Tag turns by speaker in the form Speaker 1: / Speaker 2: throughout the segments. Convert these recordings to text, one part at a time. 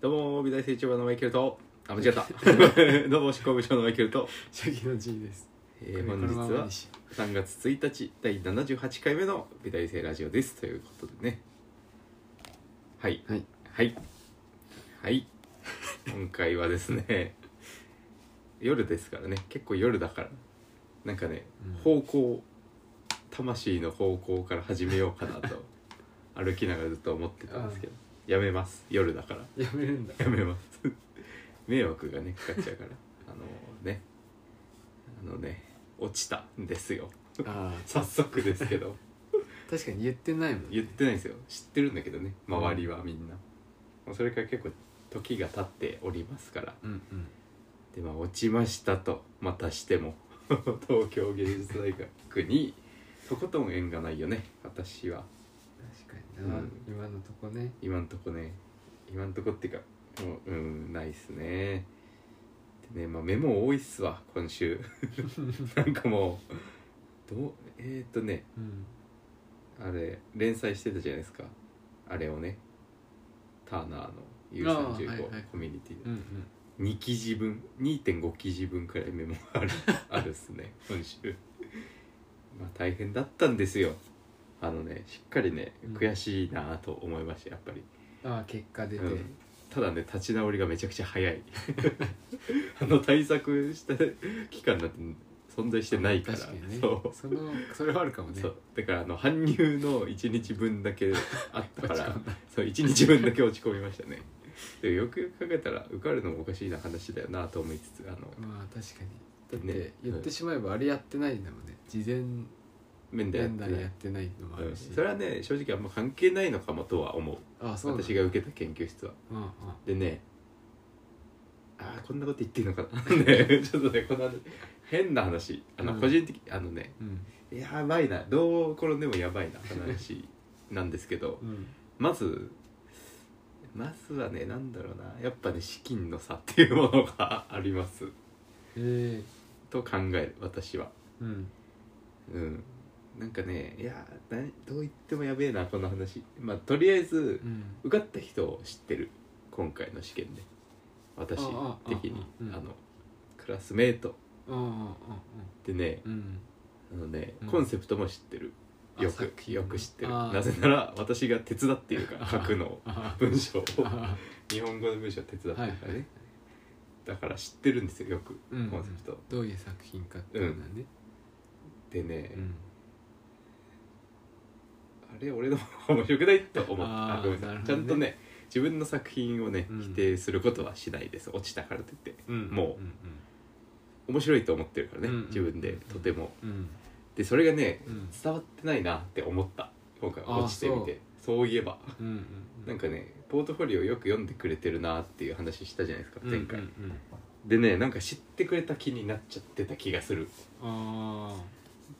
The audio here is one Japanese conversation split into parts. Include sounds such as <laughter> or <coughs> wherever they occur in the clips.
Speaker 1: どうも美大生長部のマイケルとあ間違った <laughs> どうも執行部長のマイケルと、
Speaker 2: シャキの G です。
Speaker 1: えー、本日は3月1日第78回目の美大生ラジオですということでねはい
Speaker 2: はい
Speaker 1: はい、はい、今回はですね夜ですからね結構夜だからなんかね、
Speaker 2: うん
Speaker 1: 方向魂の方向から始めようかな <laughs> と歩きながらずっと思ってたんですけどやめます夜だから
Speaker 2: やめるんだ。
Speaker 1: やめます <laughs> 迷惑がねかかっちゃうからあのねあのね落ちたんですよ
Speaker 2: あ
Speaker 1: 早速ですけど
Speaker 2: あ、確かに言ってないもん、
Speaker 1: 言ってないんですよ知ってるんだけどね周りはみんな、もうそれから結構時が経っておりますから
Speaker 2: うんうん。
Speaker 1: でまあ落ちましたとまたしても <laughs> 東京芸術大学にとことん縁がないよね私は
Speaker 2: 確かにな、
Speaker 1: うん
Speaker 2: 今のとこね。
Speaker 1: 今んとこね今んとこっていうかもううんないっすねでねまあメモ多いっすわ今
Speaker 2: <laughs>
Speaker 1: 週なんかもうどうえー、っとね
Speaker 2: うん。
Speaker 1: あれ連載してたじゃないですかあれをねターナーの U35、
Speaker 2: あーはいはい
Speaker 1: コミュニティで
Speaker 2: うん
Speaker 1: 2記事分2.5記事分くらいメモがあ
Speaker 2: <laughs>
Speaker 1: るあるっすね今週まあ大変だったんですよあのねしっかりね
Speaker 2: うん
Speaker 1: 悔しいなぁと思いましたやっぱり
Speaker 2: うん。ああ、結果出て。
Speaker 1: うんただね立ち直りがめちゃくちゃ早い <laughs> あの対策した期間なんて存在してないから
Speaker 2: 確かにね。
Speaker 1: そう
Speaker 2: その、それはあるかもね。
Speaker 1: そうだからあの搬入の1日分だけあったか
Speaker 2: <laughs> 落ち
Speaker 1: ら
Speaker 2: 込んだ
Speaker 1: <laughs> そう1日分だけ落ち込みましたねでもよくよく考えたら受かるのもおかしいな話だよなと思いつつあの
Speaker 2: まあ、確かに。だって、
Speaker 1: ね
Speaker 2: 言ってしまえばあれやってないんだもんね。事前
Speaker 1: 面でやって
Speaker 2: 連
Speaker 1: な
Speaker 2: 打
Speaker 1: い
Speaker 2: でやってないのもあ
Speaker 1: うん
Speaker 2: るし。
Speaker 1: それはね正直あんま関係ないのかもとは思う
Speaker 2: ああ、そうなんだ
Speaker 1: 私が受けた研究室は
Speaker 2: うんうん。
Speaker 1: でねあーこんなこと言っていいのか
Speaker 2: <laughs>
Speaker 1: なねちょっとねこの変な話あの、
Speaker 2: うん
Speaker 1: 個人的あのね
Speaker 2: うん。
Speaker 1: やばいなどう転んでもやばいな話なんですけど
Speaker 2: うん。
Speaker 1: まずまずはねなんだろうなやっぱね資金の差っていうものがあります
Speaker 2: ええ
Speaker 1: と考える私は
Speaker 2: うん。
Speaker 1: うんなんかねいやなどう言ってもやべえなこの話まあとりあえず
Speaker 2: うん。
Speaker 1: 受かった人を知ってる今回の試験で私
Speaker 2: ああ
Speaker 1: 的に
Speaker 2: ああうん
Speaker 1: あのクラスメート
Speaker 2: うんうんうん
Speaker 1: でね
Speaker 2: うん。うん。
Speaker 1: あのね、
Speaker 2: うん
Speaker 1: コンセプトも知ってる
Speaker 2: あ
Speaker 1: よ
Speaker 2: 作
Speaker 1: く
Speaker 2: 品
Speaker 1: よく知ってる
Speaker 2: ああ
Speaker 1: なぜなら私が手伝っているから書くのを
Speaker 2: あ
Speaker 1: 文章を
Speaker 2: あ。ああ
Speaker 1: 日本語の文章を手伝ってるからね、
Speaker 2: はいはい
Speaker 1: だから知ってるんですよよく、
Speaker 2: うん
Speaker 1: コンセプト
Speaker 2: どういう作品かっていうのはね、
Speaker 1: でね、
Speaker 2: うん
Speaker 1: あれ俺の方が面白くないと思った
Speaker 2: あー
Speaker 1: あごめんなさい
Speaker 2: なるほ
Speaker 1: ちゃ
Speaker 2: どね
Speaker 1: んとね自分の作品をね
Speaker 2: うん
Speaker 1: 否定することはしないです、落ちたからといっても面白いと思ってるからね、
Speaker 2: うんうん
Speaker 1: 自分でとても
Speaker 2: うん、うん
Speaker 1: でそれがね
Speaker 2: うん
Speaker 1: 伝わってないなって思った今回
Speaker 2: あー
Speaker 1: 落ちてみてそういえば
Speaker 2: うんうんうん、
Speaker 1: なんかねポートフォリオよく読んでくれてるなっていう話したじゃないですか前回、
Speaker 2: うんうんうん
Speaker 1: でねなんか知ってくれた気になっちゃってた気がする
Speaker 2: あ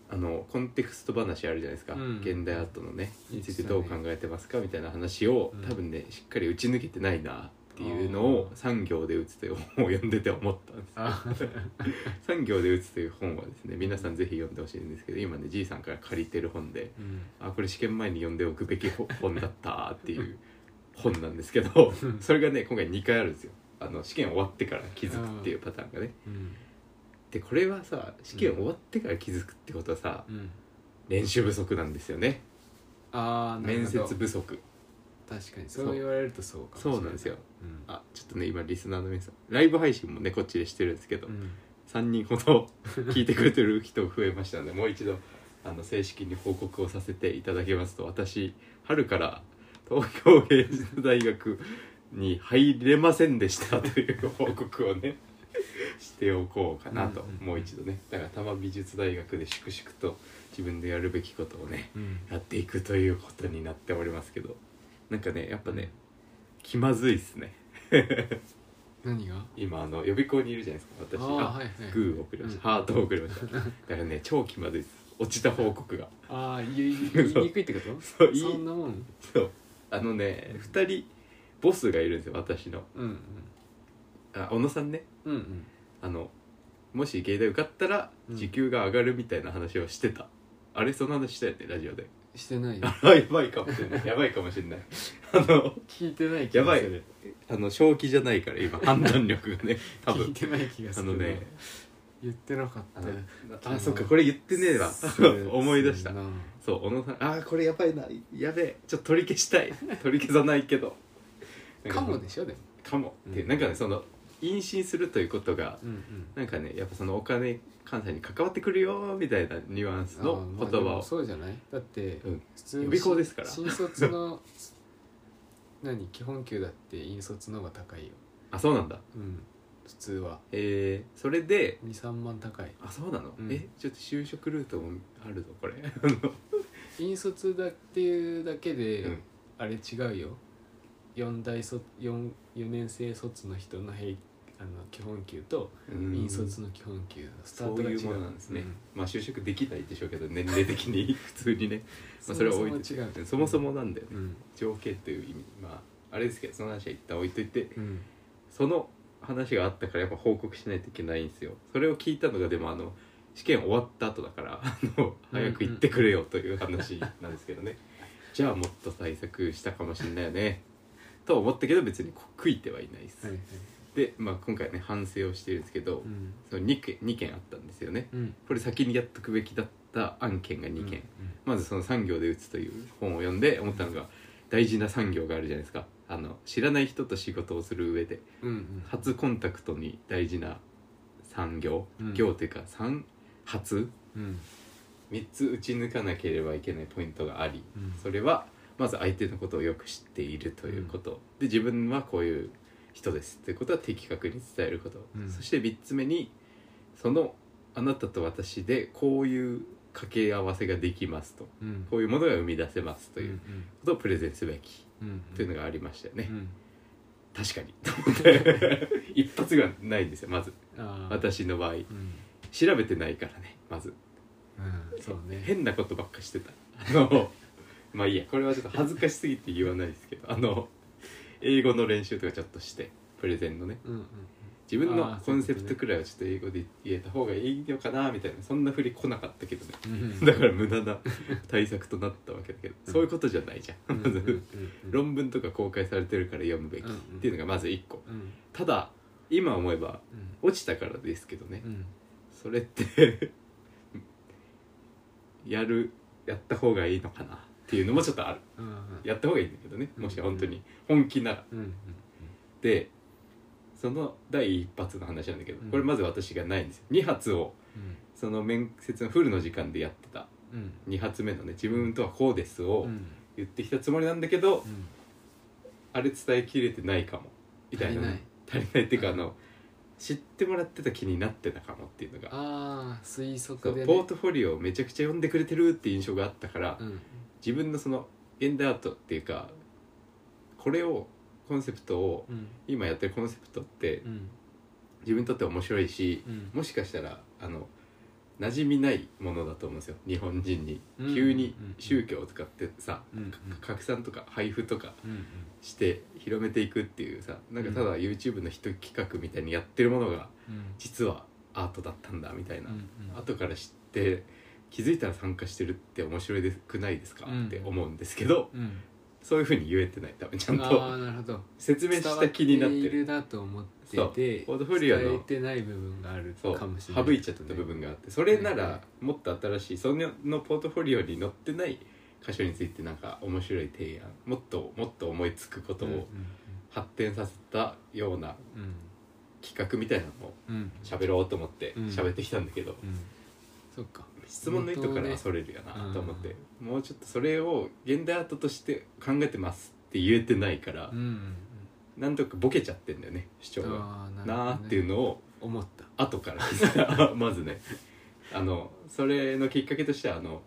Speaker 1: あのコンテクスト話あるじゃないですか、
Speaker 2: うん
Speaker 1: 現代アートのね
Speaker 2: 言
Speaker 1: に
Speaker 2: っ
Speaker 1: つ
Speaker 2: て
Speaker 1: い
Speaker 2: たね
Speaker 1: てどう考えてますかみたいな話を、
Speaker 2: うん
Speaker 1: 多分ねしっかり打ち抜けてないなっていうのを3行で打つという本を読んでて思ったんです
Speaker 2: ーあー
Speaker 1: <laughs> 3行で打つという本はですね皆さんぜひ読んでほしいんですけど今ねじいさんから借りてる本で
Speaker 2: うん
Speaker 1: あこれ試験前に読んでおくべき本だったって
Speaker 2: <laughs>
Speaker 1: いう本なんですけど
Speaker 2: うん
Speaker 1: それがね今回2回あるんですよあの試験終わってから気づくっていうパターンがね
Speaker 2: うん
Speaker 1: でこれはさ試験終わってから気づくってことはさ
Speaker 2: うん
Speaker 1: 練習不足なんですよね
Speaker 2: あーなる
Speaker 1: 面
Speaker 2: ほど
Speaker 1: 接不足
Speaker 2: 確かにそう言われるとそうかもし
Speaker 1: そ
Speaker 2: れないう
Speaker 1: なんですよ
Speaker 2: うん
Speaker 1: あちょっとね今リスナーの皆さんライブ配信もねこっちでしてるんですけど、
Speaker 2: うん
Speaker 1: 3人ほど聞いてくれてる人増えましたのでもう一度あの正式に報告をさせていただきますと私春から東京芸術大学に入れませんでした <laughs> という報告をねしておこうかなと
Speaker 2: うんうんうん
Speaker 1: もう一度ねだから多摩美術大学で粛々と自分でやるべきことをね
Speaker 2: うん
Speaker 1: やっていくということになっておりますけどなんかねやっぱね気まずいっすね
Speaker 2: 何が
Speaker 1: 今あの予備校にいるじゃないですか私
Speaker 2: あー
Speaker 1: あ
Speaker 2: はいはい
Speaker 1: グーを送りました、ハートを送りま
Speaker 2: <laughs>
Speaker 1: しただからね超気まずいです落ちた報告が
Speaker 2: ああ言い言いにくいってこと
Speaker 1: そう言い
Speaker 2: そんなもん
Speaker 1: そうあのね2人ボスがいるんですよ私の
Speaker 2: うんうん
Speaker 1: あ小野さんね
Speaker 2: うんうん
Speaker 1: あのもし芸大受かったら
Speaker 2: うん
Speaker 1: 時給が上がるみたいな話をしてた、あれその話したよねラジオで
Speaker 2: してないよ
Speaker 1: あ <laughs> やばいかもしれないやばいかもしれないあの
Speaker 2: 聞いてない気
Speaker 1: や
Speaker 2: が
Speaker 1: ば
Speaker 2: す
Speaker 1: い
Speaker 2: る
Speaker 1: あの正気じゃないから今判断力がね多
Speaker 2: <laughs> 聞い
Speaker 1: 分
Speaker 2: てない気がす
Speaker 1: あ
Speaker 2: る
Speaker 1: のね
Speaker 2: 言ってなかっ
Speaker 1: あ
Speaker 2: た
Speaker 1: の
Speaker 2: よ
Speaker 1: あそっかこれ言ってねえわ
Speaker 2: そう
Speaker 1: <laughs> 思い出した
Speaker 2: そうな
Speaker 1: そう小野さんあーこれやばいなやべえちょっと取り消した
Speaker 2: <laughs>
Speaker 1: い取り消さないけど
Speaker 2: かも
Speaker 1: ね
Speaker 2: でしょでも
Speaker 1: かもって、
Speaker 2: うん
Speaker 1: なんかねその妊娠するということが
Speaker 2: うんうん
Speaker 1: なんかねやっぱそのお金関西に関わってくるよみたいなニュアンスの言
Speaker 2: あーまあで
Speaker 1: 葉
Speaker 2: も
Speaker 1: を
Speaker 2: そうじゃないだって
Speaker 1: うん
Speaker 2: 普通
Speaker 1: 予備校ですから
Speaker 2: 新卒の何基本給だって引率の方が高いよ
Speaker 1: あそうなんだ
Speaker 2: うん普通は
Speaker 1: えー、それで
Speaker 2: 23万高い
Speaker 1: あそうなの、
Speaker 2: うん
Speaker 1: えちょっと就職ルートもあるぞこ
Speaker 2: <laughs>
Speaker 1: れ
Speaker 2: 引率だっていうだけで、
Speaker 1: うん
Speaker 2: あれ違うよ4大卒 4, 4年生卒の人の平あの基本給と
Speaker 1: うん
Speaker 2: 引率の基本給のスター
Speaker 1: そ
Speaker 2: ト
Speaker 1: う
Speaker 2: が違
Speaker 1: いううものなんですね、
Speaker 2: うん
Speaker 1: まあ就職できないでしょうけど年齢的に普通にね、 <laughs> まあ、それは置いて
Speaker 2: そもそも違う
Speaker 1: そもそもなんだよね
Speaker 2: うん
Speaker 1: 条件という意味まああれですけどその話は一旦置いといて
Speaker 2: うん
Speaker 1: その話があったからやっぱ報告しないといけないんですよそれを聞いたのがでもあの試験終わった後だからあの早く行ってくれよという話なんですけどねじゃあもっと対策したかもしれないよねとは思ったけど別に悔いてはいないです、
Speaker 2: はいはい
Speaker 1: で、まあ、今回ね反省をしてるんですけど、
Speaker 2: うん
Speaker 1: その 2, 件2件あったんですよね
Speaker 2: うん
Speaker 1: これ先にやっとくべきだった案件が2件、
Speaker 2: うん
Speaker 1: まずその産業で打つという本を読んで思ったのが大事な産業があるじゃないですかあの知らない人と仕事をする上で
Speaker 2: うんうん
Speaker 1: 初コンタクトに大事な産業、
Speaker 2: うん
Speaker 1: 業というか産初
Speaker 2: うん
Speaker 1: 3つ打ち抜かなければいけないポイントがあり
Speaker 2: うん
Speaker 1: それはまず相手のことをよく知っているということ、で自分はこういう人ですということは的確に伝えること、
Speaker 2: うん
Speaker 1: そして3つ目にそのあなたと私でこういう掛け合わせができますと
Speaker 2: うん
Speaker 1: こういうものが生み出せますということをプレゼンすべき
Speaker 2: うんうん
Speaker 1: というのがありましたよね、
Speaker 2: うん
Speaker 1: 確かに <laughs> と思って一発がないんですよまず
Speaker 2: あー
Speaker 1: 私の場合
Speaker 2: うん
Speaker 1: 調べてないからねまず
Speaker 2: うんそうね
Speaker 1: 変なことばっかして
Speaker 2: <laughs>
Speaker 1: たあのまあいいやこれはちょっと恥ずかしすぎて言わないですけどあの英語の練習とかちょっとしてプレゼンのね
Speaker 2: うんうん
Speaker 1: 自分
Speaker 2: あ
Speaker 1: の
Speaker 2: ー
Speaker 1: コ
Speaker 2: そうい
Speaker 1: ン
Speaker 2: うことね
Speaker 1: セプトくらいはちょっと英語で言えた方がいいのかなみたいなそんなふり来なかったけどね
Speaker 2: うん
Speaker 1: だから無駄な対策となったわけだけど、
Speaker 2: うん
Speaker 1: そういうことじゃないじゃん、ま
Speaker 2: うんうんうん
Speaker 1: ず論文とか公開されてるから読むべきっ
Speaker 2: うんうん
Speaker 1: ていうのがまず1個
Speaker 2: うん
Speaker 1: ただ今思えば
Speaker 2: うん
Speaker 1: 落ちたからですけどね、
Speaker 2: うん
Speaker 1: それって <laughs> やるやった方がいいのかなっていうのもちょっとある
Speaker 2: うんうん
Speaker 1: やった方がいいんだけどねもし本当
Speaker 2: う
Speaker 1: に本気なら
Speaker 2: うんうん
Speaker 1: でその第一発の話なんだけど
Speaker 2: うん
Speaker 1: これまず私がないんですよ2発を
Speaker 2: うん
Speaker 1: その面接のフルの時間でやってた
Speaker 2: うん
Speaker 1: 2発目のね自分とはこうですを
Speaker 2: うん
Speaker 1: 言ってきたつもりなんだけど、
Speaker 2: うん
Speaker 1: あれ伝えきれてないかもみたいな
Speaker 2: 足りない
Speaker 1: 足りないっていうかあの知ってもらってた気になってたかもっていうのが
Speaker 2: ああ推
Speaker 1: そ
Speaker 2: 測
Speaker 1: う
Speaker 2: でね
Speaker 1: ポートフォリオをめちゃくちゃ読んでくれてるって印象があったから、
Speaker 2: うん
Speaker 1: 自分のその現代アートっていうかこれをコンセプトを
Speaker 2: うん
Speaker 1: 今やってるコンセプトって
Speaker 2: うん
Speaker 1: 自分にとって面白いし
Speaker 2: うん
Speaker 1: もしかしたらあの馴染みないものだと思うんですよ日本人に、
Speaker 2: うん
Speaker 1: 急に
Speaker 2: うん
Speaker 1: 宗教を使ってさ、
Speaker 2: うん
Speaker 1: か拡散とか配布とか
Speaker 2: うん
Speaker 1: して広めていくっていうさなんかただ YouTube の人企画みたいにやってるものが
Speaker 2: うん
Speaker 1: 実はアートだったんだみたいな、
Speaker 2: うん
Speaker 1: 後から知って気づいたら参加してるって面白くないですか、
Speaker 2: うん
Speaker 1: って思うんですけど
Speaker 2: うん
Speaker 1: そういうふうに言えてない多分ちゃん
Speaker 2: あ
Speaker 1: と
Speaker 2: あなるほど
Speaker 1: 説明した気になって
Speaker 2: 伝わ
Speaker 1: る
Speaker 2: いるなと思って
Speaker 1: そう
Speaker 2: て
Speaker 1: ポートフォリオの
Speaker 2: 伝えてない部分がある
Speaker 1: そう
Speaker 2: かもしれない
Speaker 1: 省いちゃった部分があってそれならもっと新しいそののポートフォリオに載ってない箇所についてなんか面白い提案もっともっと思いつくこと
Speaker 2: うん
Speaker 1: を発展させたような
Speaker 2: うん
Speaker 1: 企画みたいなのを
Speaker 2: うんうん
Speaker 1: 喋ろうと思って
Speaker 2: うん
Speaker 1: 喋ってきたんだけど、
Speaker 2: うんそっか
Speaker 1: 質問の意図か
Speaker 2: 本当
Speaker 1: ら
Speaker 2: ね
Speaker 1: それるよなと思って、
Speaker 2: うん
Speaker 1: もうちょっとそれを現代アートとして考えてますって言えてないから、
Speaker 2: うんうん
Speaker 1: なんとかボケちゃってんだよね主張が。
Speaker 2: ああ
Speaker 1: なーっていう
Speaker 2: を
Speaker 1: のを
Speaker 2: 思った
Speaker 1: 後から気づいた <laughs> まずねあのそれのきっかけとしてはあの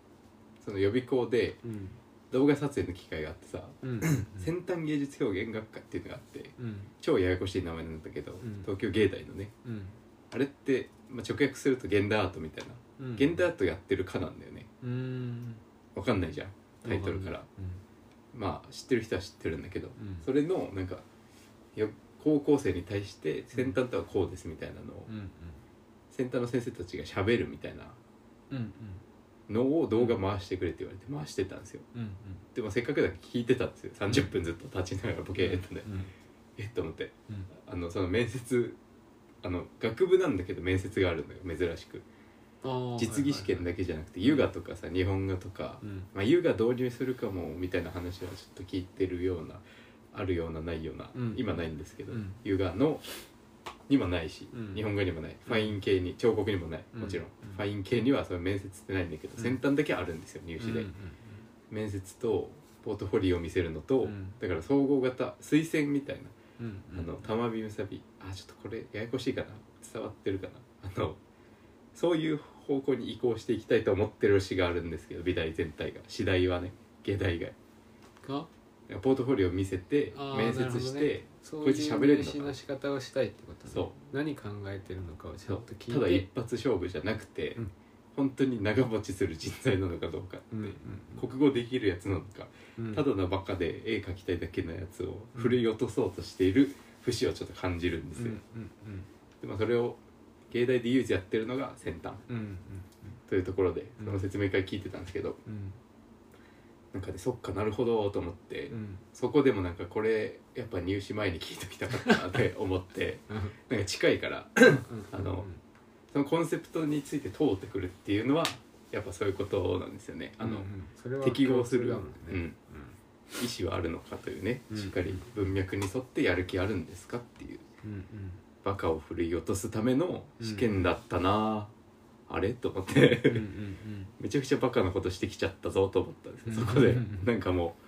Speaker 1: その予備校で
Speaker 2: うん
Speaker 1: 動画撮影の機会があってさ、
Speaker 2: うん
Speaker 1: 先端芸術表現学科っていうのがあって
Speaker 2: うん
Speaker 1: 超ややこしい名前なんだけど、
Speaker 2: ん
Speaker 1: 東京芸大のね
Speaker 2: うん
Speaker 1: あれって、まあ、直訳すると現代アートみたいな、
Speaker 2: うん
Speaker 1: 現代アートやってる科なんだよね
Speaker 2: うん
Speaker 1: わかんないじゃんタイトルからまあ知ってる人は知ってるんだけど、
Speaker 2: うん
Speaker 1: それのなんかよ高校生に対して先端とはこうですみたいなのを、
Speaker 2: うんうん
Speaker 1: 先端の先生たちがしゃべるみたいな
Speaker 2: うんうん
Speaker 1: のを動画回してくれって言われて回してたんですよ
Speaker 2: うんうん
Speaker 1: でもせっかくだから聞いてたんですよ30分ずっと立ちながらボケーっとね、
Speaker 2: うん
Speaker 1: えっと思って
Speaker 2: うん
Speaker 1: あのその面接あの学部なんだけど面接があるのよ珍しく
Speaker 2: あー
Speaker 1: 実技試験だけじゃなくて優雅とかさ日本画とか、
Speaker 2: うん
Speaker 1: まあ、優雅導入するかもみたいな話はちょっと聞いてるようなあるようなないような、
Speaker 2: うん
Speaker 1: 今ないんですけど、
Speaker 2: うん
Speaker 1: 優雅のにもないし、
Speaker 2: うん
Speaker 1: 日本画にもないファイン系に彫刻にもない
Speaker 2: うん
Speaker 1: もちろん、
Speaker 2: うん
Speaker 1: ファイン系にはその面接ってないんだけど、
Speaker 2: うん
Speaker 1: 先端だけあるんですよ入試で、
Speaker 2: うん
Speaker 1: 面接とポートフォリオを見せるのと、
Speaker 2: うん
Speaker 1: だから総合型推薦みたいな
Speaker 2: うんうん
Speaker 1: あの玉びむさびあちょっとこれややこしいかな伝わってるかなあのそういう方向に移行していきたいと思ってる節があるんですけど美大全体が次第はね芸大以外
Speaker 2: が
Speaker 1: ポートフォリオを見せて
Speaker 2: あー
Speaker 1: 面接し
Speaker 2: なる
Speaker 1: て、
Speaker 2: そう
Speaker 1: こいつ
Speaker 2: い
Speaker 1: 喋れ
Speaker 2: う
Speaker 1: るの
Speaker 2: 入
Speaker 1: か
Speaker 2: 試の仕方をしたいってことね
Speaker 1: そう
Speaker 2: 何考えてるのかをちゃんと聞いて
Speaker 1: ただ一発勝負じゃなくて、
Speaker 2: うん
Speaker 1: 本当に長持ちする人材なのかどうかって、
Speaker 2: うんうんうん
Speaker 1: 国語できるやつなのか、
Speaker 2: うん
Speaker 1: ただのバカで絵描きたいだけのやつを振り落とそうとしている節をちょっと感じるんです
Speaker 2: うん
Speaker 1: よ、
Speaker 2: うん
Speaker 1: でもそれを芸大で唯一やってるのが先端
Speaker 2: うんうん
Speaker 1: というところで
Speaker 2: うん
Speaker 1: その説明会聞いてたんですけど、
Speaker 2: うん
Speaker 1: なんかねそっかなるほどと思って、
Speaker 2: うん
Speaker 1: そこでもなんかこれやっぱ入試前に聞いときたかったなっ
Speaker 2: <laughs>
Speaker 1: て思ってなんか近いから
Speaker 2: うん
Speaker 1: あのそのコンセプトについて通ってくるっていうのはやっぱそういうことなんですよね。あの、
Speaker 2: うんうんそれは
Speaker 1: 適合する
Speaker 2: 共通だもんね
Speaker 1: 意思はあるのかというね
Speaker 2: うん
Speaker 1: しっかり文脈に沿ってやる気あるんですかっていう
Speaker 2: うんうん
Speaker 1: バカを振り落とすための試験だったな、あれと思って。 <laughs>
Speaker 2: うんうんうん
Speaker 1: めちゃくちゃバカなことしてきちゃったぞと思ったんですよ
Speaker 2: うん
Speaker 1: そ
Speaker 2: <laughs>
Speaker 1: こで
Speaker 2: うん
Speaker 1: なんかもう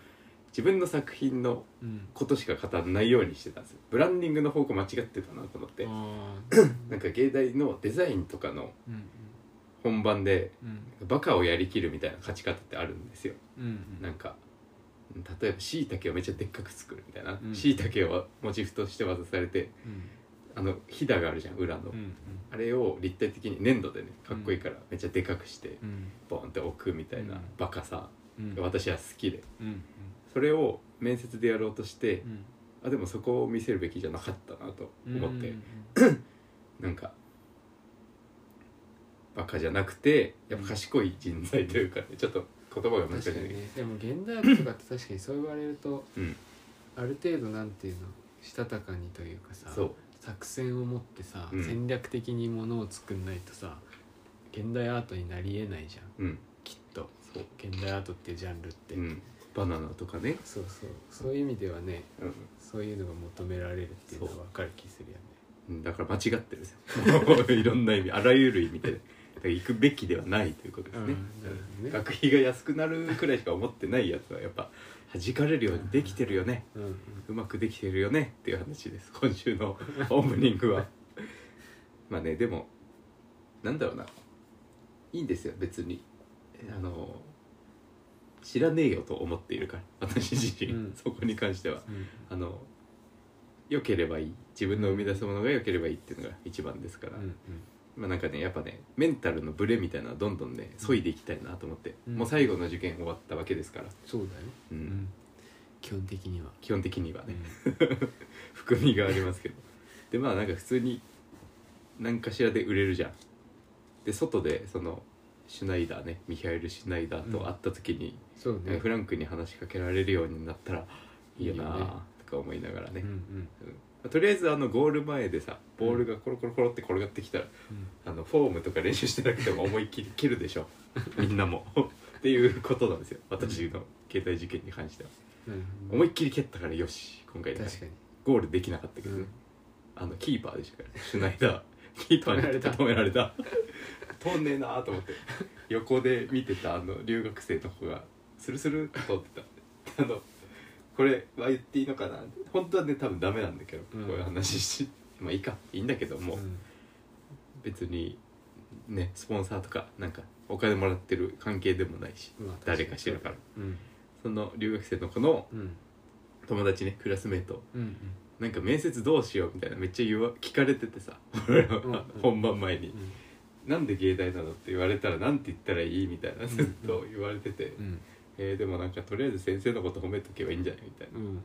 Speaker 1: 自分の作品の
Speaker 2: うん
Speaker 1: ことしか語んないようにしてたんですよブランディングの方向間違ってたなと思って
Speaker 2: あ
Speaker 1: なん
Speaker 2: ー
Speaker 1: か芸大のデザインとかの
Speaker 2: うん
Speaker 1: 本番で
Speaker 2: うん
Speaker 1: バカをやりきるみたいな勝ち方ってあるんですよ
Speaker 2: うんうん
Speaker 1: なんか例えばしいたけをめっちゃでっかく作るみたいな
Speaker 2: うん
Speaker 1: しいたけをモチーフとして渡されて
Speaker 2: うん
Speaker 1: あのひだがあるじゃん裏の
Speaker 2: うんうん
Speaker 1: あれを立体的に粘土でねかっこいいからめっちゃでかくして
Speaker 2: うん
Speaker 1: ボンって置くみたいなバカさ
Speaker 2: うん
Speaker 1: が私は好きで
Speaker 2: うんうん
Speaker 1: それを面接でやろうとして
Speaker 2: う、ん
Speaker 1: あでもそこを見せるべきじゃなかったなと思って、
Speaker 2: うん
Speaker 1: なんかバカじゃなくてやっぱ賢い人材というかね、ちょっと言葉が難しい
Speaker 2: 確
Speaker 1: んだ
Speaker 2: か
Speaker 1: け
Speaker 2: に
Speaker 1: ど、
Speaker 2: ねでも現代学とかって確かにそう言われると
Speaker 1: うん、
Speaker 2: ある程度なんていうのしたたかにというかさ
Speaker 1: そう
Speaker 2: 作戦を持ってさ、
Speaker 1: うん
Speaker 2: 戦略的にものを作んないとさ現代アートになりえないじゃん
Speaker 1: うん
Speaker 2: きっと
Speaker 1: そう
Speaker 2: 現代アートっていうジャンルって、
Speaker 1: うん、バナナとかね、
Speaker 2: そうそうそういう意味ではね
Speaker 1: うん
Speaker 2: そういうのが求められるっていうのは
Speaker 1: そう
Speaker 2: 分かる気するよね
Speaker 1: うん、だから間違ってるんですよいろんな意味あらゆる意味でだから行くべきではないということですね,、
Speaker 2: うんなるほどね
Speaker 1: 学費が安くなるくらいしか思ってないやつはやっぱ弾かれるようにできてるよね、
Speaker 2: うんうん
Speaker 1: うまくできてるよねっていう話です <laughs> 今週の
Speaker 2: <laughs>
Speaker 1: オープニングはまあねでもなんだろうないいんですよ別にえあの知らねえよと思っているから <laughs> 私自身、
Speaker 2: うん
Speaker 1: そこに関しては
Speaker 2: うん
Speaker 1: あの良ければいい自分の生み出すものが良ければいいっていうのが一番ですから、
Speaker 2: うん
Speaker 1: まあなんかねやっぱねメンタルのブレみたいなのはどんどんね削いでいきたいなと思って、
Speaker 2: うん
Speaker 1: もう最後の受験終わったわけですから、
Speaker 2: そうだよ、
Speaker 1: う、
Speaker 2: うん基本的には、
Speaker 1: 基本的にはね、
Speaker 2: うん
Speaker 1: 含みがありますけどでまあなんか普通に何かしらで売れるじゃんで外でそのシュナイダーねミハエル・シュナイダーと会った時に、
Speaker 2: そう
Speaker 1: なん
Speaker 2: ね
Speaker 1: か <laughs> フランクに話しかけられるようになったらいいよ
Speaker 2: いいよね
Speaker 1: なあとか思いながらね、
Speaker 2: うんう
Speaker 1: うん
Speaker 2: ん
Speaker 1: とりあえずあのゴール前でさボールがコロコロコロって転がってきたら、
Speaker 2: うん
Speaker 1: あのフォームとか練習してなくても思いっきり蹴るでし
Speaker 2: <laughs>
Speaker 1: ょみんなもっていうことなんですよ私の携帯事件に関しては、
Speaker 2: なるほど
Speaker 1: 思いっきり蹴ったからよし今回
Speaker 2: 確かに
Speaker 1: ゴールできなかったけどね、あのキーパーでしたからシュナイダーキーパーに <laughs> 止
Speaker 2: 止
Speaker 1: められ <laughs> た通んねえなと思って横で見てたあの留学生の子がスルスルっと通ってたあ <laughs> のこれは言っていいのかな本当はね多分ダメなんだけど、
Speaker 2: うん
Speaker 1: こういう話し <laughs> まあいいかいいんだけども、
Speaker 2: うん
Speaker 1: 別にねスポンサーとかなんかお金もらってる関係でもないし
Speaker 2: まあ
Speaker 1: 誰かしらから
Speaker 2: うん
Speaker 1: その留学生の子の
Speaker 2: うん
Speaker 1: 友達ねクラスメート
Speaker 2: うん
Speaker 1: なんか面接どうしようみたいなめっちゃ言わ聞かれててさ俺ら
Speaker 2: うんうん
Speaker 1: は本番前に
Speaker 2: う
Speaker 1: 「
Speaker 2: ん
Speaker 1: なんで芸大なの?」って言われたらなんて言ったらいいみたいなずっと言われてて
Speaker 2: うん
Speaker 1: 「えーでもなんかとりあえず先生のこと褒めとけばいいんじゃない?」みたい
Speaker 2: うん
Speaker 1: な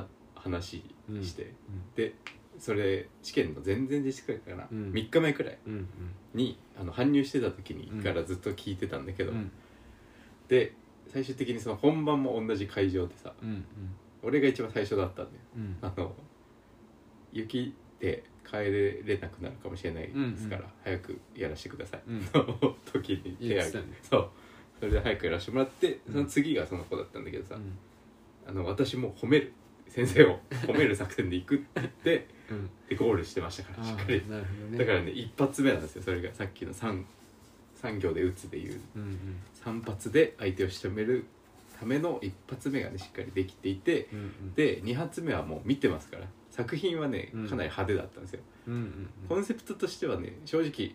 Speaker 1: は話して
Speaker 2: うん
Speaker 1: でそれ試験の前々日くらいかな、
Speaker 2: うん
Speaker 1: 3日前くらい
Speaker 2: うん
Speaker 1: にあの搬入してた時に
Speaker 2: うん
Speaker 1: からずっと聞いてたんだけ
Speaker 2: うん
Speaker 1: ど、
Speaker 2: うん
Speaker 1: で最終的にその本番も同じ会場でさ
Speaker 2: うん
Speaker 1: 俺が一番最初だったんだよ
Speaker 2: うん
Speaker 1: あの雪で帰れなくなるかもしれないですから、
Speaker 2: うんうん
Speaker 1: 早くやらせてください
Speaker 2: うん
Speaker 1: の <laughs> 時に手
Speaker 2: 言っ
Speaker 1: 挙げ
Speaker 2: てた
Speaker 1: て
Speaker 2: ね
Speaker 1: そうそれで早くやらせてもらって
Speaker 2: うん
Speaker 1: その次がその子だったんだけどさ、
Speaker 2: うん
Speaker 1: あの私も褒める先生を褒める作戦で行くって言って <laughs>
Speaker 2: うん
Speaker 1: でゴールしてましたか
Speaker 2: あ
Speaker 1: らしっか
Speaker 2: あ
Speaker 1: り、
Speaker 2: なるほどね
Speaker 1: だからね一発目なんですよそれがさっきの 3, 3行で打つでいう
Speaker 2: うんうん
Speaker 1: 3発で相手を仕留めるための一発目がねしっかりできていて
Speaker 2: うんうん
Speaker 1: で2発目はもう見てますから作品はね
Speaker 2: うん
Speaker 1: かなり派手だったんですよ、
Speaker 2: うんうん
Speaker 1: コ
Speaker 2: うん
Speaker 1: ンセプトとしてはね正直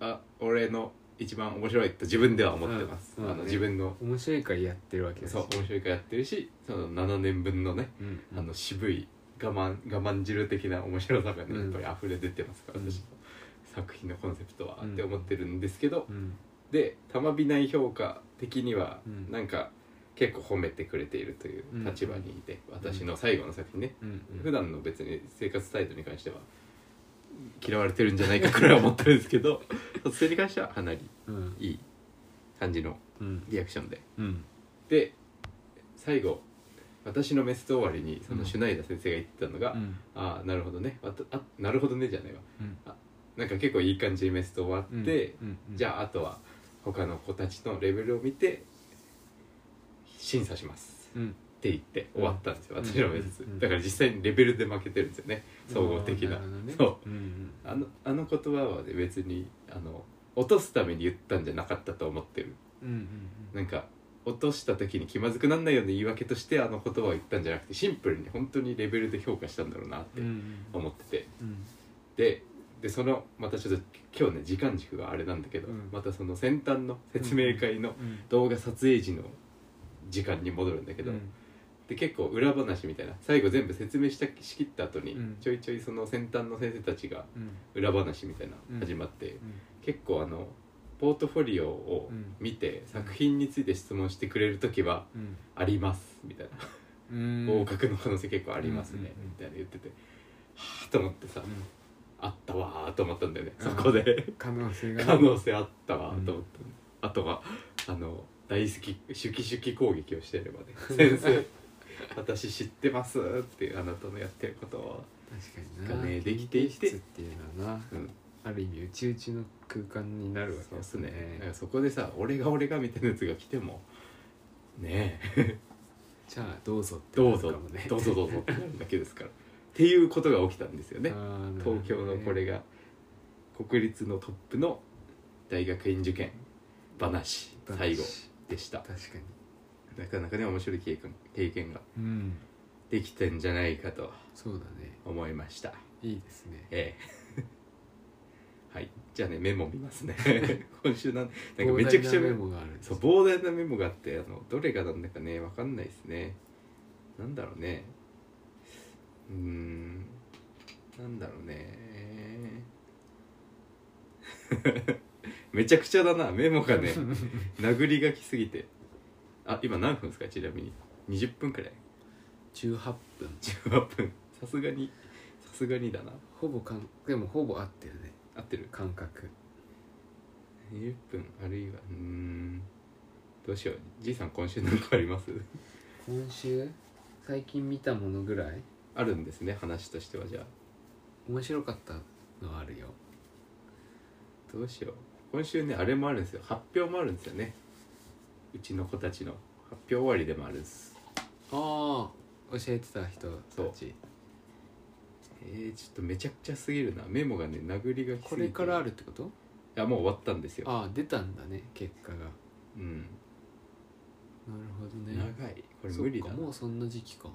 Speaker 1: あ俺の一番面白いと自分では思ってます、
Speaker 2: うん
Speaker 1: あ
Speaker 2: そう
Speaker 1: の
Speaker 2: ね
Speaker 1: 自分の
Speaker 2: 面白いからやってるわけだし
Speaker 1: そう面白いからやってるしその7年分のね、
Speaker 2: うん
Speaker 1: あの渋い我慢我慢汁的な面白さがね、
Speaker 2: うん
Speaker 1: やっぱり溢れ出てますから、
Speaker 2: うん
Speaker 1: 私の作品のコンセプトは、
Speaker 2: うん
Speaker 1: って思ってるんですけど、
Speaker 2: うん
Speaker 1: で玉美内評価的には、
Speaker 2: うん
Speaker 1: なんか結構褒めてくれているという立場にいて、私の最後の作品ね、
Speaker 2: うんうん
Speaker 1: 普段の別に生活態度に関しては嫌われてるんじゃないかく <laughs> らいは思ってるんですけどそれに関してはかなり
Speaker 2: うん
Speaker 1: いい感じの
Speaker 2: うん
Speaker 1: リアクションで
Speaker 2: うん
Speaker 1: で最後私のメスと終わりにそのシュナイダー先生が言ってたのが「
Speaker 2: うん
Speaker 1: ああなるほどねわたあなるほどね」じゃないわ
Speaker 2: うん
Speaker 1: なんか結構いい感じにメスと終わ
Speaker 2: うん
Speaker 1: って、
Speaker 2: うんうん
Speaker 1: じゃああとは他の子たちのレベルを見て審査します
Speaker 2: うん
Speaker 1: って言って終わったんですよ、私の面接、
Speaker 2: うんうん
Speaker 1: だから実際にレベルで負けてるんですよね総合的な
Speaker 2: あーるほどね
Speaker 1: そう
Speaker 2: うんうん
Speaker 1: あのあの言葉はね別にあの落とすために言ったんじゃなかったと思ってる
Speaker 2: うんうん
Speaker 1: なんか落とした時に気まずくなんないような言い訳としてあの言葉を言ったんじゃなくてシンプルに本当にレベルで評価したんだろうなっ
Speaker 2: う
Speaker 1: て
Speaker 2: んうん
Speaker 1: 思ってて、
Speaker 2: うん
Speaker 1: ででそのまたちょっと今日ね時間軸があれなんだけど、
Speaker 2: うん
Speaker 1: またその先端の説明会の
Speaker 2: うん
Speaker 1: 動画撮影時の時間に戻るんだけど、
Speaker 2: うん
Speaker 1: で結構裏話みたいな最後全部説明したしきった後に、
Speaker 2: うん
Speaker 1: ちょいちょいその先端の先生たちが
Speaker 2: うん
Speaker 1: 裏話みたいな
Speaker 2: うん
Speaker 1: 始まって、
Speaker 2: うん
Speaker 1: 結構あのポートフォリオを
Speaker 2: うん
Speaker 1: 見て、作品について質問してくれる時は
Speaker 2: うん
Speaker 1: 「あります」みたいな
Speaker 2: うん
Speaker 1: 合格の可能性結構ありますね、
Speaker 2: うんうんう
Speaker 1: み
Speaker 2: ん
Speaker 1: たいな言っててはあと思ってさ、
Speaker 2: うん
Speaker 1: あったわーと思ったんだよね、
Speaker 2: うん
Speaker 1: そこで
Speaker 2: 可能性がね
Speaker 1: 可能性あったわーと思った、あとはあの大好きシュキシュキ攻撃をしてれ
Speaker 2: <laughs>
Speaker 1: ばね先生私知ってますっていうあなたのやってることを、
Speaker 2: 確かにな
Speaker 1: がねできていて
Speaker 2: 研究室っていうのはな
Speaker 1: うん、
Speaker 2: ある意味内々の空間になるわけ
Speaker 1: そう
Speaker 2: で
Speaker 1: っ
Speaker 2: す
Speaker 1: す
Speaker 2: ね
Speaker 1: ねだからそこでさ俺が俺がみたいなやつが来てもね
Speaker 2: <laughs>
Speaker 1: え
Speaker 2: じゃあどうぞって
Speaker 1: どう
Speaker 2: な
Speaker 1: ぞ
Speaker 2: るかもね
Speaker 1: どうぞどうぞってなるだけですからっていうことが起きたんですよね
Speaker 2: あーなるほどね
Speaker 1: 東京のこれが国立のトップの大学院受験話最後でした
Speaker 2: 確か
Speaker 1: なかなかね面白い経験経験が
Speaker 2: にうん
Speaker 1: できてんじゃないかと
Speaker 2: そうだね
Speaker 1: 思いました
Speaker 2: いいですね
Speaker 1: え <laughs> えはいじゃあねメモ見ますね <laughs> 今週なんなんかめちゃくちゃ
Speaker 2: 膨大な
Speaker 1: メ
Speaker 2: メ
Speaker 1: モ
Speaker 2: モがあるんです
Speaker 1: そう
Speaker 2: よ
Speaker 1: 膨大なメモがあってあのどれがなんだかねわかんないですねなんだろうねうーんなんだろうね <laughs> めちゃくちゃだなメモがね殴り書きすぎてあ今何分ですかちなみに20分くらい
Speaker 2: 18分
Speaker 1: 18分さすがにさすがにだな
Speaker 2: ほぼかんでもほぼ合ってるね
Speaker 1: 合ってる
Speaker 2: 感覚
Speaker 1: 20分あるいはうーんどうしようじいさん今週何かあります <laughs>
Speaker 2: 今週最近見たものぐらい
Speaker 1: あるんですね話としてはじゃあ
Speaker 2: 面白かったのはあるよ
Speaker 1: どうしよう今週ねあれもあるんですよ発表もあるんですよねうちの子たちの発表終わりでもあるんです
Speaker 2: ああ教えてた人たち
Speaker 1: えー、ちょっとめちゃくちゃすぎるなメモがね殴りがきすぎて
Speaker 2: これからあ
Speaker 1: る
Speaker 2: るってこと
Speaker 1: いやもう終わったんですよ
Speaker 2: ああ出たんだね結果がなる
Speaker 1: うん、
Speaker 2: ほどね
Speaker 1: 長いこれ無理だ
Speaker 2: そっ
Speaker 1: な
Speaker 2: かもうそんな時期か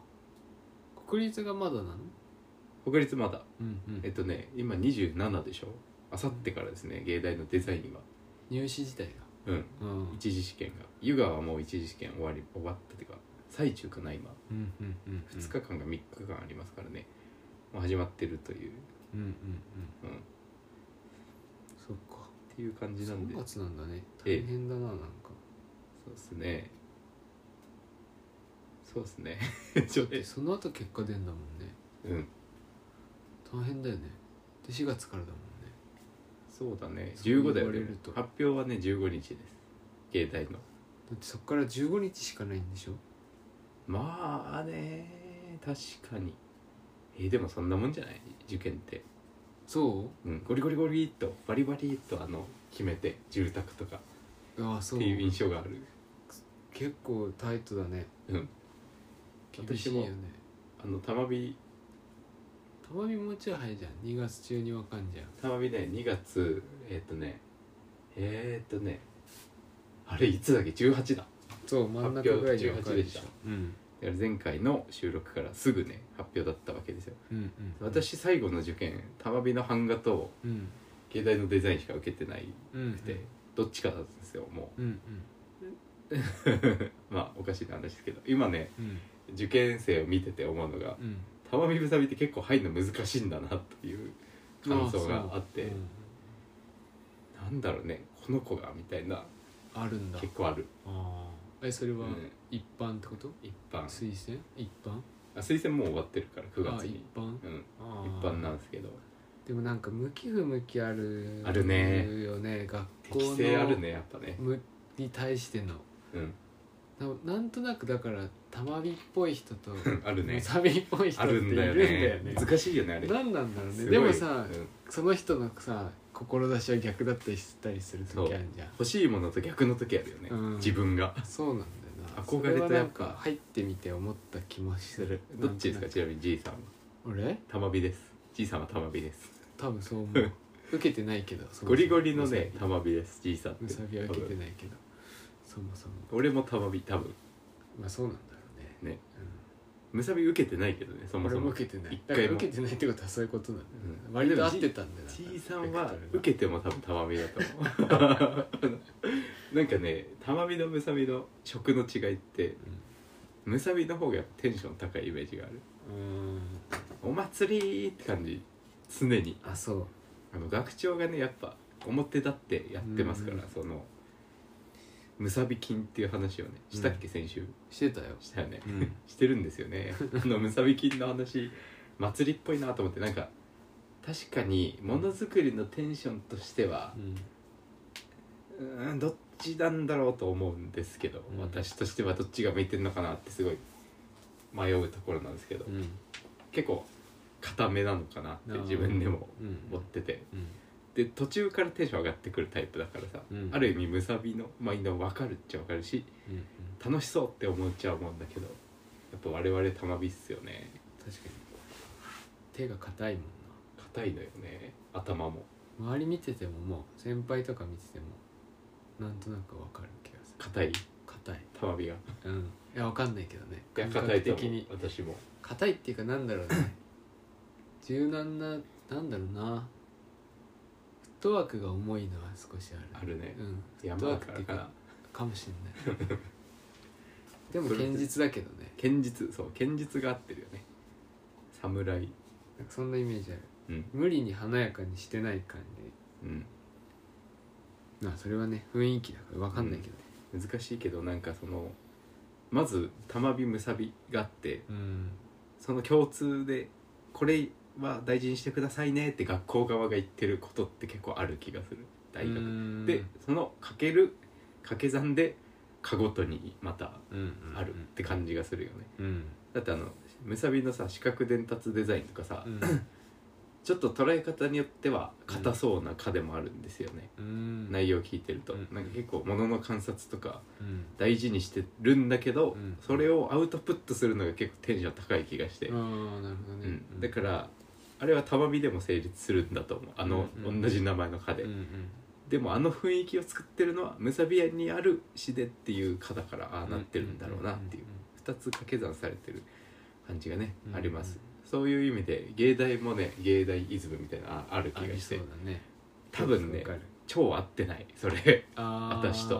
Speaker 2: 国立がまだなの
Speaker 1: 国立まだ
Speaker 2: うんうん
Speaker 1: えっとね今27でしょあさってからですね芸大のデザインは
Speaker 2: 入試自体が
Speaker 1: うん
Speaker 2: うんうん
Speaker 1: 一次試験が湯川はもう一次試験終わり終わったっていうか最中かな今
Speaker 2: うんうん
Speaker 1: 2日間が3日間ありますからね、もう始まってるという、
Speaker 2: うんうんう
Speaker 1: う
Speaker 2: ん
Speaker 1: ん、っ
Speaker 2: そっか
Speaker 1: ていう感じなんで
Speaker 2: 3月なんだね
Speaker 1: え
Speaker 2: 大
Speaker 1: え
Speaker 2: 変だななんか
Speaker 1: そうですね。そうですね。ちょっと
Speaker 2: <laughs> で、その後結果出んだもんね
Speaker 1: うん。
Speaker 2: 大変だよねで4月からだもんね
Speaker 1: そうだね
Speaker 2: そう
Speaker 1: 15だよ
Speaker 2: 言われる
Speaker 1: ね
Speaker 2: と
Speaker 1: 発表はね15日です携帯の
Speaker 2: だってそっから15日しかないんでしょ
Speaker 1: まあね確かにえーでもそんなもんじゃない受験って
Speaker 2: そ
Speaker 1: うん、ゴリゴリゴリっとバリバリっとあの決めて住宅とか
Speaker 2: うああそ
Speaker 1: っ
Speaker 2: う
Speaker 1: ていう印象がある
Speaker 2: 結構タイトだね
Speaker 1: うん
Speaker 2: 厳しいよね
Speaker 1: 私あのたまび
Speaker 2: たまみもうちょい早いじゃん2月中にわかんじゃん
Speaker 1: たまびね2月えーっ、とねえーっ、とねあれいつだっけ18だ
Speaker 2: そう真ん中ぐらいにわかるでし
Speaker 1: 発表18で
Speaker 2: ょ
Speaker 1: し
Speaker 2: うん
Speaker 1: だから前回の収録からすぐね発表だったわけですよ
Speaker 2: うんうんうん
Speaker 1: 私最後の受験たまびの版画と
Speaker 2: うん
Speaker 1: 携帯のデザインしか受けてない
Speaker 2: うん
Speaker 1: くて、どっちかだったんですよも
Speaker 2: うんうん
Speaker 1: うまあおかしいな話ですけど今ね
Speaker 2: うん
Speaker 1: 受験生を見てて思うのが
Speaker 2: うん
Speaker 1: 玉びぶさびって結構入るの難しいんだなという感想があって、
Speaker 2: そううん
Speaker 1: なんだろうねこの子がみたいな
Speaker 2: あるんだ
Speaker 1: 結構ある、
Speaker 2: ああえそれ
Speaker 1: う
Speaker 2: は
Speaker 1: ん
Speaker 2: 一般ってこと
Speaker 1: 一般
Speaker 2: 推薦一般
Speaker 1: あ推薦もう終わってるから9
Speaker 2: あ
Speaker 1: 月
Speaker 2: 一
Speaker 1: に
Speaker 2: 般
Speaker 1: うん、
Speaker 2: あ
Speaker 1: 一
Speaker 2: ー
Speaker 1: 般なんですけど
Speaker 2: でもなんか向き不向きある
Speaker 1: あるね
Speaker 2: よね学校
Speaker 1: 適
Speaker 2: の
Speaker 1: 性あるねやっぱね
Speaker 2: むに対しての <laughs>
Speaker 1: うん
Speaker 2: ななんとなくだからたまびっぽい人と
Speaker 1: ある <laughs> ね
Speaker 2: むさびっぽい人っ
Speaker 1: あ
Speaker 2: てい
Speaker 1: る
Speaker 2: るん
Speaker 1: んだ
Speaker 2: だよ
Speaker 1: よね
Speaker 2: ね
Speaker 1: 難しいよねあれ
Speaker 2: 何 <laughs> なんだろう
Speaker 1: す
Speaker 2: ね
Speaker 1: ごい
Speaker 2: でもさ
Speaker 1: うん
Speaker 2: その人のさ志は逆だったりしたりする時あるじゃん
Speaker 1: 欲しいものと逆の時あるよね、
Speaker 2: うん
Speaker 1: 自分が
Speaker 2: そうなんだよな
Speaker 1: 憧れと
Speaker 2: そはな
Speaker 1: や
Speaker 2: ん
Speaker 1: っぱ
Speaker 2: か入ってみて思った気もする
Speaker 1: <laughs> どっちです
Speaker 2: な
Speaker 1: か
Speaker 2: んと
Speaker 1: ちなみにじいさんは
Speaker 2: なく俺
Speaker 1: 玉びですじいさんは玉びです
Speaker 2: 多分そう思う受けてないけどそもそも
Speaker 1: ゴリゴリのね
Speaker 2: むさ
Speaker 1: 玉びですじいさんっ
Speaker 2: びむ
Speaker 1: て
Speaker 2: さびは受けて
Speaker 1: 多分
Speaker 2: ないけどそもそも
Speaker 1: 俺も玉び多分
Speaker 2: まあそうなんだろうね
Speaker 1: ねむさび受けてないけどねそ
Speaker 2: うん
Speaker 1: もそ
Speaker 2: 俺も
Speaker 1: も
Speaker 2: 受けてない
Speaker 1: 一
Speaker 2: だから
Speaker 1: 回も
Speaker 2: 受けてないってことはそういうことなんだよね、
Speaker 1: うん
Speaker 2: 割と合ってたんだよ
Speaker 1: ちいさんは
Speaker 2: け
Speaker 1: 受けても多分たまみだと思うなんかねたまみのむさびの食の違いってむさびの方がテンション高いイメージがある
Speaker 2: うん
Speaker 1: お祭りって感じ常に
Speaker 2: あそう
Speaker 1: あの学長がねやっぱ表立ってやってますから、
Speaker 2: うん
Speaker 1: そのむさび金っていう話をねしたっけ、先週
Speaker 2: してたよ
Speaker 1: したよね、
Speaker 2: うん
Speaker 1: してるんですよ
Speaker 2: <laughs>
Speaker 1: ねあのむさび金の話祭りっぽいなと思ってなんか確かにものづくりのテンションとしては
Speaker 2: うん
Speaker 1: うーんどっちなんだろうと思うんですけど、
Speaker 2: うん
Speaker 1: 私としてはどっちが向いてるのかなってすごい迷うところなんですけど、
Speaker 2: うん
Speaker 1: 結構固めなのかなって自分でも
Speaker 2: うん
Speaker 1: 思ってて、
Speaker 2: うん
Speaker 1: で途中からテンション上がってくるタイプだからさ、
Speaker 2: うん
Speaker 1: ある意味むさびのマインドも分かるっちゃ分かるし
Speaker 2: うんうん
Speaker 1: 楽しそうって思っちゃうもんだけどやっぱ我々玉火っすよね
Speaker 2: 確かに手が硬いもん
Speaker 1: 硬いのよね頭も
Speaker 2: な周り見ててももう先輩とか見ててもなんとなくわかる気がする
Speaker 1: 硬い
Speaker 2: 硬い
Speaker 1: 玉火がい
Speaker 2: うんいやわかんないけどね
Speaker 1: や
Speaker 2: 感
Speaker 1: 硬い
Speaker 2: 覚
Speaker 1: と
Speaker 2: 的
Speaker 1: 思う
Speaker 2: に
Speaker 1: 私も
Speaker 2: 硬いっていうかなんだろうね柔軟ななんだろうなフットワークが重いのは少しある
Speaker 1: あるね
Speaker 2: うんフット
Speaker 1: 山
Speaker 2: ワー
Speaker 1: だ
Speaker 2: ク
Speaker 1: から
Speaker 2: っていう
Speaker 1: か
Speaker 2: か
Speaker 1: な
Speaker 2: かもしれ <laughs> ないでも堅実だけどね
Speaker 1: 堅実そう堅実が合ってるよね侍
Speaker 2: なんかそんなイメージある
Speaker 1: うん
Speaker 2: 無理に華やかにしてない感
Speaker 1: うん
Speaker 2: じまあそれはね雰囲気だからわかんないけどね
Speaker 1: 難しいけどなんかそのまず玉火むさびがあって
Speaker 2: うん
Speaker 1: その共通でこれは大事にしてくださいねって学校側が言ってることって結構ある気がする大
Speaker 2: う
Speaker 1: 学
Speaker 2: ん
Speaker 1: でそのかける掛け算でかごとにまた
Speaker 2: うんうん
Speaker 1: あるって感じがするよね
Speaker 2: うん
Speaker 1: だってあのむさびのさ視覚伝達デザインとかさ、
Speaker 2: うん
Speaker 1: ちょっと捉え方によっては硬そうな「か」でもあるんですよね、
Speaker 2: うん
Speaker 1: 内容聞いてると、
Speaker 2: うん
Speaker 1: なんか結構物の観察とか
Speaker 2: うん
Speaker 1: 大事にしてるんだけど、
Speaker 2: うん
Speaker 1: それをアウトプットするのが結構テンション高い気がして、
Speaker 2: ああなるほど
Speaker 1: う
Speaker 2: ね
Speaker 1: ん、だからあれはたまみでも成立するんだと思うあの、
Speaker 2: うんうん
Speaker 1: 同じ名前の「課で、
Speaker 2: うんうん
Speaker 1: でもあの雰囲気を作ってるのはムサビアにある「詩で」っていう「課だからああなってるんだろうなっていう2つ掛け算されてる感じがね、
Speaker 2: うん
Speaker 1: ありますそういう意味で芸大もね芸大イズムみたいなあある
Speaker 2: あ
Speaker 1: 気が
Speaker 2: り
Speaker 1: し
Speaker 2: そう
Speaker 1: て
Speaker 2: だね
Speaker 1: 多分ね
Speaker 2: わかる
Speaker 1: 超合ってないそれ
Speaker 2: あー
Speaker 1: 私とっ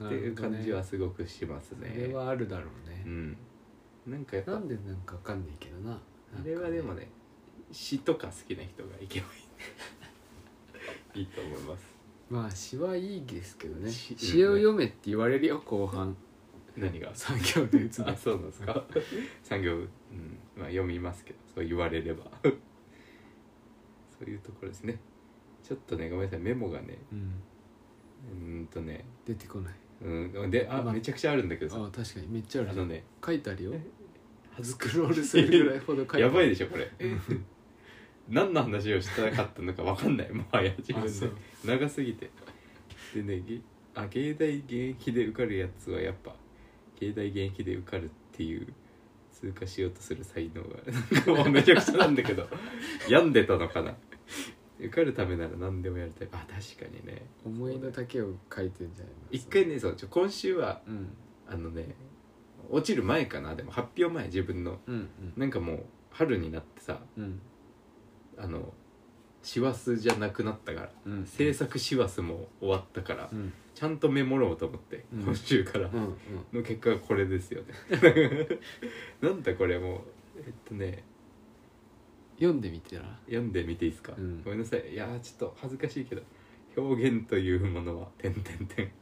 Speaker 2: な
Speaker 1: てい
Speaker 2: る
Speaker 1: う
Speaker 2: ほどね
Speaker 1: 感じはすごくしますね
Speaker 2: それはあるだろう
Speaker 1: う
Speaker 2: ね
Speaker 1: んなんかやっぱ
Speaker 2: なんでなんかわかんないけどな
Speaker 1: あれはでもね詩とか好きな人がいけばいいいいと思います
Speaker 2: まあ詩はいいですけどね
Speaker 1: 詩
Speaker 2: 詩を読めって言われるよ
Speaker 1: <laughs>
Speaker 2: 後半
Speaker 1: 何が
Speaker 2: 産業で打つの <laughs>
Speaker 1: あそうなんですか産業、うんまあ、読みますけどそう言われればそういうところですねちょっとねごめんなさいメモがね
Speaker 2: う
Speaker 1: う
Speaker 2: ん
Speaker 1: ーんとね
Speaker 2: 出てこない
Speaker 1: うんであ
Speaker 2: まあ
Speaker 1: めちゃくちゃあるんだけ
Speaker 2: あ
Speaker 1: どさ
Speaker 2: 確かにめっちゃある
Speaker 1: あ
Speaker 2: じゃ
Speaker 1: の
Speaker 2: ん
Speaker 1: ね
Speaker 2: 書いてあるよ
Speaker 1: え恥ず
Speaker 2: ス
Speaker 1: か
Speaker 2: クロールするぐらいほど書いてある
Speaker 1: やばいで
Speaker 2: し
Speaker 1: しょこれ <laughs> 何の話をしたかったのかわかんないもはや自
Speaker 2: あそ
Speaker 1: 分
Speaker 2: う
Speaker 1: で長すぎてでねげあ芸大現役で受かるやつはやっぱ芸大現役で受かるっていう通過しようとする才能がなんかもうめちゃくちゃなんだけど <laughs> 病んでたのかな受かるためなら何でもやりたいあ確かにね
Speaker 2: 思いの丈を書いてんじゃないの
Speaker 1: 一回ねそうちょ今週は
Speaker 2: うん
Speaker 1: あのね落ちる前かなでも発表前自分の
Speaker 2: うん
Speaker 1: なんかもう春になってさ
Speaker 2: うんうん
Speaker 1: あの師走じゃなくなったから
Speaker 2: うん
Speaker 1: 制作師走も終わったから、
Speaker 2: うん
Speaker 1: ちゃんとメモろうと思って、
Speaker 2: うん
Speaker 1: 今週から
Speaker 2: うんうん
Speaker 1: の結果がこれですよ
Speaker 2: <laughs>
Speaker 1: ねなんだこれもうえっとね
Speaker 2: 読んでみてな
Speaker 1: 読んでみていいですか、
Speaker 2: うん
Speaker 1: ごめんなさいいやーちょっと恥ずかしいけど表現というものは点点点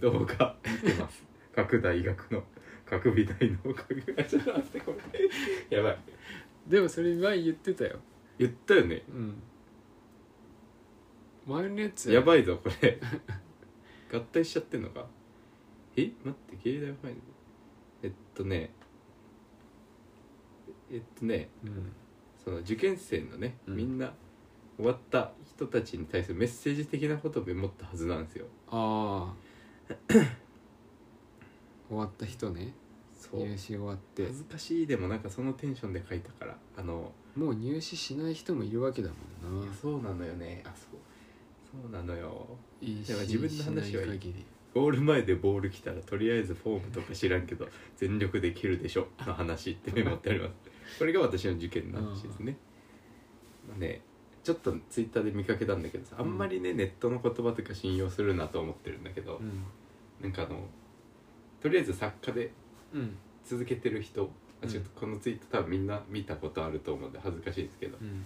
Speaker 1: どうか見てます
Speaker 2: <laughs>
Speaker 1: 各大学の各美大の <laughs> 各あちょっと待ってこれやばい
Speaker 2: でもそれ前言ってたよ
Speaker 1: 言ったよね
Speaker 2: うん前のやつ
Speaker 1: やばいぞこれ合体しちゃってんのかえ待って芸大ファイナルえっとねえっとね
Speaker 2: うん
Speaker 1: その受験生のね、
Speaker 2: うん
Speaker 1: みんな終わった人たちに対するメッセージ的なことをメモったはずなんですよ
Speaker 2: ああ
Speaker 1: <coughs>
Speaker 2: 終わった人ね
Speaker 1: そう
Speaker 2: 入試終わって
Speaker 1: 恥ずかしいでもなんかそのテンションで書いたからあの
Speaker 2: もう入試しない人もいるわけだもん
Speaker 1: い
Speaker 2: な
Speaker 1: やそうなのよねあそうそうなのよ
Speaker 2: いいし
Speaker 1: でも自分の話はいい
Speaker 2: しない限り
Speaker 1: ゴール前でボール来たらとりあえずフォームとか知らんけど全力で蹴るでしょの話ってメモってありますこれが私の受験の話ですねねちょっとツイッターで見かけたんだけどさあんまりね、ネットの言葉とか信用するなと思ってるんだけど、
Speaker 2: うん
Speaker 1: なんかあのとりあえず作家で
Speaker 2: うん
Speaker 1: 続けてる人あ
Speaker 2: うん
Speaker 1: ちょっとこのツイート多分みんな見たことあると思うんで恥ずかしいですけど
Speaker 2: うん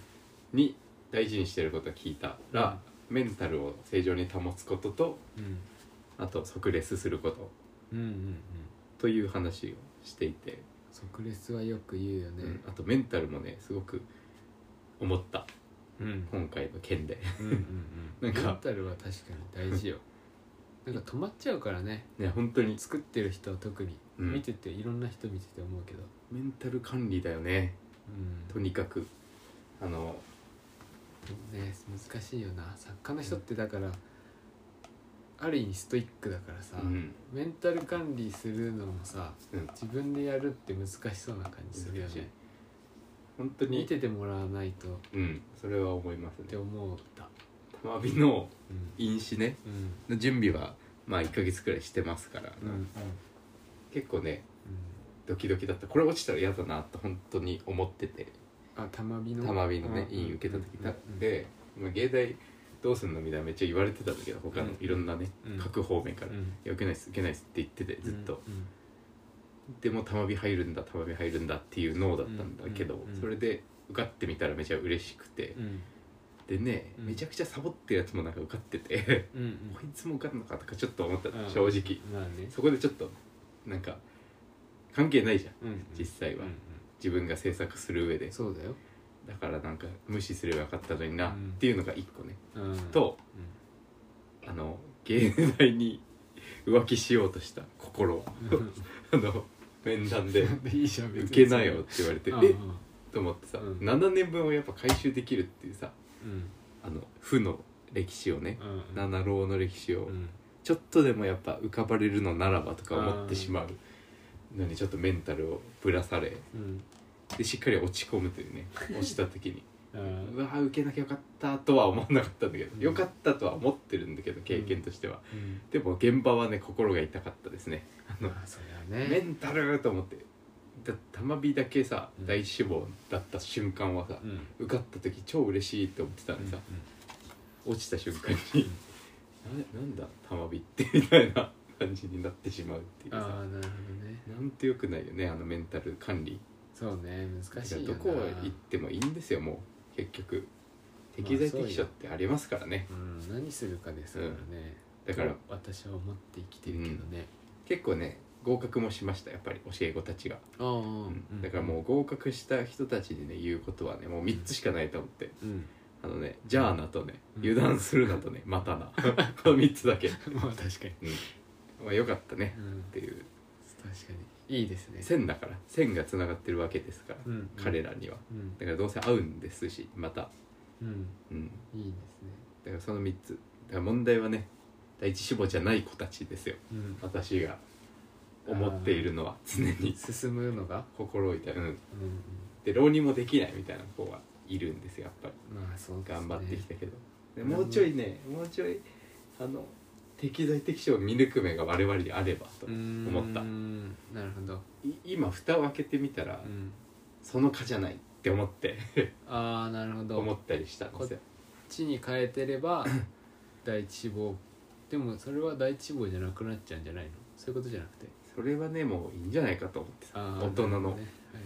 Speaker 1: に大事にしてることを聞いたら、メンタルを正常に保つことと
Speaker 2: うん
Speaker 1: あと即レスすること
Speaker 2: うんうんうん
Speaker 1: という話をしていて、
Speaker 2: 即レスはよく言うよね
Speaker 1: あとメンタルもねすごく思った
Speaker 2: うん
Speaker 1: 今回の件で <laughs>
Speaker 2: うんうんう
Speaker 1: なんんか
Speaker 2: メンタルは確かに大
Speaker 1: <laughs>
Speaker 2: 事よなんか止まっちゃうからね
Speaker 1: ね本当に
Speaker 2: 作ってる人は特に
Speaker 1: うん
Speaker 2: 見てていろんな人見てて思うけど
Speaker 1: メンタル管理だよね
Speaker 2: うん
Speaker 1: とにかくあの
Speaker 2: ね難しいよな作家の人ってだからある意味ストイックだからさ、
Speaker 1: うん
Speaker 2: メンタル管理するのもさ
Speaker 1: うん
Speaker 2: 自分でやるって難しそうな感じするよ
Speaker 1: 難しい
Speaker 2: ね
Speaker 1: 本当
Speaker 2: 見
Speaker 1: に
Speaker 2: ててもらわないとっ
Speaker 1: うんそれは思います
Speaker 2: て
Speaker 1: ね
Speaker 2: 思った
Speaker 1: たまびの
Speaker 2: うん
Speaker 1: 飲酒ね
Speaker 2: うん
Speaker 1: の準備はまあ1ヶ月くらいしてますから、
Speaker 2: うんうん
Speaker 1: 結構ねドキドキだったこれ落ちたら嫌だなって本当に思ってて
Speaker 2: あ玉火の
Speaker 1: たまびのね
Speaker 2: うん
Speaker 1: 院受けた時だ
Speaker 2: うん
Speaker 1: でまあ芸大どうすんのみたいなめっちゃ言われてたんだけど他のいろんなね
Speaker 2: うん
Speaker 1: 各方面から
Speaker 2: う
Speaker 1: い
Speaker 2: ん
Speaker 1: や「受けないっす受けないっす」って言っててずっと、
Speaker 2: うん
Speaker 1: でもたまび入るんだたまび入るんだっていう脳だったんだけど、
Speaker 2: うんうん
Speaker 1: それで受かってみたらめちゃ嬉しくて
Speaker 2: う、ん
Speaker 1: でね、
Speaker 2: うん
Speaker 1: めちゃくちゃサボってるやつもなんか受かってて <laughs>
Speaker 2: うんうん
Speaker 1: こいつも受かんのかとかちょっと思った、
Speaker 2: うん
Speaker 1: 正直
Speaker 2: まあね
Speaker 1: そこでちょっとなんか関係ないじゃん
Speaker 2: うんうん
Speaker 1: 実際は
Speaker 2: うん
Speaker 1: 自分が制作する上
Speaker 2: う
Speaker 1: で
Speaker 2: んそうだよ
Speaker 1: だからなんか無視すればよかったのになっ
Speaker 2: うん
Speaker 1: ていうのが一個ね、
Speaker 2: うん
Speaker 1: とあの芸大に <laughs> 浮気しようとした心
Speaker 2: う
Speaker 1: あの面談
Speaker 2: <laughs>
Speaker 1: で
Speaker 2: んいいじゃん別に
Speaker 1: 受けなよって言われて
Speaker 2: うん
Speaker 1: えと思ってさ、
Speaker 2: うん
Speaker 1: 7年分をやっぱ回収できるっていうさ
Speaker 2: うん
Speaker 1: あの負の歴史をね、
Speaker 2: うんうん
Speaker 1: 七浪の歴史を、
Speaker 2: うん
Speaker 1: ちょっとでもやっぱ浮かばれるのならばとか思ってしまうのにちょっとメンタルをぶらされ
Speaker 2: うん
Speaker 1: でしっかり落ち込むと
Speaker 2: <laughs>
Speaker 1: いうね落ちた時に
Speaker 2: う
Speaker 1: うんわ受けなきゃよかったとは思わなかったんだけど、
Speaker 2: うん
Speaker 1: よかったとは思ってるんだけど経験としては、
Speaker 2: うん
Speaker 1: でも現場はね心が痛かったですねあの
Speaker 2: まあそりゃ
Speaker 1: メ
Speaker 2: ね
Speaker 1: ンタルと思ってだたまびだけさ、
Speaker 2: うん
Speaker 1: 大志望だった瞬間はさ、
Speaker 2: うん
Speaker 1: 受かった時超嬉しいって思ってたのにさ、落ちた瞬間に「ななんだたまびって」みたいな感じになってしまうっていう
Speaker 2: ああ
Speaker 1: さ
Speaker 2: なるほどね
Speaker 1: なんてよくないよねあのメンタル管理
Speaker 2: そうね難しいよ
Speaker 1: ど
Speaker 2: な
Speaker 1: こ行ってもいいんですよもう結局適材適所ってありますからね、
Speaker 2: うん何するかですからね
Speaker 1: だから
Speaker 2: 私は思って生きてるけどね
Speaker 1: 結構ね合格もしましたやっぱり教え子たちが、
Speaker 2: ああ
Speaker 1: うんだからもう合格した人たちにね言うことはねもう3つしかないと思って、
Speaker 2: うん
Speaker 1: あのね「じゃあな」とね「
Speaker 2: うん
Speaker 1: 油断するな」と
Speaker 2: <laughs>
Speaker 1: ね「またな」 <laughs> この3つだけ、
Speaker 2: まあ確かに、
Speaker 1: まあ、よかったね
Speaker 2: うん
Speaker 1: っ、ていう
Speaker 2: 確かにいいですね
Speaker 1: 線だから線がつながってるわけですから、
Speaker 2: うん
Speaker 1: 彼らには
Speaker 2: うん
Speaker 1: だからどうせ合うんですしまた、
Speaker 2: うん
Speaker 1: うん、
Speaker 2: いいですね
Speaker 1: だからその3つだから問題はね第一志望じゃない子たちですよ
Speaker 2: うん
Speaker 1: 私が思っているのは常に
Speaker 2: 進むのが
Speaker 1: 心痛い、うん、
Speaker 2: うん
Speaker 1: で浪人もできないみたいな子はいるんですよやっぱり
Speaker 2: うんまあそうですね
Speaker 1: 頑張ってきたけど、でもうちょいねもうちょいあの適材適所を見抜く目が我々にあればと、
Speaker 2: うーん
Speaker 1: 思った
Speaker 2: なるほど、
Speaker 1: い今蓋を開けてみたら、
Speaker 2: うん、
Speaker 1: その蚊じゃないって思って
Speaker 2: ああなるほど
Speaker 1: 思
Speaker 2: こっ
Speaker 1: ったりしたんですよ
Speaker 2: ちに変えてれば <coughs> 第一志望でもそれは第一志望じゃなくなっちゃうんじゃないのそういうことじゃなくて
Speaker 1: それはねもういいんじゃないかと思ってさ
Speaker 2: あー
Speaker 1: 大人の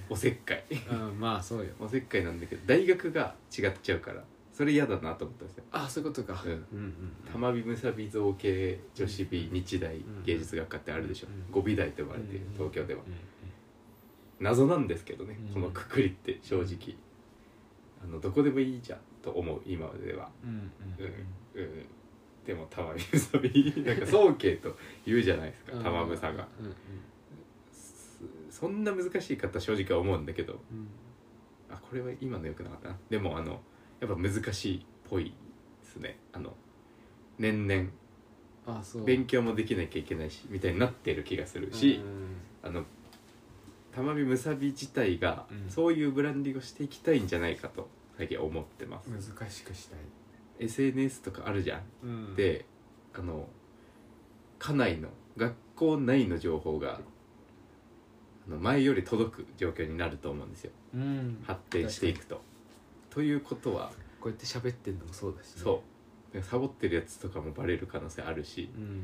Speaker 1: おせっか
Speaker 2: <laughs>
Speaker 1: い
Speaker 2: なるほどねはいうんま
Speaker 1: <laughs>
Speaker 2: あそうよ
Speaker 1: おせっかいなんだけど大学が違っちゃうからそれ嫌だなと思ったんですよ
Speaker 2: あそういうことか、
Speaker 1: うん
Speaker 2: うん
Speaker 1: 玉美むさび造形女子美日大
Speaker 2: ん
Speaker 1: 芸術学科ってあるでしょ、
Speaker 2: うん
Speaker 1: 五美大と呼ば
Speaker 2: う
Speaker 1: れ
Speaker 2: ん
Speaker 1: ている東京では
Speaker 2: うんうん
Speaker 1: 謎なんですけどね、
Speaker 2: うん
Speaker 1: このくくりって正直あのどこでもいいじゃんと思う今では、
Speaker 2: うん
Speaker 1: う
Speaker 2: うんん
Speaker 1: う
Speaker 2: うんん
Speaker 1: でも玉美むさ <laughs> びなんか宗家と言うじゃないですか玉むさが、
Speaker 2: うんうん
Speaker 1: すそんな難しい方正直は思うんだけど
Speaker 2: うん
Speaker 1: あこれは今の良くなかったなでもあのやっぱ難しいっぽいですねあの年々
Speaker 2: あそう
Speaker 1: 勉強もできなきゃいけないしみたいになってる気がするし、あの玉美むさび自体が、
Speaker 2: うん
Speaker 1: そういうブランディングをしていきたいんじゃないかと最近思ってます、
Speaker 2: うん難しくしたい、
Speaker 1: SNS とかあるじゃん、
Speaker 2: うん、
Speaker 1: であの家内の学校内の情報があの前より届く状況になると思うんですよ
Speaker 2: うん、
Speaker 1: 発展していくと。ということは
Speaker 2: こうやって喋ってんのもそうだし、ね、
Speaker 1: そうでサボってるやつとかもバレる可能性あるし
Speaker 2: うんうん、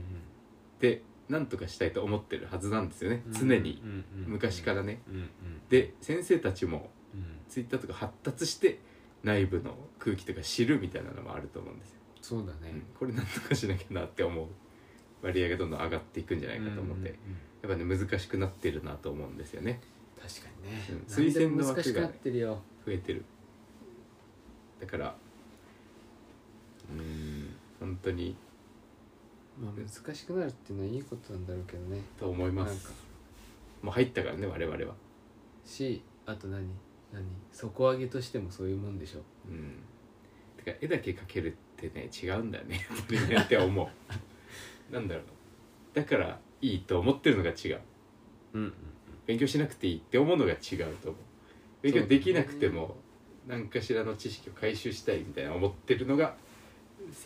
Speaker 1: でなんとかしたいと思ってるはずなんですよね
Speaker 2: うん
Speaker 1: 常に、
Speaker 2: うんうんうん
Speaker 1: 昔からね
Speaker 2: うんうん、
Speaker 1: で先生たちも
Speaker 2: うん、
Speaker 1: ツイッターとか発達して内部の空気とか知るみたいなのもあると思うんですよ、
Speaker 2: そうだ
Speaker 1: うん
Speaker 2: ね、
Speaker 1: これなんとかしなきゃなって思う <laughs> 割合がどんどん上がっていくんじゃないかと思って、
Speaker 2: うんうんうん
Speaker 1: やっぱね難しくなってるなと思うんですよね
Speaker 2: 確かにね、
Speaker 1: うん
Speaker 2: なんで
Speaker 1: 推薦の枠がね
Speaker 2: 難しくなってるよ、
Speaker 1: 増えてるだからうーん本当に
Speaker 2: まあ、難しくなるっていうのはいいことなんだろうけどね
Speaker 1: と思いま
Speaker 2: なん
Speaker 1: す
Speaker 2: か
Speaker 1: もう入ったからね我々は
Speaker 2: しあと何何底上げとしてもそういうもんでしょ
Speaker 1: うんてか絵だけ描けるってね違うんだよねやっぱりねって思
Speaker 2: <laughs>
Speaker 1: うなんだろうだからいいと思ってるのが違う
Speaker 2: うんうん
Speaker 1: 勉強しなくていいって思うのが違うと思う勉強できなくても何かしらの知識を回収したいみたいな思ってるのが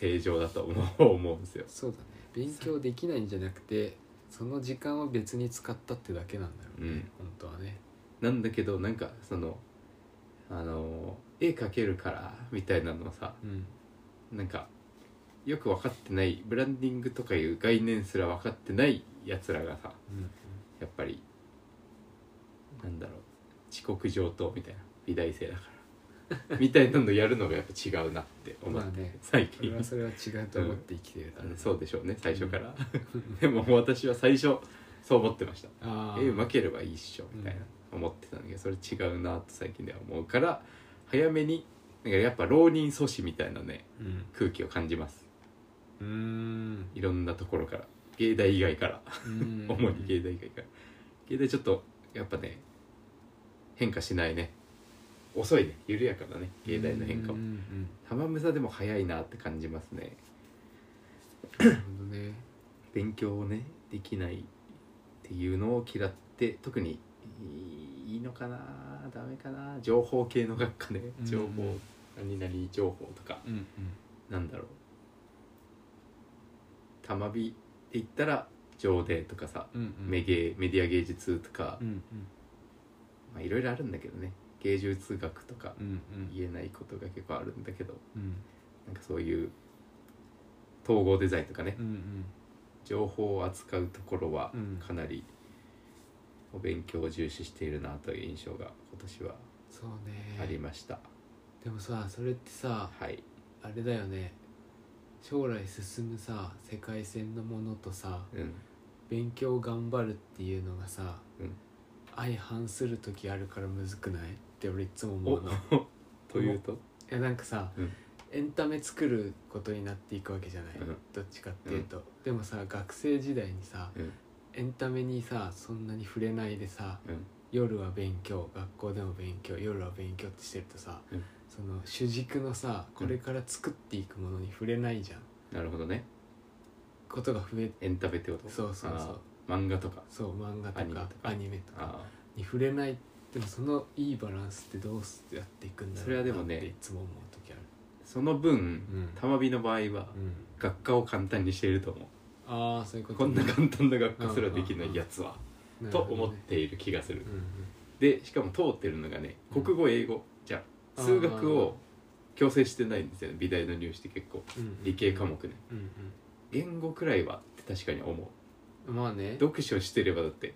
Speaker 1: 正常だと思う思うんですよ
Speaker 2: そうだね勉強できないんじゃなくてその時間を別に使ったってだけなんだろうね、
Speaker 1: うん
Speaker 2: 本当はね
Speaker 1: なんだけどなんかそのあの絵描けるからみたいなのはさ
Speaker 2: うん
Speaker 1: なんかよく分かってないブランディングとかいう概念すら分かってないやつらがさ
Speaker 2: うん
Speaker 1: やっぱりなんだろう遅刻上等みたいな美大生だからみたいなのやるのがやっぱ違うなって思っ
Speaker 2: まあ
Speaker 1: て、
Speaker 2: ね
Speaker 1: 最
Speaker 2: それ
Speaker 1: 近
Speaker 2: はそれは違うと思って生きてるだろ
Speaker 1: うんそうでしょうね最初から、でも私は最初そう思ってました
Speaker 2: ああ
Speaker 1: 絵うまければいいっしょみたいな思ってたんだけどそれ違うなと最近では思うから早めになんかやっぱ浪人阻止みたいなね
Speaker 2: うん
Speaker 1: 空気を感じます
Speaker 2: うーん
Speaker 1: いろんなところから芸大以外から
Speaker 2: うん
Speaker 1: 主に芸大以外から芸大ちょっとやっぱね変化しないね遅いね緩やかだね芸大の変化
Speaker 2: う
Speaker 1: も
Speaker 2: んうん
Speaker 1: 浜むさでも早いなって感じますね
Speaker 2: うんなるほどね
Speaker 1: 勉強をねできないっていうのを嫌って特にいいのかなダメかな情報系の学科ね
Speaker 2: うん
Speaker 1: 情報、何々情報とか
Speaker 2: うんうん
Speaker 1: なんだろう玉美って言ったら上でとかさ
Speaker 2: うんうん
Speaker 1: メゲメディア芸術とか、
Speaker 2: うん
Speaker 1: まあいろいろあるんだけどね芸術学とか
Speaker 2: うんうんうん
Speaker 1: 言えないことが結構あるんだけど
Speaker 2: うん
Speaker 1: なんかそういう統合デザインとかね
Speaker 2: うんうん
Speaker 1: 情報を扱うところは
Speaker 2: うん
Speaker 1: かなりお勉強を重視しているなという印象が今年は
Speaker 2: そう
Speaker 1: あり
Speaker 2: ね
Speaker 1: ました、
Speaker 2: でもさそれってさ
Speaker 1: はい
Speaker 2: あれだよね将来進むさ世界線のものとさ
Speaker 1: うん
Speaker 2: 勉強を頑張るっていうのがさ、
Speaker 1: うん
Speaker 2: 相反する時あるからむずくないって俺いつも思うのい
Speaker 1: <laughs> というと
Speaker 2: やなんかさ、
Speaker 1: うん
Speaker 2: エンタメ作ることになっていくわけじゃない、
Speaker 1: うん
Speaker 2: どっちかっていうと、でもさ学生時代にさ
Speaker 1: うん
Speaker 2: エンタメにさそんなに触れないでさ
Speaker 1: うん
Speaker 2: 夜は勉強学校でも勉強夜は勉強ってしてるとさ、
Speaker 1: うん
Speaker 2: その主軸のさこれから作っていくものに触れないじゃん
Speaker 1: なるほどね
Speaker 2: ことが増え
Speaker 1: エンタメってこと
Speaker 2: そうそうそう
Speaker 1: あー漫画とか
Speaker 2: そう漫画と
Speaker 1: アニメと
Speaker 2: か
Speaker 1: か
Speaker 2: アニメとか
Speaker 1: あ
Speaker 2: に触れないでもそのいいバランスってどうやっていくんだ
Speaker 1: それ
Speaker 2: ろ
Speaker 1: は
Speaker 2: う
Speaker 1: で
Speaker 2: な
Speaker 1: も
Speaker 2: っ
Speaker 1: ね
Speaker 2: ていつも思う時ある、
Speaker 1: ーその分
Speaker 2: うん
Speaker 1: たまびの場合は
Speaker 2: うん、
Speaker 1: 学科を簡単にしていると思
Speaker 2: ああそういうこ
Speaker 1: う
Speaker 2: と
Speaker 1: こんな
Speaker 2: 感
Speaker 1: 簡単な学科すらできないやつは
Speaker 2: じ
Speaker 1: と思っている気がする
Speaker 2: うんうん、
Speaker 1: でしかも通ってるのがね国語英語じゃあ数学を強制してないんですよね美大の入試って結構
Speaker 2: うんうん
Speaker 1: 理系科目ね
Speaker 2: うん
Speaker 1: 言語くらいはって確かに思う
Speaker 2: うんまあね、
Speaker 1: 読書してればだって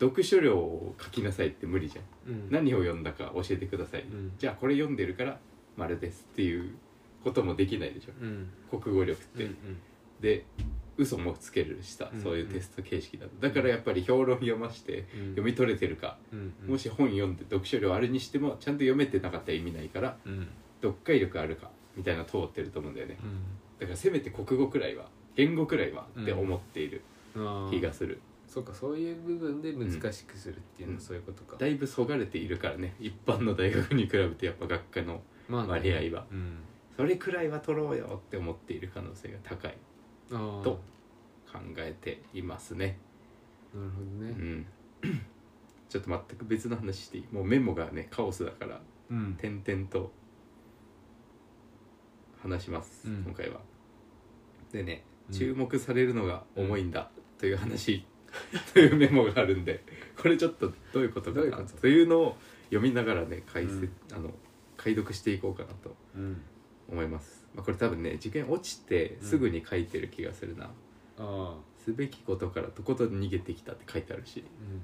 Speaker 1: 読書量を書きなさいって無理じゃん
Speaker 2: うん、
Speaker 1: 何を読んだか教えてください
Speaker 2: うん
Speaker 1: じゃあこれ読んでるから丸ですっていうこともできないでし
Speaker 2: うん
Speaker 1: ょ国語力って、
Speaker 2: うんうん
Speaker 1: で嘘もつけるしさ、
Speaker 2: うん
Speaker 1: そういうテスト形式だとだからやっぱり評論読まして
Speaker 2: うん、
Speaker 1: 読み取れてるか、
Speaker 2: うんうん、
Speaker 1: もし本読んで読書量あるにしてもちゃんと読めてなかったら意味ないから
Speaker 2: うん、うん
Speaker 1: 読解力あるかみたいな通ってると思うんだよねだからせめて国語くらいは言語くらいはって思っている
Speaker 2: あー
Speaker 1: 気がする、
Speaker 2: そうかそういう部分で難しくするっていうのは
Speaker 1: うん
Speaker 2: そういうことか、
Speaker 1: だいぶそがれているからね一般の大学に比べてやっぱ学科の
Speaker 2: まあね
Speaker 1: 割合は
Speaker 2: うん、
Speaker 1: それくらいは取ろうよって思っている可能性が高い
Speaker 2: あー
Speaker 1: と考えていますね
Speaker 2: なるほど
Speaker 1: う
Speaker 2: ね、
Speaker 1: ん <coughs> ちょっと全く別の話していいもうメモがねカオスだから
Speaker 2: うん
Speaker 1: 点々と話します、
Speaker 2: うん
Speaker 1: 今回はでね
Speaker 2: うん
Speaker 1: 注目されるのが重いんだという話、 <laughs> というメモがあるんでこれちょっとどういうことか
Speaker 2: どういう
Speaker 1: な
Speaker 2: こと
Speaker 1: というのを読みながらね解説、
Speaker 2: うん
Speaker 1: あの解読していこうかなと
Speaker 2: うん、
Speaker 1: 思います、まあ、これ多分ね受験落ちてすぐに書いてる気がするな、
Speaker 2: ああ
Speaker 1: すべきことからとことん逃げてきたって書いてあるし
Speaker 2: うん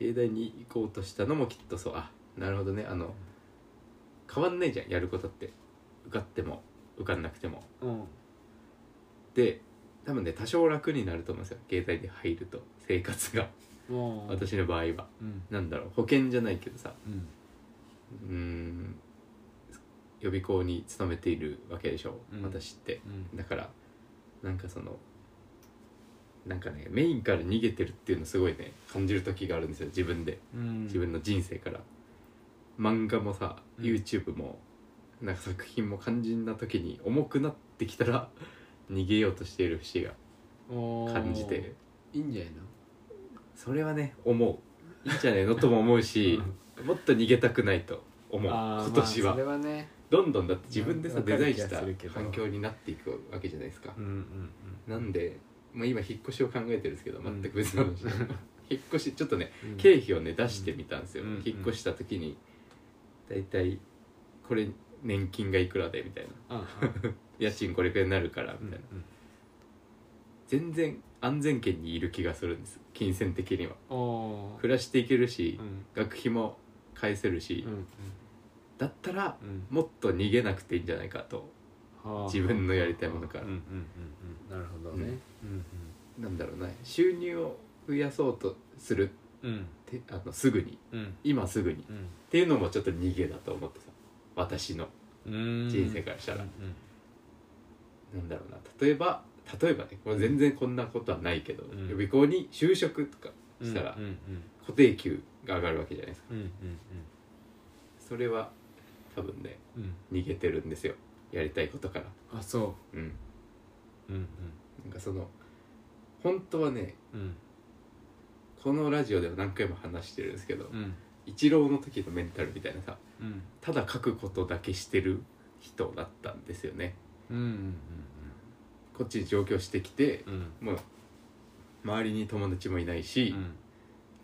Speaker 1: 芸大に行こうとしたのもきっとそうあなるほどねあの変わんないじゃんやることって受かっても受かんなくても
Speaker 2: うん
Speaker 1: で多分ね多少楽になると思うんですよ芸大に入ると生活が
Speaker 2: もう
Speaker 1: 私の場合は
Speaker 2: うん
Speaker 1: なんだろう保険じゃないけどさ
Speaker 2: うん
Speaker 1: うーん予備校に勤めているわけでしょ、
Speaker 2: うん
Speaker 1: 私って
Speaker 2: うん
Speaker 1: だからなんかそのなんかねメインから逃げてるっていうのすごいね感じる時があるんですよ自分で
Speaker 2: うん
Speaker 1: 自分の人生から、漫画もさ
Speaker 2: うん
Speaker 1: YouTube も、なんか作品も肝心な時に重くなってきたら <laughs> 逃げようとしている節が
Speaker 2: おー
Speaker 1: 感じて
Speaker 2: いいんじゃないの
Speaker 1: それはね思ういいんじゃねえのとも思うしもっと逃げたくないと思う
Speaker 2: あー
Speaker 1: 今年は、
Speaker 2: まあ、それはね
Speaker 1: どんどんだって自分で
Speaker 2: う
Speaker 1: さ
Speaker 2: んわ
Speaker 1: デ
Speaker 2: かる
Speaker 1: ザインし
Speaker 2: 気が
Speaker 1: た
Speaker 2: するけど
Speaker 1: 環境になっていくわけじゃないですか、
Speaker 2: うんうん
Speaker 1: なんで、まあ、今引っ越しを考えてるんですけど
Speaker 2: うん
Speaker 1: 全く別の
Speaker 2: <laughs>
Speaker 1: 話、
Speaker 2: うん
Speaker 1: 引っ越しちょっとね
Speaker 2: うん
Speaker 1: 経費をね出してみたんですよ、
Speaker 2: うん
Speaker 1: 引っ越した時に大体これ年金がいくらでみたいな
Speaker 2: ああ
Speaker 1: 家賃これくらいになるからみ
Speaker 2: うん
Speaker 1: たいな、全然安全圏にいる気がするんです金銭的には
Speaker 2: うんおー
Speaker 1: 暮らしていけるし
Speaker 2: う、ん
Speaker 1: 学費も返せるし、
Speaker 2: うん
Speaker 1: だったら
Speaker 2: うん
Speaker 1: もっと逃げなくていいんじゃないかと
Speaker 2: はあ
Speaker 1: 自分のやりたいものから
Speaker 2: うんうんうんうんなるほどねうん
Speaker 1: なんだろうな収入を増やそうとする
Speaker 2: うんうん
Speaker 1: てあのすぐに
Speaker 2: うん
Speaker 1: 今すぐにっ
Speaker 2: うん
Speaker 1: ていうのもちょっと逃げだと思ってさ私の
Speaker 2: うん
Speaker 1: 人生からしたら、
Speaker 2: うん
Speaker 1: なんだろうな例えば例えばねもう全然こんなことはないけど、
Speaker 2: うん
Speaker 1: 予備校に就職とか
Speaker 2: うん
Speaker 1: したら
Speaker 2: うんうん
Speaker 1: 固定給が上がるわけじゃないですか
Speaker 2: うんうん
Speaker 1: それは多分ね
Speaker 2: うんうん
Speaker 1: 逃げてるんですよやりたいことから
Speaker 2: あそ
Speaker 1: うん
Speaker 2: ううん
Speaker 1: なんかその本当はね
Speaker 2: うんうん
Speaker 1: このラジオでも何回も話してるんですけど、
Speaker 2: うん
Speaker 1: イチローの時のメンタルみたいなさ
Speaker 2: うん
Speaker 1: ただ書くことだけしてる人だったんですよね
Speaker 2: うんうん
Speaker 1: こっちに上京してきて
Speaker 2: うんうん
Speaker 1: もう周りに友達もいないし、
Speaker 2: うん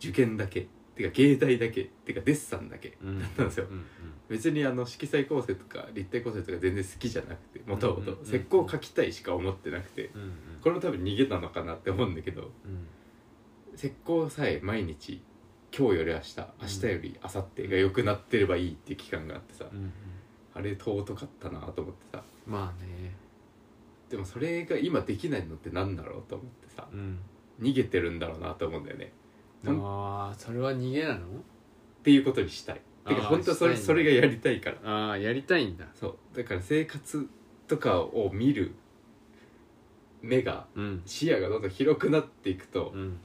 Speaker 1: 受験だけてか芸大だけてかデッサンだけ
Speaker 2: うん
Speaker 1: だったんですよ
Speaker 2: うんうん
Speaker 1: 別にあの色彩構成とか立体構成とか全然好きじゃなくてもとも
Speaker 2: うんうんうん
Speaker 1: と
Speaker 2: うん
Speaker 1: 石膏を描きたいしか思ってなくて
Speaker 2: うんうん
Speaker 1: これも多分逃げたのかなって思うんだけど
Speaker 2: うん
Speaker 1: 石膏さえ毎日今日より明日明日より明後日が良くなってればいいっていう期間があってさ
Speaker 2: うんうん
Speaker 1: あれ尊かったなと思ってさ
Speaker 2: まあね
Speaker 1: でもそれが今できないのって何だろうと思ってさ
Speaker 2: うん
Speaker 1: 逃げてるんだろうなと思うんだよね
Speaker 2: ああそれは逃げなの
Speaker 1: っていうことにしたいてか
Speaker 2: あー
Speaker 1: 本当はそれ
Speaker 2: した
Speaker 1: そ
Speaker 2: いんだ
Speaker 1: れがやりたいから
Speaker 2: ああやりたいんだ
Speaker 1: そうだから生活とかを見る目が
Speaker 2: うん
Speaker 1: 視野がどんどん広くなっていくと
Speaker 2: う、ん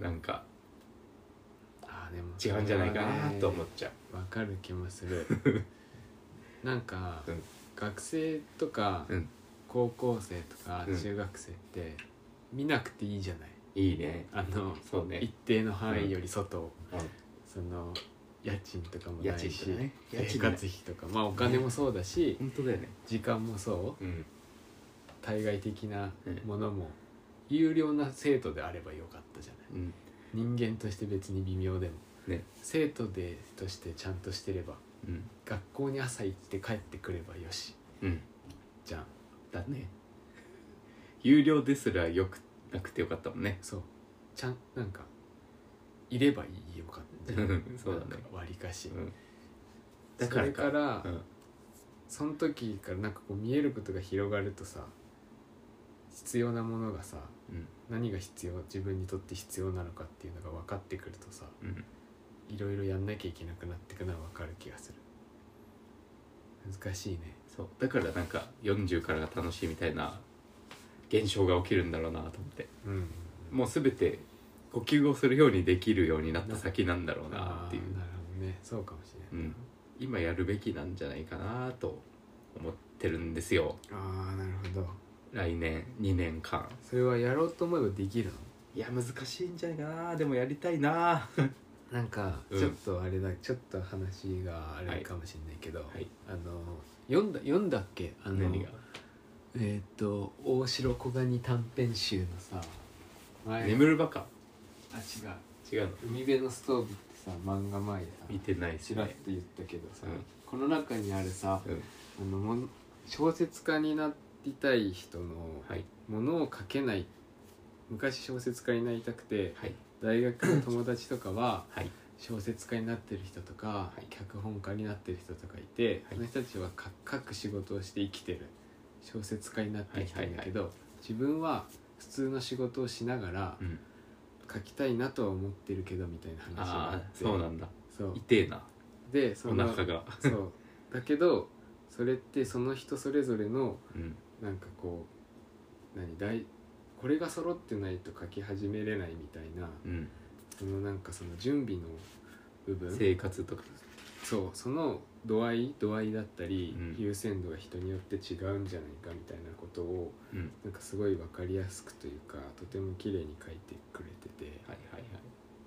Speaker 1: なんか
Speaker 2: ああでも
Speaker 1: 違うんじゃないか
Speaker 2: それは
Speaker 1: な
Speaker 2: ね
Speaker 1: と思っちゃう、
Speaker 2: わかる気もする
Speaker 1: <laughs>
Speaker 2: なんか、
Speaker 1: うん
Speaker 2: 学生とか、
Speaker 1: うん
Speaker 2: 高校生とか
Speaker 1: うん
Speaker 2: 中学生って見なくていいじゃない、
Speaker 1: いいね
Speaker 2: あの
Speaker 1: そうね
Speaker 2: 一定の範囲より外を、
Speaker 1: うん
Speaker 2: その家賃とかも
Speaker 1: 家
Speaker 2: ない
Speaker 1: 賃
Speaker 2: し、
Speaker 1: とかね家
Speaker 2: 生
Speaker 1: 賃
Speaker 2: 活費とかまあお金もそうだし、
Speaker 1: 本当だよね
Speaker 2: 時間もそう
Speaker 1: うん
Speaker 2: 対外的なものも、有料な生徒であればよかったじゃない
Speaker 1: うん
Speaker 2: 人間として別に微妙でも、
Speaker 1: ね
Speaker 2: 生徒でとしてちゃんとしてれば
Speaker 1: うん
Speaker 2: 学校に朝行って帰ってくればよし
Speaker 1: うん
Speaker 2: じゃん
Speaker 1: だね有料ですらよくなくてよかったもんね
Speaker 2: そうちゃんなんかいればいいよかったじゃん
Speaker 1: <laughs> そうだね
Speaker 2: なんか割りかし、
Speaker 1: うん
Speaker 2: だからかそれから、
Speaker 1: うん
Speaker 2: その時からなんかこう見えることが広がるとさ必要なものがさ
Speaker 1: うん
Speaker 2: 何が必要自分にとって必要なのかっていうのが分かってくるとさ
Speaker 1: うん
Speaker 2: いろいろやんなきゃいけなくなってくのは分かる気がする難しいね
Speaker 1: そうだからなんか40からが楽しいみたいな現象が起きるんだろうなと思って
Speaker 2: うん
Speaker 1: もう全て呼吸をするようにできるようになった先なんだろうなっていう
Speaker 2: あーなるほどねそうかもし
Speaker 1: う
Speaker 2: れない、
Speaker 1: ん、今やるべきなんじゃないかなと思ってるんですよ
Speaker 2: ああなるほど
Speaker 1: 来年2年間
Speaker 2: それはやろうと思えばできるの
Speaker 1: いや難しいんじゃないかなでもやりたいな
Speaker 2: なんか
Speaker 1: うん
Speaker 2: ちょっとあれだ、ちょっと話があれかもしれないけど、
Speaker 1: はい
Speaker 2: あの読んだ読んだっけあの
Speaker 1: 何が
Speaker 2: えーっ、と大城小金短編集のさ前
Speaker 1: 眠るバカ
Speaker 2: あ違
Speaker 1: 違うの
Speaker 2: う海辺のストーブってさ漫画前で
Speaker 1: 見てない
Speaker 2: さ
Speaker 1: し
Speaker 2: ちらっ
Speaker 1: ね
Speaker 2: と言ったけどさ、
Speaker 1: うん
Speaker 2: この中にあるさ
Speaker 1: うん
Speaker 2: あのもん小説家になりたい人の
Speaker 1: はい
Speaker 2: ものを書けない昔小説家になりたくて
Speaker 1: はい
Speaker 2: 大学の友達とかは
Speaker 1: はい
Speaker 2: 小説家になってる人とか、
Speaker 1: はい
Speaker 2: 脚本家になってる人とかいて、
Speaker 1: はい
Speaker 2: その人たちはか書く仕事をして生きてる小説家になってきてるんだけど、自分は普通の仕事をしながら
Speaker 1: うん
Speaker 2: 書きたいなとは思ってるけどみたいな話があ
Speaker 1: あ
Speaker 2: っ
Speaker 1: あ
Speaker 2: て
Speaker 1: そうなんだ
Speaker 2: そう
Speaker 1: 痛えな
Speaker 2: で
Speaker 1: お
Speaker 2: その
Speaker 1: 腹が
Speaker 2: そうだけどそれってその人それぞれの
Speaker 1: うん
Speaker 2: なんかこう何大これが揃ってないと書き始めれないみたいな
Speaker 1: うん
Speaker 2: そのなんかその準備の部分
Speaker 1: 生活とか
Speaker 2: そうその度合い度合いだったり、
Speaker 1: うん
Speaker 2: 優先度が人によって違うんじゃないかみたいなことを
Speaker 1: うん
Speaker 2: なんかすごい分かりやすくというかとても綺麗に書いてくれてて
Speaker 1: はいはいはい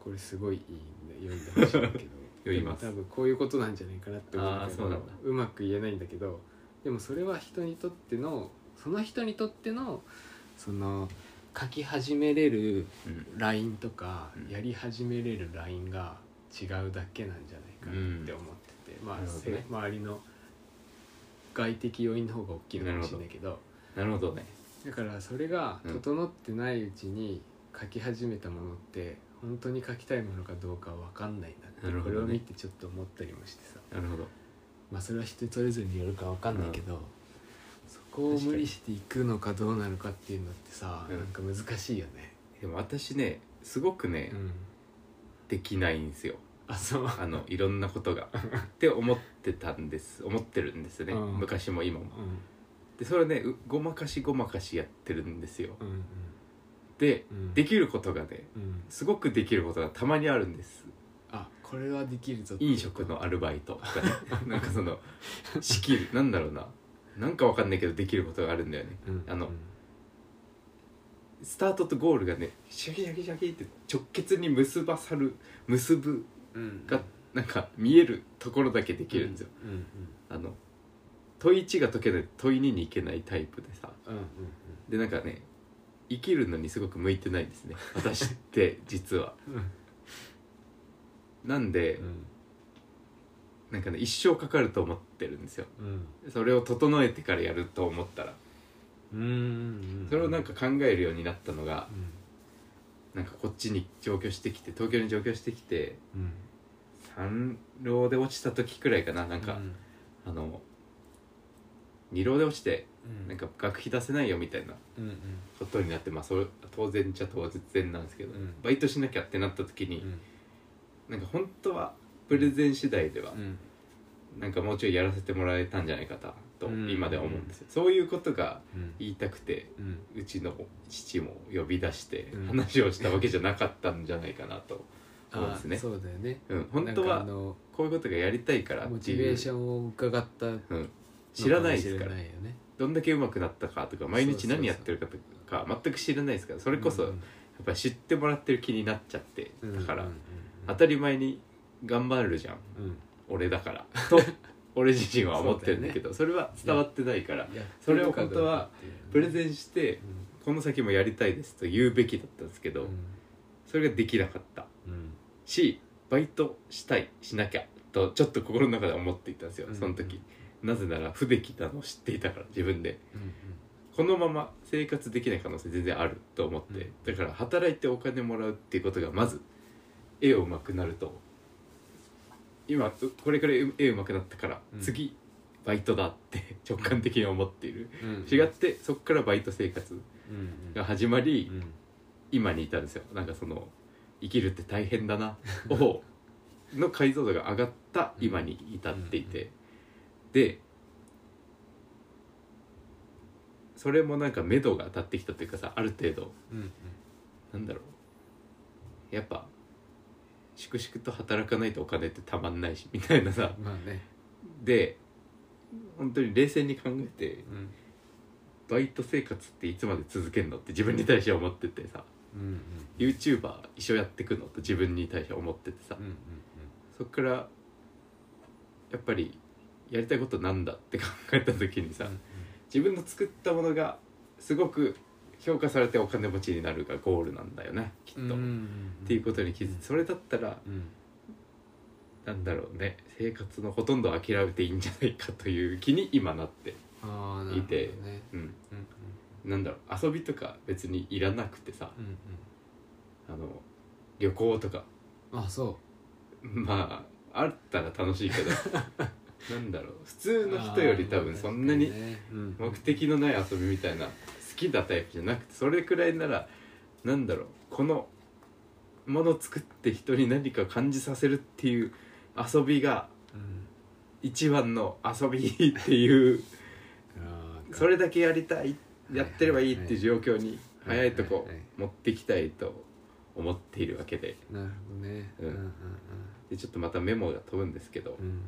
Speaker 2: これすごいいいんで読んでほしいんだけど
Speaker 1: <laughs> 読みます
Speaker 2: でも多分こういうことなんじゃないかなって思うけど
Speaker 1: あーそうなんだ
Speaker 2: うまく言えないんだけどでもそれは人にとってのその人にとってのその書き始めれる
Speaker 1: うん
Speaker 2: ラインとか、
Speaker 1: うん
Speaker 2: やり始めれるラインが違うだけなんじゃないかなって思ってて、ま
Speaker 1: な
Speaker 2: あ、
Speaker 1: るほどね
Speaker 2: せ周りの外的要因の方が大きいのかもしれないけど
Speaker 1: なるほどね
Speaker 2: だからそれが
Speaker 1: うん
Speaker 2: 整ってないうちに書き始めたものって本当に書きたいものかどうかわかんないなって
Speaker 1: なる
Speaker 2: こ
Speaker 1: ほどね
Speaker 2: れを見てちょっと思ったりもしてさ
Speaker 1: なるほど
Speaker 2: まあそれは人それぞれによるかわかんないけど、そこを無理していくのかどうなのかっていうのってさ、
Speaker 1: うん
Speaker 2: なんか難しいよね。
Speaker 1: でも私ねすごくね、
Speaker 2: うん、
Speaker 1: できないんですよ
Speaker 2: あそう
Speaker 1: あのいろんなことが <laughs> って思ってたんです思ってるんですね、
Speaker 2: うん
Speaker 1: 昔も今も
Speaker 2: うん
Speaker 1: でそれねうごまかしごまかしやってるんですよ
Speaker 2: うんうん
Speaker 1: で
Speaker 2: うん
Speaker 1: できることがね
Speaker 2: うん、
Speaker 1: すごくできることがたまにあるんです
Speaker 2: あこれはできるぞっていう
Speaker 1: 飲食のアルバイトとかね <laughs> なんかその仕切るなんだろうななんかわかんないけどできることがあるんだよね
Speaker 2: うん
Speaker 1: あの
Speaker 2: うん
Speaker 1: スタートとゴールがねシャキシャキシャキって直結に結ばさる結ぶ
Speaker 2: うん
Speaker 1: がなんか見えるところだけできるんですよ、
Speaker 2: うんうん
Speaker 1: あの問1が解けない問2に行けないタイプでさ
Speaker 2: うんうん
Speaker 1: でなんかね生きるのにすごく向いてないんですね私って <laughs> 実は
Speaker 2: うんうん
Speaker 1: なんで、
Speaker 2: うん
Speaker 1: なんかね一生かかると思ってるんですよ
Speaker 2: うん
Speaker 1: それを整えてからやると思ったら
Speaker 2: うんうんうん
Speaker 1: それをなんか考えるようになったのが
Speaker 2: うん
Speaker 1: なんかこっちに上京してきて東京に上京してきて
Speaker 2: うん
Speaker 1: 三浪で落ちた時くらいかななんか、あの二浪で落ちて
Speaker 2: うん
Speaker 1: なんか学費出せないよみたいな
Speaker 2: うんうん
Speaker 1: ことになってまあそれ当然っちゃ当然なんですけど、
Speaker 2: うん
Speaker 1: バイトしなきゃってなった時に、
Speaker 2: うん
Speaker 1: なんか本当はプレゼン次第では
Speaker 2: うん
Speaker 1: なんかもうちょいやらせてもらえたんじゃないかなと
Speaker 2: うん
Speaker 1: 今では思うんですよ、そういうことが
Speaker 2: うん
Speaker 1: 言いたくて
Speaker 2: うん
Speaker 1: うちの父も呼び出して
Speaker 2: うん
Speaker 1: 話をしたわけじゃなかったんじゃないかなと、そうですね
Speaker 2: あーそうだよね
Speaker 1: うん、本当
Speaker 2: な
Speaker 1: は
Speaker 2: んかあの
Speaker 1: こういうことがやりたいから
Speaker 2: モ
Speaker 1: って
Speaker 2: チ
Speaker 1: いう
Speaker 2: ベーションを伺ったのか
Speaker 1: うん、
Speaker 2: もし
Speaker 1: 知
Speaker 2: れ
Speaker 1: らないですから
Speaker 2: ないよね
Speaker 1: どんだけ上手くなったかとか毎日何やってるかとか全く知らないですからそれこそ
Speaker 2: う
Speaker 1: や
Speaker 2: ん
Speaker 1: っぱり知ってもらってる気になっちゃって
Speaker 2: うん
Speaker 1: だから
Speaker 2: うんうん
Speaker 1: 当たり前に頑張るじゃん
Speaker 2: うん
Speaker 1: 俺だからと <laughs> 俺自身は思ってるんだけどそれは伝わってないから
Speaker 2: いや
Speaker 1: それを本当はプレゼンして
Speaker 2: うん
Speaker 1: この先もやりたいですと言うべきだったんですけ
Speaker 2: う
Speaker 1: ど
Speaker 2: ん
Speaker 1: それができなかった
Speaker 2: うん
Speaker 1: しバイトしたいしなきゃとちょっと心の中で思っていたんですよその時なぜなら不出来なのを知っていたから自分で
Speaker 2: うんうん
Speaker 1: このまま生活できない可能性全然あると思って、だから働いてお金もらうっていうことがまず絵を上手くなると今これから絵上手くなったから、
Speaker 2: うん
Speaker 1: 次バイトだって <laughs> 直感的に思っている、
Speaker 2: うんうん
Speaker 1: 違ってそこからバイト生活
Speaker 2: うんうん
Speaker 1: が始まり、
Speaker 2: うん
Speaker 1: 今に至るんですよなんかその生きるって大変だ
Speaker 2: <laughs>
Speaker 1: なをの解像度が上がった今に至っていて、
Speaker 2: うん
Speaker 1: でそれもなんか目処が当たってきたというかさある程度
Speaker 2: うんうん
Speaker 1: なんだろうやっぱ粛々と働かないとお金ってたまんないしみたいなさ
Speaker 2: まあね
Speaker 1: で本当に冷静に考えて
Speaker 2: うん
Speaker 1: バイト生活っていつまで続けんのって自分に対して思っててさ
Speaker 2: うんうん
Speaker 1: YouTuber 一緒やってくのと自分に対して思っててさ
Speaker 2: うんうん
Speaker 1: そっからやっぱりやりたいことなんだって考えた時にさ
Speaker 2: うん
Speaker 1: 自分の作ったものがすごく評価されてお金持ちになるがゴールなんだよねきっと、
Speaker 2: うんうん
Speaker 1: っ
Speaker 2: うん
Speaker 1: ていうことに気づいてそれだったら
Speaker 2: うん
Speaker 1: なんだろうね生活のほとんど諦めていいんじゃないかという気に <laughs> 今なって、
Speaker 2: ああなる
Speaker 1: い
Speaker 2: ほど
Speaker 1: て
Speaker 2: ね
Speaker 1: うん、
Speaker 2: うん
Speaker 1: なんだろう遊びとか別にいらなくてさ
Speaker 2: うんうん
Speaker 1: あの旅行とか
Speaker 2: うんあそ
Speaker 1: <laughs> まああったら楽しいけ
Speaker 2: <laughs>
Speaker 1: どなんだろう普通の人より多分そんなに目的のない遊びみたいな好きなタイプじゃなくてそれくらいならなんだろうこのもの作って人に何か感じさせるっていう遊びが一番の遊びっていうそれだけやりたいやってればいいっていう状況に
Speaker 2: は
Speaker 1: 早
Speaker 2: いはいはい
Speaker 1: いとこ持ってきたいと思っているわけで
Speaker 2: なるほどね
Speaker 1: うん
Speaker 2: うんうん
Speaker 1: でちょっとまたメモが飛ぶんですけど
Speaker 2: うん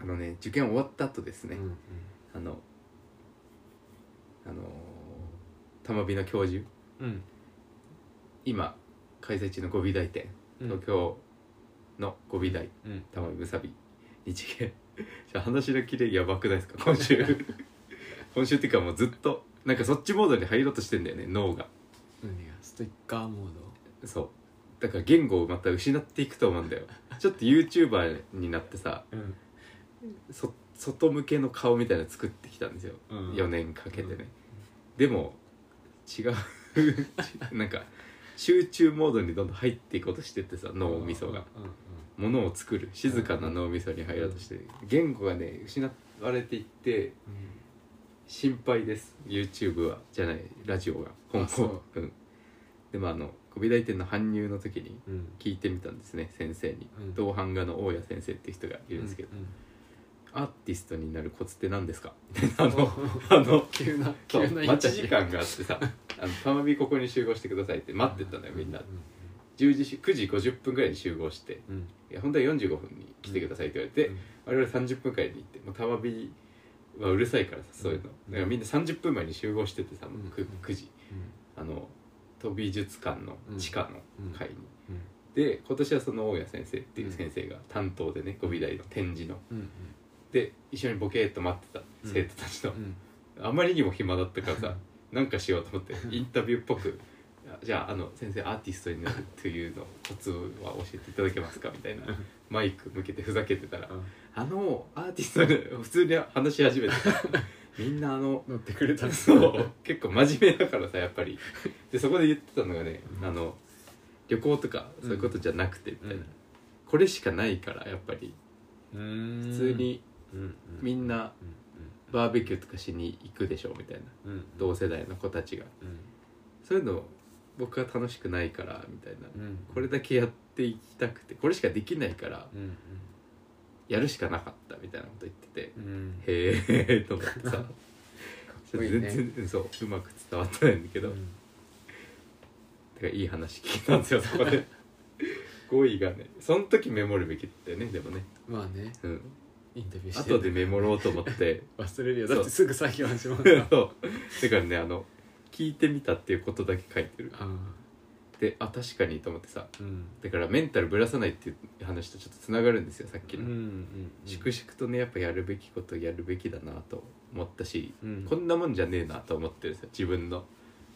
Speaker 1: あのね受験終わった後です
Speaker 2: う
Speaker 1: ね
Speaker 2: んうん
Speaker 1: あのあのー玉美の教授
Speaker 2: うん
Speaker 1: 今開催中の五美大展
Speaker 2: うん
Speaker 1: 東京の五美大
Speaker 2: うん
Speaker 1: 玉美むさび日芸 <laughs> じゃあ話のキレやばくないですか今週今週っていうかもうずっとなんかそっちモードに入ろうとしてんだよね脳が
Speaker 2: 何がストイッカーモー
Speaker 1: そうだから言語をまた失っていくと思うんだよちょっと YouTuber になってさ
Speaker 2: ドうん
Speaker 1: そ外向けの顔みたいなの作ってきたんですよ、
Speaker 2: うん
Speaker 1: 4年かけてね、でも違う <laughs> なんか集中モードにどんどん入っていこうとしてってさ脳みそが、
Speaker 2: うんうん
Speaker 1: ものを作る静かな脳みそに入ろうとして、言語がね失われていって心配です YouTube はじゃないラジオが今
Speaker 2: あそ
Speaker 1: 後う、ん、でもあの小美大店の搬入の時に
Speaker 2: うんうん
Speaker 1: 聞いてみたんですね先生に、
Speaker 2: うん
Speaker 1: 同伴画の大家先生って人がいるんですけど、
Speaker 2: うんうん
Speaker 1: アーティストになるコツって何ですかみたいなあの
Speaker 2: お
Speaker 1: あの
Speaker 2: 急な
Speaker 1: そ
Speaker 2: 急
Speaker 1: う
Speaker 2: な
Speaker 1: 待ち時間があって
Speaker 2: <laughs>
Speaker 1: さ「あのたまびここに集合してください」って待ってたのよみんな10時し9時50分ぐらいに集合して
Speaker 2: うんうん
Speaker 1: 「いや本当は45分に来てください」って言われて、
Speaker 2: うん
Speaker 1: 我々30分間に行ってもうたまびはうるさいからさそういうの、
Speaker 2: うん
Speaker 1: だからみんな30分前に集合しててさ、
Speaker 2: うん
Speaker 1: 9, 時あの都美術館の地下の階に、
Speaker 2: うん
Speaker 1: で今年はその大家先生っていう先生が担当でね五美大の展示の
Speaker 2: うんうん
Speaker 1: で一緒にボケーっと待ってた生徒たちの
Speaker 2: う、ん
Speaker 1: あまりにも暇だったからさなんかしようと思ってインタビューっぽく「じゃああの先生アーティストになるというのをコツは教えていただけますか?」みたいなマイク向けてふざけてたら「あのアーティストで普通に話し始めてみんなあの
Speaker 2: 乗ってくれた
Speaker 1: そう結構真面目だからさやっぱりでそこで言ってたのがねあの旅行とかそういうことじゃなくてみたいな、
Speaker 2: うん
Speaker 1: これしかないからやっぱり
Speaker 2: 普
Speaker 1: 普通にみん
Speaker 2: な
Speaker 1: なバーベキューとかしに行くでしょみたいな同世代の子たちが。そういうの僕は楽しくないからみたいな
Speaker 2: うん
Speaker 1: これだけやっていきたくてこれしかできないから
Speaker 2: うん
Speaker 1: やるしかなかったみたいなこと言ってて
Speaker 2: うんうん
Speaker 1: へえと思ってさ
Speaker 2: こいいね
Speaker 1: 全然そううまく伝わってないんだけど、
Speaker 2: うん
Speaker 1: てかいい話聞いたんですよそこ
Speaker 2: <laughs>
Speaker 1: で語彙がねその時メモるべきだったよねでもね、
Speaker 2: まあね
Speaker 1: うん、
Speaker 2: インタビューして
Speaker 1: 後でメモろうと思
Speaker 2: <laughs>
Speaker 1: って
Speaker 2: 忘れるよ
Speaker 1: そう
Speaker 2: だってすぐ作業始まる
Speaker 1: そうだからねあの聞いてみたっていうことだけ書いてる
Speaker 2: あ
Speaker 1: であ確かにと思ってさ
Speaker 2: うん
Speaker 1: だからメンタルぶらさないっていう話とちょっとつながるんですよさっき
Speaker 2: うん
Speaker 1: の、
Speaker 2: うん
Speaker 1: 粛々とねやっぱやるべきことやるべきだなと思ったし、
Speaker 2: うん
Speaker 1: こんなもんじゃねえなと思ってるんですよ自分の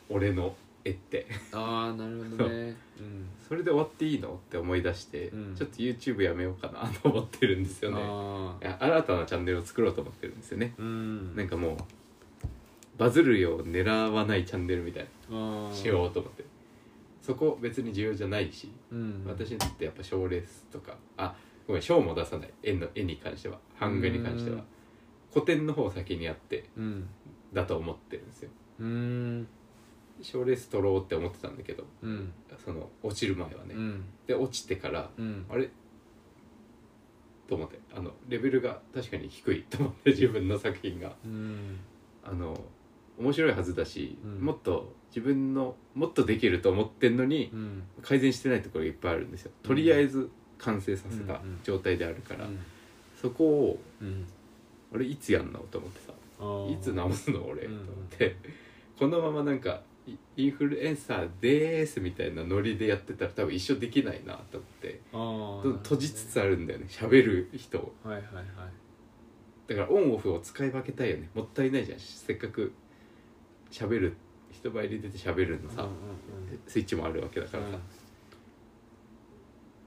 Speaker 1: 俺の絵って <laughs>
Speaker 2: ああなるほどねうん
Speaker 1: それで終わっていいのって思い出して、
Speaker 2: うん
Speaker 1: ちょっと YouTube やめようかなと思ってるんですよね
Speaker 2: あ
Speaker 1: い
Speaker 2: あ
Speaker 1: や新たなチャンネルを作ろうと思ってるんですよね
Speaker 2: うん
Speaker 1: なんかもうバズるよう狙わないチャンネルみたい
Speaker 2: あー
Speaker 1: なしようと思ってそこ別に重要じゃないし
Speaker 2: うん
Speaker 1: 私にとってやっぱ賞レースとかあごめん賞も出さない絵の絵に関しては版画に関して
Speaker 2: う
Speaker 1: は
Speaker 2: ん
Speaker 1: 古典の方を先にやって
Speaker 2: うん
Speaker 1: だと思ってるんですよ
Speaker 2: うん
Speaker 1: 賞レース取ろうって思ってたんだけど
Speaker 2: うん
Speaker 1: その落ちる前はね、
Speaker 2: うん
Speaker 1: で落ちてから
Speaker 2: うん
Speaker 1: あれと思ってあのレベルが確かに低いと思って自分の作品が
Speaker 2: うん
Speaker 1: あの面白いはずだし、
Speaker 2: うん
Speaker 1: もっと自分のもっとできると思ってんのに
Speaker 2: うん
Speaker 1: 改善してないところがいっぱいあるんですよ
Speaker 2: うん
Speaker 1: とりあえず完成させた
Speaker 2: うんうん
Speaker 1: 状態であるから、
Speaker 2: うん
Speaker 1: そこを
Speaker 2: うん
Speaker 1: 俺いつやんのと思ってさ
Speaker 2: あー
Speaker 1: いつ直すの俺、
Speaker 2: うんうん
Speaker 1: と思ってこのままなんかイインフルエンサーでーすみたいなノリでやってたら多分一生できないなと思って
Speaker 2: あー
Speaker 1: ど閉じつつあるんだよね喋る人を
Speaker 2: はいはいはい
Speaker 1: だからオンオフを使い分けたいよねもったいないじゃんせっかく喋る人前に出て喋るのさ、
Speaker 2: うんうんうん
Speaker 1: スイッチもあるわけだからさ、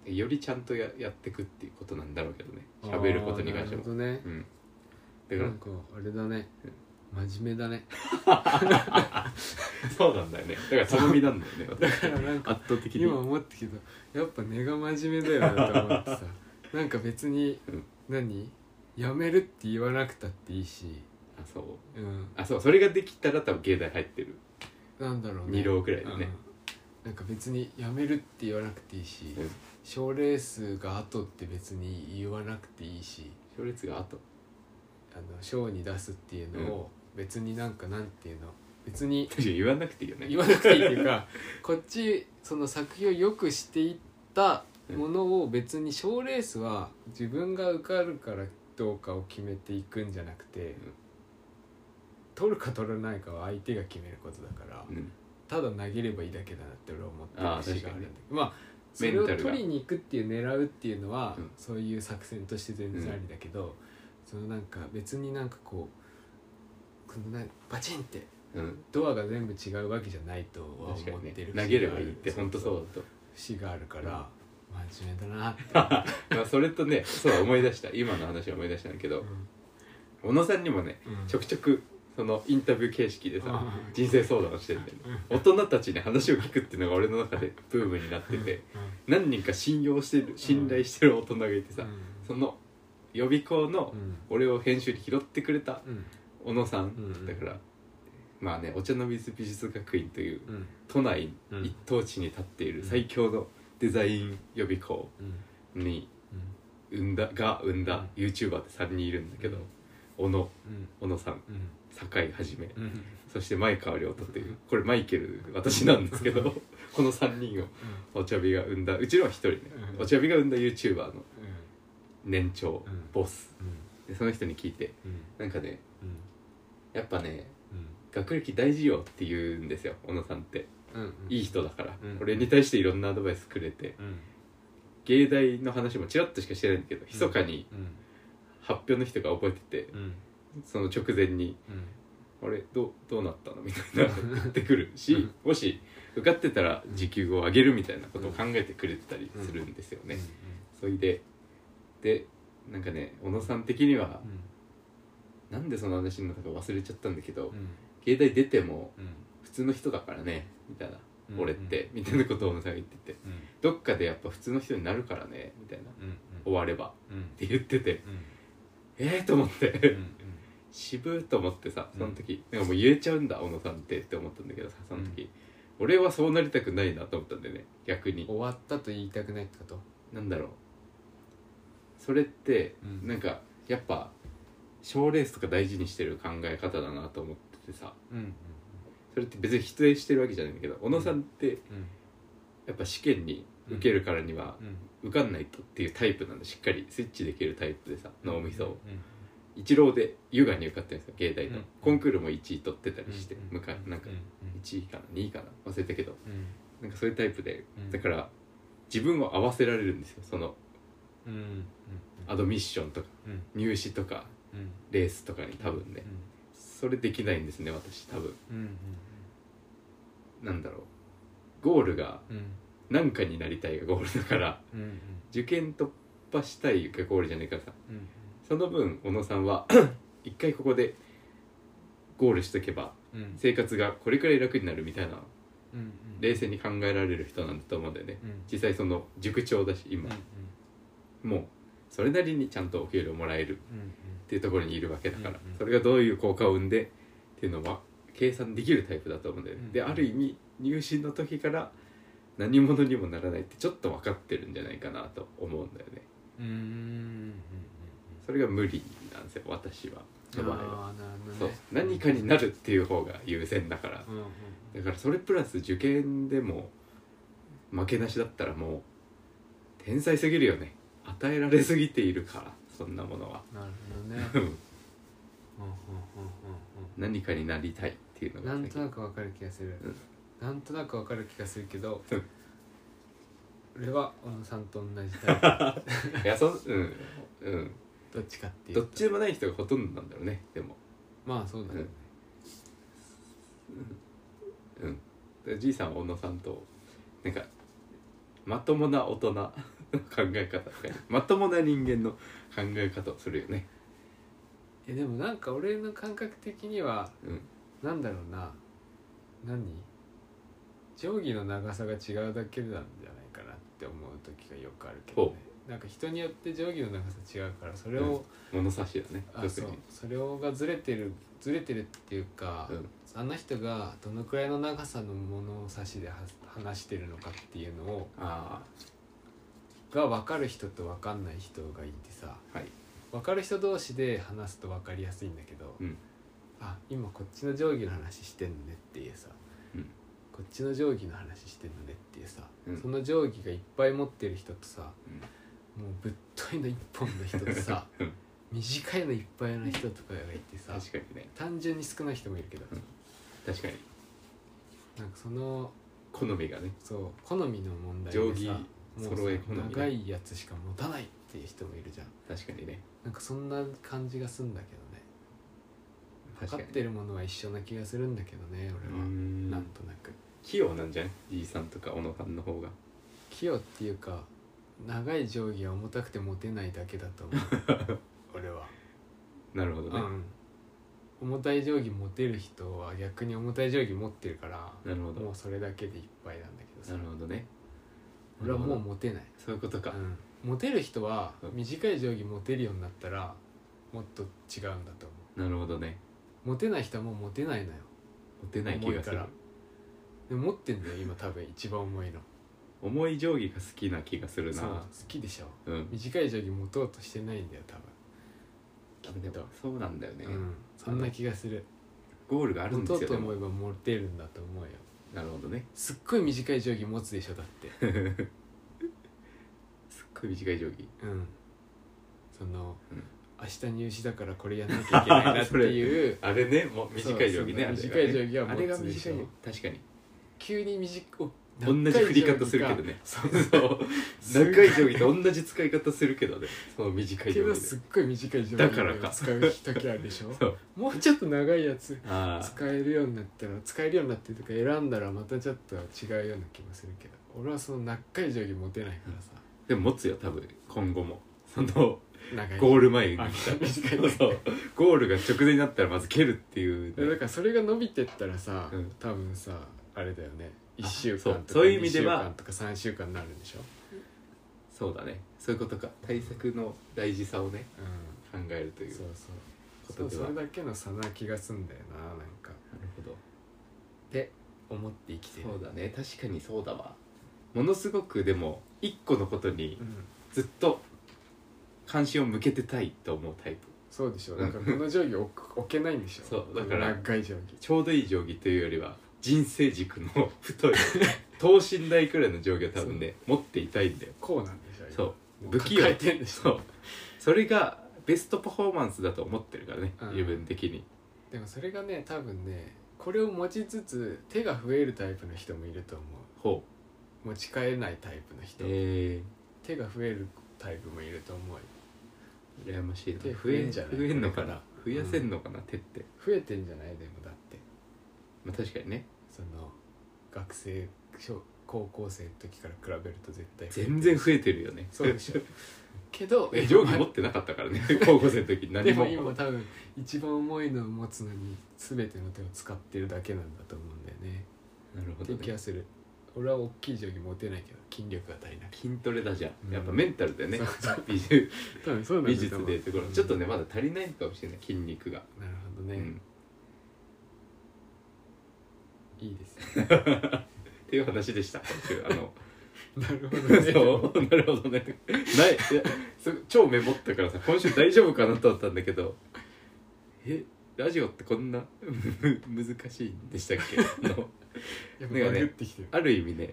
Speaker 1: よりちゃんとややってくっていうことなんだろうけどね
Speaker 2: うん
Speaker 1: 喋ることに関して
Speaker 2: あー
Speaker 1: も、
Speaker 2: なる
Speaker 1: う
Speaker 2: ほ
Speaker 1: ん、だ
Speaker 2: どね
Speaker 1: か
Speaker 2: なんかあれだね真面目だね
Speaker 1: ら <laughs> そうなんだよねだから頼みなんだよ
Speaker 2: <laughs>
Speaker 1: ね
Speaker 2: だからなんか
Speaker 1: 圧倒的に
Speaker 2: 今思ったけどやっぱ根が真面目だよなと思ってさなんか別に、
Speaker 1: うん
Speaker 2: 何やめるって言わなくたっていいし、
Speaker 1: あそう
Speaker 2: うん、
Speaker 1: あそうそれができたら多分芸大入ってる
Speaker 2: なんだろうね
Speaker 1: 二浪くらいでね
Speaker 2: うんなんか別にやめるって言わなくていいし
Speaker 1: うん
Speaker 2: 賞、レースが後って別に言わなくていいし
Speaker 1: 勝率が後
Speaker 2: あの賞に出すっていうのを別になんかなんていうの別に
Speaker 1: 確かに言わなくていいよね
Speaker 2: 言わなくていいってい
Speaker 1: <laughs>
Speaker 2: うかこっちその作品を良くしていったものを別に賞レースは自分が受かるからどうかを決めていくんじゃなくて、取るか取らないかは相手が決めることだから、
Speaker 1: うん
Speaker 2: ただ投げればいいだけだなって俺は思ってる節があるんだけどまあそ
Speaker 1: メン
Speaker 2: れ
Speaker 1: タル
Speaker 2: を
Speaker 1: が
Speaker 2: 取りに行くっていう狙うっていうのは、
Speaker 1: うん
Speaker 2: そういう作戦として全然ありだけど、そのなんか別になんかこうこのなバチンって
Speaker 1: うん
Speaker 2: ドアが全部違うわけじゃないとは
Speaker 1: 確か
Speaker 2: 思っ
Speaker 1: にね
Speaker 2: てる、
Speaker 1: 投げればいいって
Speaker 2: 節があ
Speaker 1: 本
Speaker 2: る
Speaker 1: 当そうだと
Speaker 2: 節があるから真面目だなって、
Speaker 1: まあそれとねそう思い出した今の話を思い出したんだけど小野さんにもねちょくちょくそのインタビュー形式でさ
Speaker 2: うん
Speaker 1: 人生相談をしてるんだよね大人たちに話を聞くっていうのが俺の中でブームになってて何人か信用してる信頼してる大人がいてさその予備校の俺を編集に拾ってくれた小野さ
Speaker 2: うんうんん
Speaker 1: だからまあねお茶の水美術学院という都内一等地に立っている最強のデザイン予備校に生んだが生んだ YouTuber って3人いるんだけど小野小野さん酒井はじめそして前川亮太というこれマイケル私なんですけ
Speaker 2: <laughs>
Speaker 1: どこの3人をお茶日が生んだうちのは1人ね
Speaker 2: うん
Speaker 1: お茶日が生んだ YouTuber の年長
Speaker 2: うん
Speaker 1: ボスでその人に聞いてなんかねやっぱね学歴大事よって言うんですよ小野さんっていい人だから、
Speaker 2: うん
Speaker 1: 俺に対していろんなアドバイスくれて芸大の話もちらっとしかしてないんだけど密かに発表の人が覚えててその直前に「あれどうどうなったの?」みたいな言ってくるし、
Speaker 2: うん
Speaker 1: もし受かってたら時給を上げるみたいなことを考えてくれてたりするんですよね。それででなんかね小野さん的には、なんでその話になったか忘れちゃったんだけど、芸大出ても普通の人だからねみたいな、俺ってみたいなことを小野さんが言っててどっかでやっぱ普通の人になるからねみたいな終わればって言っててええー、と思って渋ーと思ってさその時、なんかもう言えちゃうんだ小野さんってって思ったんだけどさその時、俺はそうなりたくないなと思ったんでね逆に
Speaker 2: 終わったと言いたくないってこと
Speaker 1: なんだろうそれって、
Speaker 2: うん
Speaker 1: なんかやっぱ賞レースとか大事にしてる考え方だなと思っててさ
Speaker 2: うん
Speaker 1: それって別に否定してるわけじゃないんだけど小野さんって
Speaker 2: うん
Speaker 1: やっぱ試験に受けるからには
Speaker 2: うん
Speaker 1: 受かんないとっていうタイプなんでしっかりスイッチできるタイプでさ脳みそを
Speaker 2: うん
Speaker 1: 一浪で優雅に受かってるんですよ芸大の、
Speaker 2: うん
Speaker 1: コンクールも1位取ってたりして、
Speaker 2: うん
Speaker 1: 昔なんか
Speaker 2: うん
Speaker 1: 1位かな2位かな忘れたけど
Speaker 2: うん
Speaker 1: なんかそういうタイプで
Speaker 2: うん
Speaker 1: だから自分を合わせられるんですよその
Speaker 2: うんうんうん
Speaker 1: アドミッションとか
Speaker 2: うん
Speaker 1: 入試とか
Speaker 2: うん
Speaker 1: レースとかに多分ねそれできないんですね私多分
Speaker 2: うんうん
Speaker 1: なんだろうゴールが
Speaker 2: うん
Speaker 1: 何かになりたいがゴールだから
Speaker 2: うんうん
Speaker 1: 受験突破したいがゴールじゃないからさ
Speaker 2: うん
Speaker 1: その分小野さんは一回ここでゴールしとけば
Speaker 2: うんうん
Speaker 1: 生活がこれくらい楽になるみたいな
Speaker 2: うん
Speaker 1: 冷静に考えられる人なんだと思うんだよね
Speaker 2: うんうん
Speaker 1: 実際その塾長だし今もうそれなりにちゃんとお給料もらえる
Speaker 2: うんうん
Speaker 1: っていうところにいるわけだから、
Speaker 2: うんうん
Speaker 1: それがどういう効果を生んでっていうのは計算できるタイプだと思うんだよね、
Speaker 2: うん
Speaker 1: である意味入試の時から何者にもならないってちょっと分かってるんじゃないかなと思うんだよね
Speaker 2: うんうんうん
Speaker 1: それが無理なんですよ私はの場合は、
Speaker 2: ああなるほ
Speaker 1: そ
Speaker 2: ど
Speaker 1: う
Speaker 2: ね
Speaker 1: 何かになるっていう方が優先だから
Speaker 2: うんうん
Speaker 1: だからそれプラス受験でも負けなしだったらもう天才すぎるよね与えられすぎているからそんなものは
Speaker 2: なるほどね
Speaker 1: うん
Speaker 2: うんうん
Speaker 1: 何かになりたいっていうの
Speaker 2: うんうんう
Speaker 1: が
Speaker 2: んなんとなくわかる気がする
Speaker 1: うん
Speaker 2: なんとなくわかる気がするけど
Speaker 1: うん
Speaker 2: 俺は小野さんと同じタイ
Speaker 1: いやそうんうん
Speaker 2: プどっちかっていう
Speaker 1: <laughs>
Speaker 2: と
Speaker 1: どっちでもない人がほとんどなんだろうねでも
Speaker 2: まあそうだね
Speaker 1: うんでじいさんは小野さんとなんかまともな大人の考え方とか
Speaker 2: <laughs>
Speaker 1: まともな人間の考え方をするよね
Speaker 2: えでもなんか俺の感覚的には
Speaker 1: うん
Speaker 2: なんだろうな何定規の長さが違うだけなんじゃないかなって思う時がよくあるけど、ね
Speaker 1: ほ、
Speaker 2: なんか人によって定規の長さ違うからそれ
Speaker 1: う
Speaker 2: を、
Speaker 1: 物差しだね
Speaker 2: あ
Speaker 1: 特
Speaker 2: そう
Speaker 1: に
Speaker 2: それをがずれてるずれてるっていうか、
Speaker 1: うん
Speaker 2: あの人がどのくらいの長さの物差しでは話してるのかっていうのを
Speaker 1: あ
Speaker 2: が分かる人と分かんない人がいてさ
Speaker 1: あはい
Speaker 2: 分かる人同士で話すと分かりやすいんだけど、
Speaker 1: うん
Speaker 2: あ今こっちの定規の話してんのねっていうさ
Speaker 1: うん
Speaker 2: こっちの定規の話してんのねっていうさ、
Speaker 1: うん
Speaker 2: その定規がいっぱい持ってる人とさ、
Speaker 1: うん
Speaker 2: もうぶっといの一本の人とさ
Speaker 1: <laughs> うん
Speaker 2: 短いのいっぱいの人とかがいてさ
Speaker 1: 確かにね
Speaker 2: 単純に少ない人もいるけど、
Speaker 1: うん確かに
Speaker 2: なんかその
Speaker 1: 好みがね
Speaker 2: そう好みの問題
Speaker 1: 定
Speaker 2: で
Speaker 1: 規
Speaker 2: さもう
Speaker 1: 揃え好み
Speaker 2: さ
Speaker 1: ね
Speaker 2: 長いやつしか持たないっていう人もいるじゃん
Speaker 1: 確かにね
Speaker 2: なんかそんな感じがすんだけどね
Speaker 1: 確
Speaker 2: 測
Speaker 1: か
Speaker 2: っ
Speaker 1: に
Speaker 2: てるものは一緒な気がするんだけどね
Speaker 1: う
Speaker 2: 俺は、
Speaker 1: ん
Speaker 2: なんとなく
Speaker 1: 器用なんじゃないじいさんとか小野さんの方が
Speaker 2: 器用っていうか長い定規は重たくて持てないだけだと思う
Speaker 1: <laughs>
Speaker 2: 俺は、
Speaker 1: なるほど
Speaker 2: う
Speaker 1: ね、
Speaker 2: ん、重たい定規持てる人は逆に重たい定規持ってるから
Speaker 1: なるほど
Speaker 2: もうそれだけでいっぱいなんだけどさ
Speaker 1: なるほどね
Speaker 2: 俺はもう持てない、
Speaker 1: そういうこと
Speaker 2: う
Speaker 1: か、
Speaker 2: ん、持てる人は
Speaker 1: うん
Speaker 2: 短い定規持てるようになったらもっと違うんだと思
Speaker 1: なるほどね
Speaker 2: う持てない人はもう持てないのよ
Speaker 1: 持てない気がす
Speaker 2: 重い
Speaker 1: る
Speaker 2: からでも持ってんだよ今多分一番重いの
Speaker 1: 重い定規が好きな気がする
Speaker 2: そう好
Speaker 1: な
Speaker 2: きでしょ
Speaker 1: うん
Speaker 2: 短い定規持とうとしてないんだよ多分き
Speaker 1: で
Speaker 2: っと
Speaker 1: もそうなんだよね、
Speaker 2: うん、そんな気がする
Speaker 1: ゴールがある
Speaker 2: 持
Speaker 1: ん
Speaker 2: と
Speaker 1: で
Speaker 2: う
Speaker 1: すよで
Speaker 2: と思
Speaker 1: も
Speaker 2: えば持てるんだと思うよ
Speaker 1: なるほどね
Speaker 2: すっごい短い定規持つでしょだって
Speaker 1: すっごい短い定規
Speaker 2: うんその、
Speaker 1: うん
Speaker 2: 明日入試だからこれやんなきゃいけないなっ
Speaker 1: <laughs>
Speaker 2: ていう
Speaker 1: あれねもう
Speaker 2: そう
Speaker 1: 短い定規ねあれがね
Speaker 2: そう短い定規はもう
Speaker 1: あれが
Speaker 2: そうでし
Speaker 1: 短い
Speaker 2: ょ
Speaker 1: 確かに
Speaker 2: 急に短くお
Speaker 1: 同じ振り方するけどね
Speaker 2: そう
Speaker 1: そう
Speaker 2: す
Speaker 1: 長
Speaker 2: ごい
Speaker 1: い定規と同じ使い方するけどねその短い定
Speaker 2: けど
Speaker 1: 規です
Speaker 2: っごい短い定
Speaker 1: だからか
Speaker 2: 規を使う時あるでしょ
Speaker 1: <laughs> そう
Speaker 2: もうちょっと長いやつ
Speaker 1: ああ
Speaker 2: 使えるようになったら使えるようになってとか選んだらまたちょっと違うような気もするけど俺はその長い定規持てないからさ
Speaker 1: でも持つよ多分今後もその
Speaker 2: 長い
Speaker 1: ゴール前に
Speaker 2: あ短
Speaker 1: <laughs>
Speaker 2: い
Speaker 1: そうそうゴールが直前になったらまず蹴るっていう
Speaker 2: だ
Speaker 1: ね、
Speaker 2: からそれが伸びてったらさ、
Speaker 1: うん
Speaker 2: 多分さあれだよね1週
Speaker 1: そ
Speaker 2: 間
Speaker 1: う
Speaker 2: とか
Speaker 1: そういう意味では
Speaker 2: 2週間とか3週間になるんでしょ、
Speaker 1: そうだねそういうことか対策の大事さをね
Speaker 2: う
Speaker 1: 考えるとい
Speaker 2: ん、
Speaker 1: う
Speaker 2: そうそう
Speaker 1: こ
Speaker 2: そ
Speaker 1: と
Speaker 2: う
Speaker 1: で
Speaker 2: そ
Speaker 1: は
Speaker 2: れだけの差な気がすんだよななんか
Speaker 1: なるほど
Speaker 2: で思って生きてる
Speaker 1: そうだね確かにそうだわものすごくでも一個のことに
Speaker 2: うん
Speaker 1: ずっと関心を向けてたいと思うタイプ
Speaker 2: そうでしょなんかこの定規置く置けないんでし
Speaker 1: <laughs>
Speaker 2: ょ
Speaker 1: そうだから
Speaker 2: 長い定規
Speaker 1: ちょうどいい定規というよりは人生軸の
Speaker 2: <laughs>
Speaker 1: 太い等身大くらいの定規を多分ね持っていたいんだよ
Speaker 2: こうなんでしょ今
Speaker 1: そう
Speaker 2: も
Speaker 1: 不器用
Speaker 2: 抱えてんでしょ
Speaker 1: そうそれがベストパフォーマンスだと思ってるからね、
Speaker 2: うん
Speaker 1: 自分的に
Speaker 2: でもそれがね多分ねこれを持ちつつ手が増えるタイプの人もいると思
Speaker 1: ほう
Speaker 2: う持ち帰れないタイプの人、
Speaker 1: え
Speaker 2: 手が増えるタイプもいると思うよ
Speaker 1: ー、羨ましいな
Speaker 2: 手
Speaker 1: 増
Speaker 2: 増え
Speaker 1: えん
Speaker 2: んじ
Speaker 1: じ
Speaker 2: ゃ
Speaker 1: ゃ
Speaker 2: ない
Speaker 1: 増えんのか
Speaker 2: これ
Speaker 1: な
Speaker 2: から
Speaker 1: 増やせんのかな、手って、
Speaker 2: 増えてんじゃないでもだって
Speaker 1: まあ、確かにね
Speaker 2: その学生小高校生の時から比べると絶対えてる
Speaker 1: 全然増えてるよね
Speaker 2: そうでしょけ
Speaker 1: <laughs>
Speaker 2: ど
Speaker 1: え定規持ってなかったからね高校生の時何
Speaker 2: で
Speaker 1: も
Speaker 2: も今多分一番重いのを持つのに全ての手を使ってるだけなんだと思うんだよね
Speaker 1: なるほ
Speaker 2: って
Speaker 1: ど
Speaker 2: いう気
Speaker 1: ね
Speaker 2: がする俺は大きい定規持てないけど筋力が足りない
Speaker 1: 筋トレだじゃん、
Speaker 2: うん
Speaker 1: やっぱメンタルだよね
Speaker 2: そう
Speaker 1: 美術
Speaker 2: 多分そうなんだ
Speaker 1: 美
Speaker 2: と
Speaker 1: 術
Speaker 2: 思う
Speaker 1: でいうところ
Speaker 2: うん
Speaker 1: ちょっとねまだ足りないのかもしれない筋肉が、
Speaker 2: なるほどね、
Speaker 1: うん
Speaker 2: いいですね
Speaker 1: っていう話でした今週あ
Speaker 2: <laughs>
Speaker 1: の
Speaker 2: なるほ
Speaker 1: そう <laughs> なるほどねないいやそ超メモったからさ今週大丈夫かなと思ったんだけどえラジオってこんなむ難しいんでしたっけあの
Speaker 2: やっ
Speaker 1: なん
Speaker 2: ぱ
Speaker 1: か
Speaker 2: バ
Speaker 1: ね
Speaker 2: グってきてる、
Speaker 1: ある意味ね
Speaker 2: うん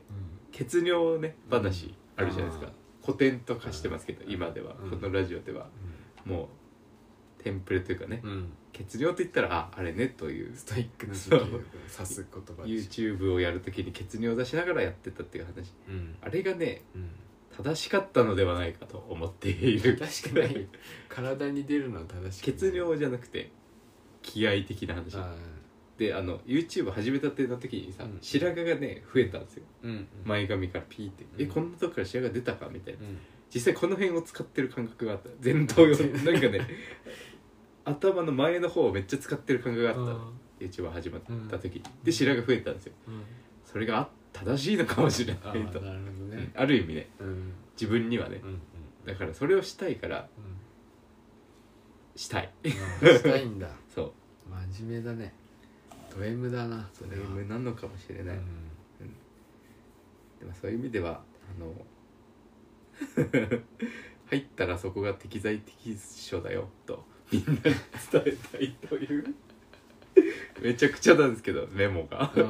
Speaker 1: 血尿ね話あるじゃないです
Speaker 2: あ
Speaker 1: か古典と化してますけど
Speaker 2: うん
Speaker 1: 今では
Speaker 2: うん
Speaker 1: このラジオではもうテンプレというかね
Speaker 2: うん
Speaker 1: 血尿と言ったらああれねという
Speaker 2: ストイックな時
Speaker 1: そ
Speaker 2: 期を
Speaker 1: う
Speaker 2: 指す言葉でし
Speaker 1: YouTube をやるときに血尿を出しながらやってたっていう話
Speaker 2: ょ、うん
Speaker 1: あれがね
Speaker 2: うん、
Speaker 1: 正しかったのではないかと思っている
Speaker 2: 確かに体に出るのは正しくない
Speaker 1: 血尿じゃなくて気合的な話
Speaker 2: あ
Speaker 1: であの YouTube 始めたての時にさ、
Speaker 2: うん
Speaker 1: 白髪がね増えたんですよ
Speaker 2: ーうん
Speaker 1: 前髪からピーって、
Speaker 2: うん
Speaker 1: えこんなとこから白髪出たかみたいな
Speaker 2: うん
Speaker 1: 実際この辺を使ってる感覚があった前頭
Speaker 2: <laughs>
Speaker 1: 葉なんかね頭の前の方をめっちゃ使ってる感覚があったの、YouTube 始まった時に、で白髪増えたんですよ
Speaker 2: うん
Speaker 1: それがあ正しいのかもしれ
Speaker 2: あ
Speaker 1: ない
Speaker 2: ー
Speaker 1: と
Speaker 2: なるほどね
Speaker 1: ある意味ね
Speaker 2: うんうん
Speaker 1: 自分にはね
Speaker 2: うんうん
Speaker 1: だからそれをしたいから
Speaker 2: うん
Speaker 1: したい
Speaker 2: あーしたいんだ
Speaker 1: そう
Speaker 2: 真面目だねド M だな
Speaker 1: そ
Speaker 2: れ
Speaker 1: れ
Speaker 2: は
Speaker 1: なのかもしれない、
Speaker 2: うん
Speaker 1: でもそういう意味ではあの <laughs> 入ったらそこが適材適所だよとみんなに伝えたいというめちゃくちゃなんですけどメモが
Speaker 2: あ
Speaker 1: そ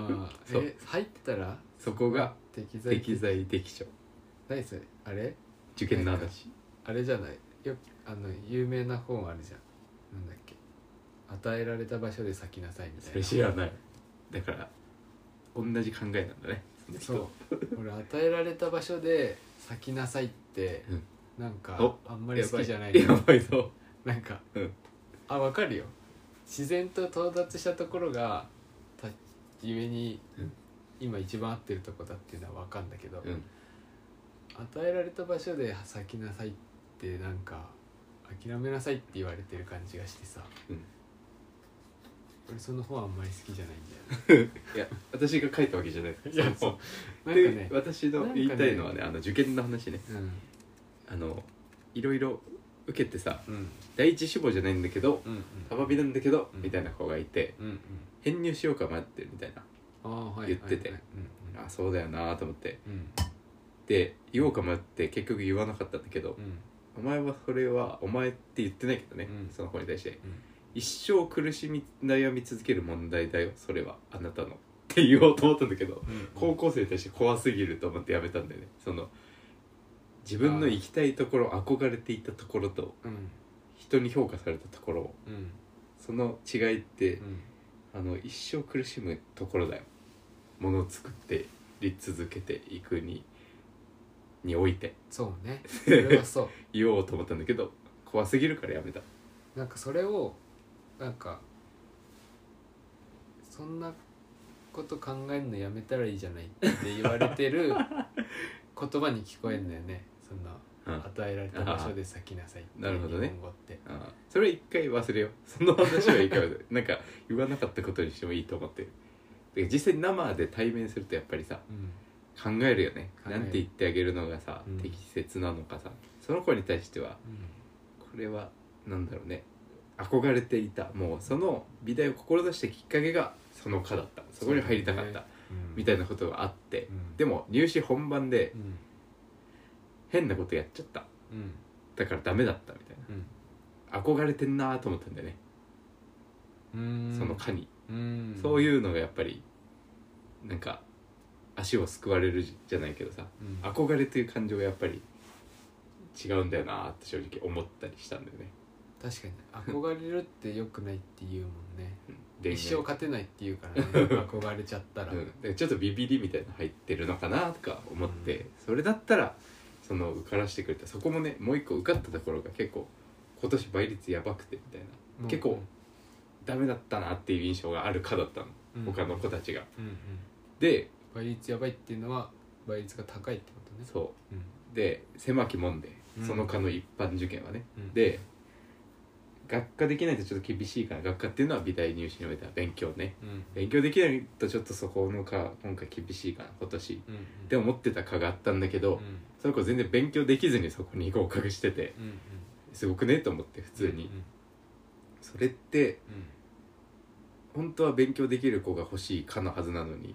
Speaker 1: う
Speaker 2: ーえ入ったら
Speaker 1: そこが
Speaker 2: 適材
Speaker 1: 適材適所
Speaker 2: 何それあれ
Speaker 1: 受験の話
Speaker 2: あれじゃないよくあの有名な本あるじゃんなんだっけ与えられた場所で咲きなさいみた
Speaker 1: そ
Speaker 2: い
Speaker 1: れ
Speaker 2: な
Speaker 1: 知らないだから同じ考えなんだねの人
Speaker 2: そう俺与えられた場所で咲きなさいって、
Speaker 1: うん
Speaker 2: なんか
Speaker 1: お
Speaker 2: あんまり好きじゃない
Speaker 1: やばいぞ
Speaker 2: なんか、
Speaker 1: うん
Speaker 2: あわかるよ自然と到達したところがたゆえに、
Speaker 1: うん
Speaker 2: 今一番合ってるとこだっていうのはわかんだけど、
Speaker 1: うん
Speaker 2: 与えられた場所で咲きなさいってなんか諦めなさいって言われてる感じがしてさ、
Speaker 1: うん
Speaker 2: 俺その本あんまり好きじゃないん
Speaker 1: いや私が書いたわけじゃない
Speaker 2: いや
Speaker 1: その
Speaker 2: だよなん
Speaker 1: で
Speaker 2: かね
Speaker 1: 私の言いたいのはねあの受験の話ね
Speaker 2: うん
Speaker 1: あのいろいろ受けてさ
Speaker 2: うん
Speaker 1: 第一志望じゃないんだけど
Speaker 2: うんうん
Speaker 1: サバビなんだけど、
Speaker 2: うん
Speaker 1: みたいな子がいて
Speaker 2: うんうん
Speaker 1: 編入しようか迷ってるみたいな
Speaker 2: あーはい
Speaker 1: 言ってて
Speaker 2: はいはい
Speaker 1: あそうだよなと思って
Speaker 2: うんうん
Speaker 1: で言おうか迷って結局言わなかったんだけど、
Speaker 2: うん
Speaker 1: お前はそれはお前って言ってないけどね、
Speaker 2: うん
Speaker 1: その子に対して、
Speaker 2: ん
Speaker 1: 一生苦しみ悩み続ける問題だよそれはあなたのって言おうと思ったんだけど
Speaker 2: うん
Speaker 1: 高校生に対して怖すぎると思ってやめたんだよねその自分の行きたいところ憧れていたところと
Speaker 2: うん
Speaker 1: 人に評価されたところ
Speaker 2: うん
Speaker 1: その違いって、
Speaker 2: うん
Speaker 1: あの一生苦しむところだよものを作ってり続けていくににおいて
Speaker 2: そうねそれはそ
Speaker 1: 言おうと思ったんだけど怖すぎるからやめた
Speaker 2: うなんかそれをなんかそんなこと考えるのやめたらいいじゃないって言われて
Speaker 1: <laughs>
Speaker 2: る言葉に聞こえるんだよねその
Speaker 1: うん
Speaker 2: 与えられた場所で咲きなさいって
Speaker 1: なるほどね
Speaker 2: 日本語って
Speaker 1: あそれ一回忘れようその話は一回忘れようなんか言わなかったことにしてもいいと思ってるで実際生で対面するとやっぱりさ
Speaker 2: うん
Speaker 1: 考えるよね
Speaker 2: 考える
Speaker 1: なんて言ってあげるのがさ、
Speaker 2: うん
Speaker 1: 適切なのかさその子に対しては
Speaker 2: うん
Speaker 1: これはなんだろうね憧れていたもうその美大を志したきっかけがその科だったそこに入りたかっ
Speaker 2: そうだ
Speaker 1: た
Speaker 2: ね
Speaker 1: みたい
Speaker 2: な、
Speaker 1: なことがあって
Speaker 2: うん、
Speaker 1: でも入試本番で
Speaker 2: うん
Speaker 1: 変なことやっちゃった
Speaker 2: うん
Speaker 1: だからダメだったみたい
Speaker 2: うん
Speaker 1: な憧れてんなーと思ったんだよね、
Speaker 2: うん
Speaker 1: その科に、
Speaker 2: うん
Speaker 1: そういうのがやっぱりなんか足をすくわれるじゃないけどさ
Speaker 2: うん
Speaker 1: 憧れという感情がやっぱり違うんだよなーって正直思ったりしたんだよね
Speaker 2: 確かに憧れるって良くないって言うも
Speaker 1: <laughs>
Speaker 2: んね
Speaker 1: うん恋愛
Speaker 2: 一生勝てないって言うか
Speaker 1: <laughs>
Speaker 2: らね憧れちゃったら、
Speaker 1: うん、でちょっとビビりみたいなの入ってるのかなとか思って、それだったらその受からしてくれたそこもねもう一個受かったところが結構今年倍率やばくてみたいな
Speaker 2: もう
Speaker 1: 結構ダメだったなっていう印象があるかだったの、
Speaker 2: うん
Speaker 1: 他の子たちが
Speaker 2: うんうん
Speaker 1: で
Speaker 2: 倍率やばいっていうのは倍率が高いってことね
Speaker 1: そううで狭き門で
Speaker 2: うん
Speaker 1: その科の一般受験はね、
Speaker 2: ん、うん、
Speaker 1: で学科できないとちょっと厳しいから学科っていうのは美大入試においては勉強ね
Speaker 2: うん、
Speaker 1: 勉強できないとちょっとそこの科今回厳しいかな今年
Speaker 2: うん
Speaker 1: って思ってた科があったんだけど、
Speaker 2: うん
Speaker 1: その子全然勉強できずにそこに合格してて
Speaker 2: うんうん
Speaker 1: すごくねと思って普通に、それって
Speaker 2: うん
Speaker 1: 本当は勉強できる子が欲しいかのはずなのに、
Speaker 2: うん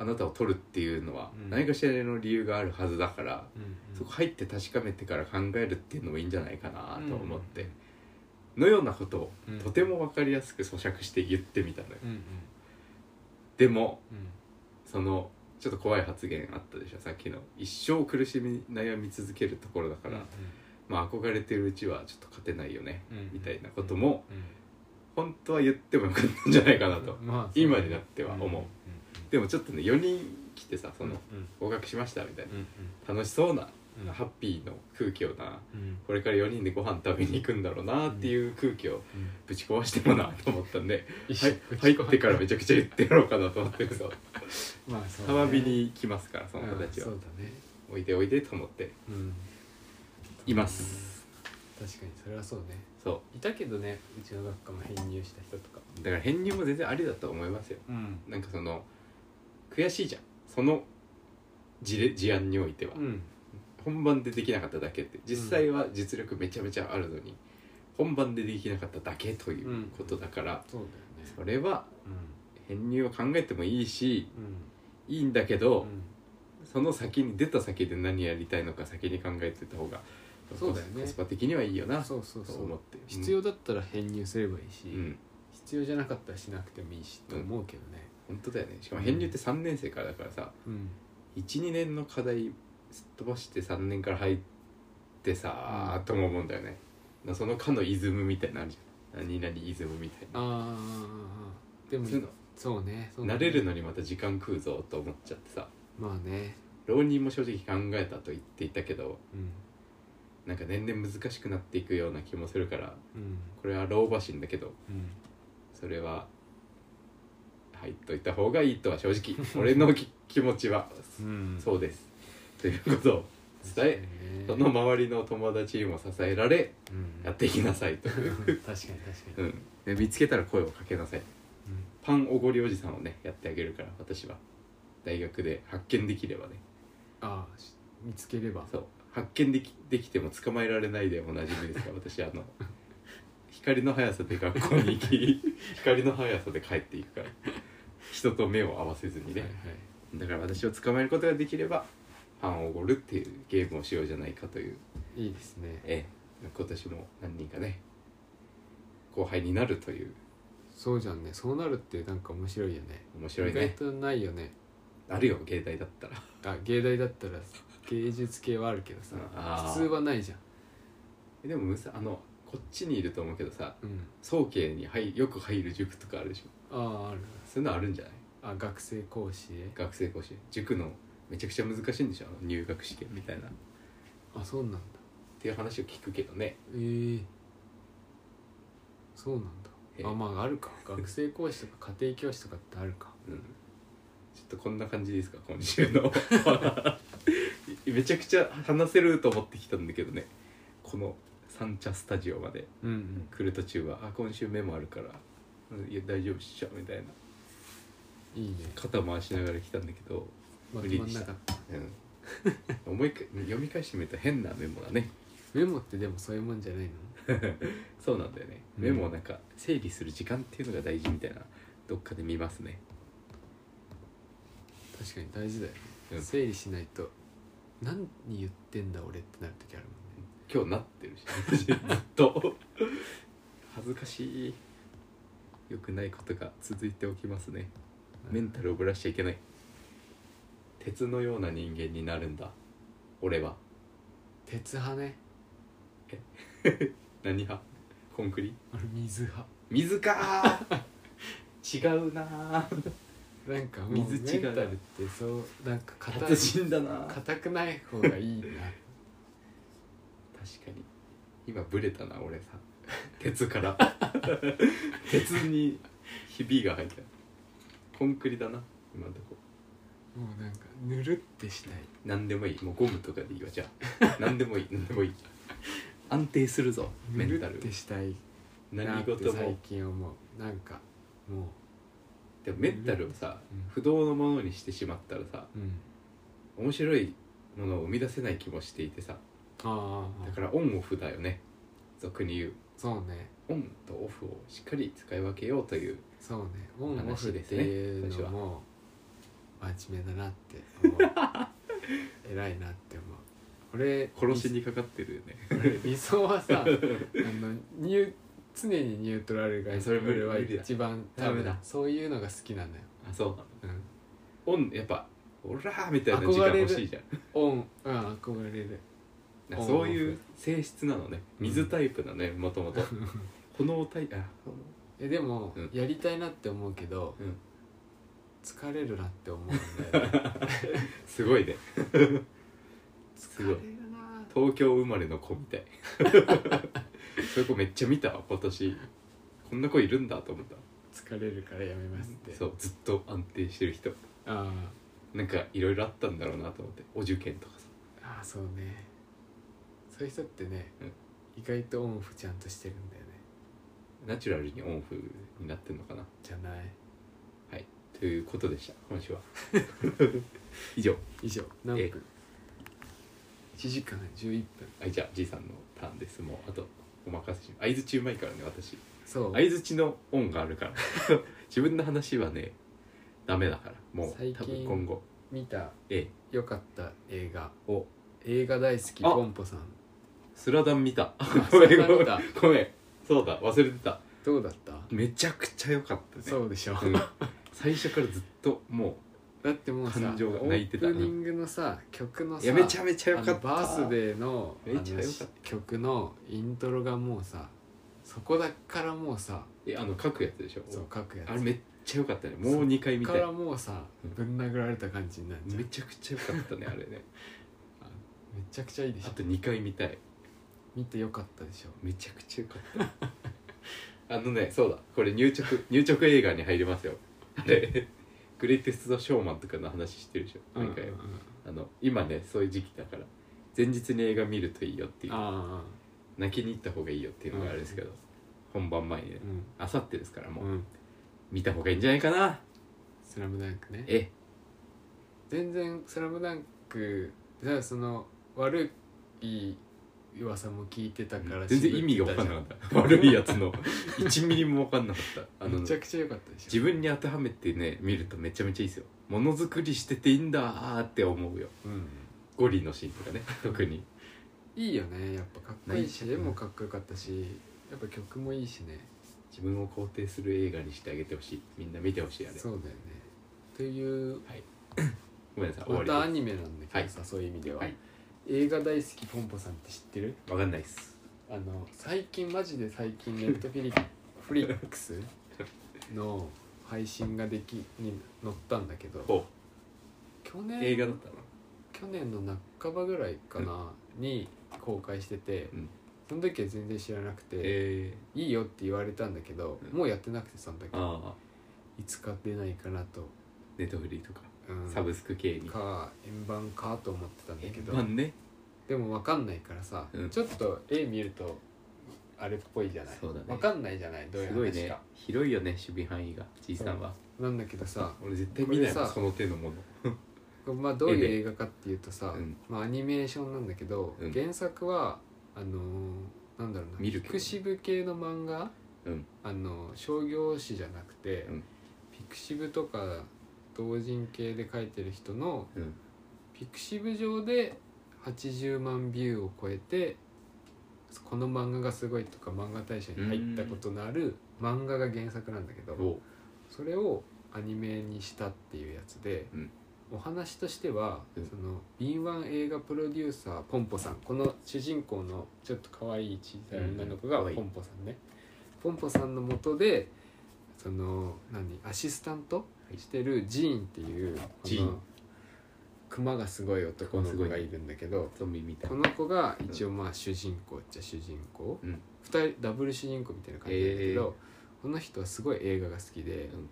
Speaker 1: あなたを取るっていうのは
Speaker 2: うん
Speaker 1: 何かしらの理由があるはずだから、
Speaker 2: うん
Speaker 1: そこ入って確かめてから考えるっていうのもいいんじゃないかなと思って、
Speaker 2: うん
Speaker 1: のようなことを
Speaker 2: うん
Speaker 1: とても分かりやすく咀嚼して言ってみたのよ、
Speaker 2: うんうん
Speaker 1: でも
Speaker 2: うん
Speaker 1: そのちょっと怖い発言あったでしょさっきの一生苦しみ悩み続けるところだから、まあ憧れてるうちはちょっと勝てないよね
Speaker 2: うんうん
Speaker 1: みたいなことも
Speaker 2: うん
Speaker 1: 本当は言ってもよかったんじゃないかなと、
Speaker 2: まあ
Speaker 1: 今になっては思う、
Speaker 2: んんん
Speaker 1: でもちょっとね4人来てさその
Speaker 2: うん
Speaker 1: 合格しましたみたいな
Speaker 2: うん
Speaker 1: 楽しそうな、
Speaker 2: うん
Speaker 1: ハッピーの空気をな
Speaker 2: うん
Speaker 1: これから4人でご飯食べに行くんだろうなっていう空気を
Speaker 2: うん
Speaker 1: ぶち壊してもなと思ったんで、
Speaker 2: 一
Speaker 1: は
Speaker 2: 緒
Speaker 1: い、入ってからめちゃくちゃ言ってやろうかなと思ってるぞ
Speaker 2: まあそうだね
Speaker 1: 浜辺に来ますからその子たちは
Speaker 2: うんそうだね
Speaker 1: おいでおいでと思って
Speaker 2: うん
Speaker 1: います
Speaker 2: 確かにそれはそうね
Speaker 1: そ
Speaker 2: いたけどねうちの学科も編入した人とか
Speaker 1: うだから編入も全然ありだと思いますよ
Speaker 2: うん
Speaker 1: なんかその悔しいじゃんその事例事案においては、
Speaker 2: うん
Speaker 1: 本番でできなかっただけって実際は実力めちゃめちゃあるのに、本番でできなかっただけということだから、
Speaker 2: そうだよね
Speaker 1: それは
Speaker 2: う
Speaker 1: 編入を考えてもいいし
Speaker 2: ん
Speaker 1: いいんだけ
Speaker 2: う
Speaker 1: ど、
Speaker 2: ん
Speaker 1: その先に出た先で何やりたいのか先に考えてた方が
Speaker 2: そうだよね
Speaker 1: コスパ的にはいいよな
Speaker 2: そうそう
Speaker 1: と
Speaker 2: そ
Speaker 1: 思っ
Speaker 2: う
Speaker 1: て
Speaker 2: 必要だったら編入すればいいし、
Speaker 1: うん、うん、
Speaker 2: 必要じゃなかったらしなくてもいいしと思うけどね
Speaker 1: 本当だよねしかも編入って3年生からだからさ
Speaker 2: うん
Speaker 1: 12年の課題すっ飛ばして3年から入ってさ
Speaker 2: うん
Speaker 1: とも思うんだよねそのかのイズムみたいなのあるじゃん何々イズムみたいな
Speaker 2: ああでも
Speaker 1: そういうの
Speaker 2: そうねそうね
Speaker 1: 慣れるのにまた時間食うぞと思っちゃってさ
Speaker 2: まあね
Speaker 1: 浪人も正直考えたと言っていたけど
Speaker 2: うん
Speaker 1: なんか年々難しくなっていくような気もするから
Speaker 2: うん
Speaker 1: これは老婆心だけど
Speaker 2: うん
Speaker 1: それは入っといた方がいいとは正直俺のき気持ちは
Speaker 2: うん
Speaker 1: そうですということを伝えその
Speaker 2: 確か
Speaker 1: 周りの友達にも支えられ
Speaker 2: にねうん
Speaker 1: やっていきなさいと、
Speaker 2: 確かに確か
Speaker 1: う
Speaker 2: に
Speaker 1: ん、で見つけたら声をかけなさい
Speaker 2: うん
Speaker 1: パンおごりおじさんをねやってあげるから私は大学で発見できればね
Speaker 2: ああし見つければ
Speaker 1: そう発見できできても捕まえられないでおなじみです
Speaker 2: <laughs>
Speaker 1: から私あの光の速さで学校に行
Speaker 2: <laughs>
Speaker 1: き光の速さで帰っていくから人と目を合わせずにね、
Speaker 2: はい
Speaker 1: だから私を捕まえることができればパンをおごるっていうゲームをしようじゃないかという
Speaker 2: はいいいですね
Speaker 1: ええ今年も何人かね後輩になるという
Speaker 2: そうじゃんねそうなるってなんか面白いよね
Speaker 1: 面白い
Speaker 2: 意外
Speaker 1: ね
Speaker 2: とないよね
Speaker 1: あるよ芸大だったら
Speaker 2: あ芸大だったら芸術系はあるけどさ
Speaker 1: あ
Speaker 2: 普通はないじゃん
Speaker 1: でもむさあのこっちにいると思うけどさ
Speaker 2: うん
Speaker 1: 早慶に入よく入る塾とかあるでしょ
Speaker 2: ああある
Speaker 1: そういうのあるんじゃない
Speaker 2: あ学生講師へ
Speaker 1: 学生講師塾のめちゃくちゃ難しいんでしょあの入学試験みたいなっ
Speaker 2: あそうなんだ
Speaker 1: ていう話を聞くけどね
Speaker 2: えー、そうなんだ
Speaker 1: え
Speaker 2: あまああるか学生講師とか家庭教師とかってあるか
Speaker 1: うんちょっとこんな感じですか今週の <laughs> めちゃくちゃ話せると思ってきたんだけどねこの三茶スタジオまで
Speaker 2: うんうん
Speaker 1: 来る途中は「あ今週メモあるからうんいや大丈夫っしょ」みたいない
Speaker 2: いね
Speaker 1: 肩回しながら来たんだけど、
Speaker 2: ま
Speaker 1: 無
Speaker 2: と
Speaker 1: 理
Speaker 2: ま
Speaker 1: で
Speaker 2: ん
Speaker 1: し
Speaker 2: な
Speaker 1: た
Speaker 2: かった
Speaker 1: うん、思いか読み返してみると変なメモだね
Speaker 2: メモってでもそういうもんじゃないの
Speaker 1: そうなんだよね
Speaker 2: うん
Speaker 1: メモをなんか整理する時間っていうのが大事みたいなどっかで見ますね
Speaker 2: 確かに大事だよね、
Speaker 1: うん
Speaker 2: 整理しないと何言ってんだ俺ってなる時あるもんね
Speaker 1: 今日なってるし私ずっと恥ずかしい良くないことが続いておきますねメンタルをぶらしちゃいけない鉄のような人間になるんだ俺は
Speaker 2: 鉄派ね
Speaker 1: 何派コンクリ
Speaker 2: 俺水派
Speaker 1: 水か
Speaker 2: <laughs>
Speaker 1: ー違うなー
Speaker 2: なんかもう
Speaker 1: <laughs> 水
Speaker 2: メ
Speaker 1: 違
Speaker 2: ン
Speaker 1: う
Speaker 2: タルってそうなんか
Speaker 1: <laughs>
Speaker 2: 硬い
Speaker 1: 達人だなー確か
Speaker 2: 硬くない方がいいな
Speaker 1: に今ブレたな
Speaker 2: <laughs>
Speaker 1: 俺さ鉄から鉄にひびが入ったコンクリだな今のとこ
Speaker 2: もうなんかぬるってしたい
Speaker 1: 何でもいいもうゴムとかでいいわじゃあ
Speaker 2: <laughs>
Speaker 1: 何でもいい何でもいい安定するぞメ
Speaker 2: ぬ
Speaker 1: ン
Speaker 2: る
Speaker 1: タ
Speaker 2: っ
Speaker 1: ル
Speaker 2: てしたいな
Speaker 1: 何
Speaker 2: って
Speaker 1: 事
Speaker 2: 最
Speaker 1: も
Speaker 2: 近思うなんかも
Speaker 1: でもメンタルをさ
Speaker 2: うん
Speaker 1: 不動のものにしてしまったらさ
Speaker 2: う、うん、
Speaker 1: 面白いものを生み出せない気もしていてさ
Speaker 2: ああ
Speaker 1: だからオンオフだよね俗に言う
Speaker 2: そうね
Speaker 1: オンとオフをしっかり使い分けようという
Speaker 2: そうねオンオフ
Speaker 1: 話
Speaker 2: っ
Speaker 1: です
Speaker 2: て
Speaker 1: ね
Speaker 2: いうのも真面目だなって思う
Speaker 1: <laughs>
Speaker 2: 偉いなって思う俺
Speaker 1: 殺しにかかってるよね
Speaker 2: 俺理想
Speaker 1: <laughs>
Speaker 2: はさあのニュー常にニュートラルが
Speaker 1: それ無理
Speaker 2: 俺は
Speaker 1: 無理だ
Speaker 2: 一番
Speaker 1: ダメだ
Speaker 2: そういうのが好きなんだよ、
Speaker 1: あそうなの
Speaker 2: うん、
Speaker 1: オンやっぱオラーみたいな時間欲しいじゃん
Speaker 2: オンうん憧れる
Speaker 1: な
Speaker 2: オン
Speaker 1: そういう性質なのね水タイプだねもと <laughs> もと炎タイプあ
Speaker 2: えでも、
Speaker 1: うん
Speaker 2: やりたいなって思うけど、
Speaker 1: うん
Speaker 2: 疲れるなって思うんだよ
Speaker 1: <laughs>
Speaker 2: ね
Speaker 1: すごいね
Speaker 2: 疲れるな
Speaker 1: 東京生まれの子みたい <laughs> そういう子めっちゃ見たわ今年こんな子いるんだと思った
Speaker 2: 疲れるからやめますって
Speaker 1: そうずっと安定してる人
Speaker 2: あ
Speaker 1: なんかいろいろあったんだろうなと思ってお受験とかさ
Speaker 2: あああそうねそういう人ってね、
Speaker 1: うん
Speaker 2: 意外とオンオフちゃんとしてるんだよね
Speaker 1: ナチュラルにオンオフになってんのかな
Speaker 2: じゃない
Speaker 1: ということでした今週は <laughs> 以上
Speaker 2: 以上何
Speaker 1: え
Speaker 2: 分1時間11分
Speaker 1: あじゃあじいさんのターンですもうあとお任せし相づちうまいからね私
Speaker 2: そう
Speaker 1: 相づちのオンがあるから <laughs> 自分の話はねダメだからもう
Speaker 2: 最
Speaker 1: 多分
Speaker 2: 近
Speaker 1: 今後
Speaker 2: 見た
Speaker 1: ええ
Speaker 2: 良かった映画
Speaker 1: お
Speaker 2: 映画大好き
Speaker 1: あ
Speaker 2: ポンポ
Speaker 1: <laughs>
Speaker 2: さん
Speaker 1: スラダン見たご
Speaker 2: そ
Speaker 1: め
Speaker 2: うんな
Speaker 1: ごめ
Speaker 2: ん
Speaker 1: ん
Speaker 2: だ
Speaker 1: <laughs> ごめんそうだ忘れてた
Speaker 2: どうだった
Speaker 1: めちゃくちゃ良かったね
Speaker 2: そうでしょ
Speaker 1: うん最初からずっとも
Speaker 2: だってもうさオ
Speaker 1: 感情が泣い
Speaker 2: ー
Speaker 1: て
Speaker 2: プ
Speaker 1: た
Speaker 2: ニングのさ曲の
Speaker 1: うい
Speaker 2: さ
Speaker 1: やめちゃめちゃ良
Speaker 2: あ
Speaker 1: か
Speaker 2: の
Speaker 1: った
Speaker 2: バースデーのあ
Speaker 1: めっちゃ
Speaker 2: の
Speaker 1: 良かっ
Speaker 2: 曲のイントロがもうさそこだからもうさ
Speaker 1: えあの書くやつでしょ
Speaker 2: そう書くやつ
Speaker 1: あれめっちゃ良かったねもう2回見
Speaker 2: か
Speaker 1: たい
Speaker 2: らもうさ
Speaker 1: うん
Speaker 2: ぶん殴られた感じになっちゃう
Speaker 1: めちゃくちゃ良かったねあれね
Speaker 2: めちゃくちゃいいでし
Speaker 1: あ
Speaker 2: ょ
Speaker 1: と2回見たい
Speaker 2: 見てよかったでしょ
Speaker 1: めちゃくちゃ良かったあのねそうだこれ入直入直映画に入りますよあれグレイテストショーマンとかの話してるでしょ毎回、
Speaker 2: うんうんうん
Speaker 1: あの今ねそういう時期だから前日に映画見るといいよっていう
Speaker 2: あ
Speaker 1: 泣きに行った方がいいよっていうのがあるんですけど、本番前にね
Speaker 2: あうん
Speaker 1: あさってですからもう、
Speaker 2: うん
Speaker 1: 見た方がいいんじゃないかな
Speaker 2: 「スラムダンクね
Speaker 1: え
Speaker 2: 全然「スラムダンクじゃあその悪い噂も聞いてたから
Speaker 1: 全然意味が分かんなかった悪いやつの1ミリも分かんなかったあの
Speaker 2: めちゃくちゃ良かったでしょ
Speaker 1: 自分に当てはめてね見るとめちゃめちゃいいですよものづくりしてていいんだーって思うよ
Speaker 2: うん
Speaker 1: ゴリのシーンとか
Speaker 2: <laughs>
Speaker 1: ね特に
Speaker 2: いいよねやっぱかっこいいし
Speaker 1: ない
Speaker 2: 絵もかっこよかったしやっぱ曲もいいしね
Speaker 1: 自分を肯定する映画にしてあげてほしいみんな見てほしいあれ
Speaker 2: そうだよねという
Speaker 1: ごめんなさい終
Speaker 2: また
Speaker 1: わ
Speaker 2: ア
Speaker 1: りで
Speaker 2: ニメなんだけどさ、そういう意味では、
Speaker 1: はい
Speaker 2: 映画大好きポンポさんって知ってる
Speaker 1: す分かんないっす
Speaker 2: あの最近マジで最
Speaker 1: <laughs>
Speaker 2: 近ネットフィリフリックスの配信ができに載ったんだけど
Speaker 1: お
Speaker 2: 去年
Speaker 1: 映画だったの
Speaker 2: 去年の半ばぐらいかな、に公開してて、
Speaker 1: うん
Speaker 2: その時は全然知らなくて、
Speaker 1: え
Speaker 2: いいよって言われたんだけど、
Speaker 1: うん
Speaker 2: もうやってなくてその
Speaker 1: ー、
Speaker 2: 時
Speaker 1: ああ
Speaker 2: いつか出ないかなと、
Speaker 1: ネットフリーとか
Speaker 2: うん、
Speaker 1: サブスク系に
Speaker 2: か円盤かと思ってたんだけど、
Speaker 1: まあね
Speaker 2: でも分かんないからさ、
Speaker 1: うん
Speaker 2: ちょっと絵見るとあれっぽいじゃない、
Speaker 1: そうだね
Speaker 2: 分かんないじゃないどういう
Speaker 1: す
Speaker 2: 話か
Speaker 1: ごいね広いよね守備範囲がじいさんは
Speaker 2: なんだけどさ
Speaker 1: 俺絶対見ない
Speaker 2: こ
Speaker 1: も
Speaker 2: れ
Speaker 1: ん
Speaker 2: さ
Speaker 1: その手のもの
Speaker 2: まあ、どういう映画かっていうとさ、
Speaker 1: うん
Speaker 2: まあ、アニメーションなんだけど、
Speaker 1: うん
Speaker 2: 原作はあのーなんだろうな
Speaker 1: 見るけ
Speaker 2: ピ
Speaker 1: ど
Speaker 2: クシブ系の漫画、
Speaker 1: うん
Speaker 2: あの商業誌じゃなくて、
Speaker 1: うん
Speaker 2: ピクシブとか同人系で書いてる人の
Speaker 1: うん
Speaker 2: ピクシブ上で80万ビューを超えてこの漫画がすごいとか漫画大賞に入ったことのある漫画が原作なんだけど、
Speaker 1: お
Speaker 2: それをアニメにしたっていうやつで、
Speaker 1: うん
Speaker 2: お話としては、
Speaker 1: うん
Speaker 2: その敏腕映画プロデューサーポンポさんこの主人公のちょっと可愛い小さい女の子が
Speaker 1: うん可愛
Speaker 2: ポン
Speaker 1: い
Speaker 2: ポさんね、ポンポさんのもとでその何アシスタントしてるジーンっていうこの
Speaker 1: ジーン
Speaker 2: 熊がすごい男の子がいるんだけど
Speaker 1: ゾンビみたい
Speaker 2: こ
Speaker 1: な
Speaker 2: の子が一応まあ主人公っちゃ主人公、
Speaker 1: うん
Speaker 2: 二人ダブル主人公みたいな感じなんだけど、この人はすごい映画が好きで、
Speaker 1: うん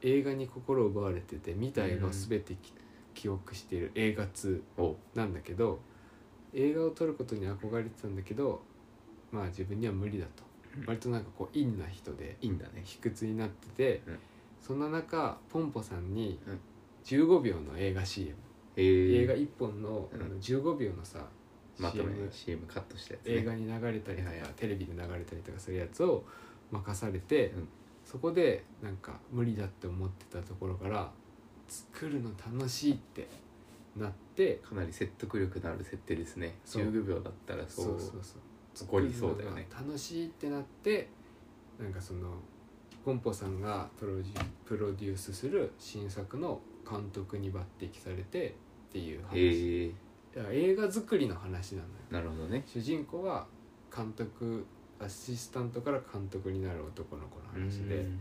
Speaker 2: 映画に心を奪われてて見た映画を全てき、記憶している映画通
Speaker 1: お
Speaker 2: なんだけど映画を撮ることに憧れてたんだけどまあ自分には無理だと、
Speaker 1: うん
Speaker 2: 割となんかこうインな人で
Speaker 1: いいんだね
Speaker 2: 卑屈になってて、
Speaker 1: うん
Speaker 2: そんな中ポンポさんに
Speaker 1: うん
Speaker 2: 15秒の映画 CM、
Speaker 1: えー、
Speaker 2: 映画1本の,、
Speaker 1: うん
Speaker 2: あの15秒のさ
Speaker 1: まとめ
Speaker 2: CM
Speaker 1: CM カットしたやつ、ね、
Speaker 2: 映画に流れたりとか、
Speaker 1: はいはい
Speaker 2: テレビで流れたりとかするやつを任されて、
Speaker 1: うん
Speaker 2: そこでなんか無理だって思ってたところから作るの楽しいってなって
Speaker 1: かなり説得力のある設定ですね
Speaker 2: そう
Speaker 1: 15秒だったらそう
Speaker 2: そうそうそう
Speaker 1: 起こりそうだよね
Speaker 2: 作るのが楽しいってなってなんかそのポンポさんがプロデュプロデュースする新作の監督に抜擢されてっていう
Speaker 1: えー、
Speaker 2: 話、だから映画作りの話なのよ
Speaker 1: なるほどね
Speaker 2: 主人公は監督アシスタントから監督になる男の子の話
Speaker 1: う
Speaker 2: で
Speaker 1: ん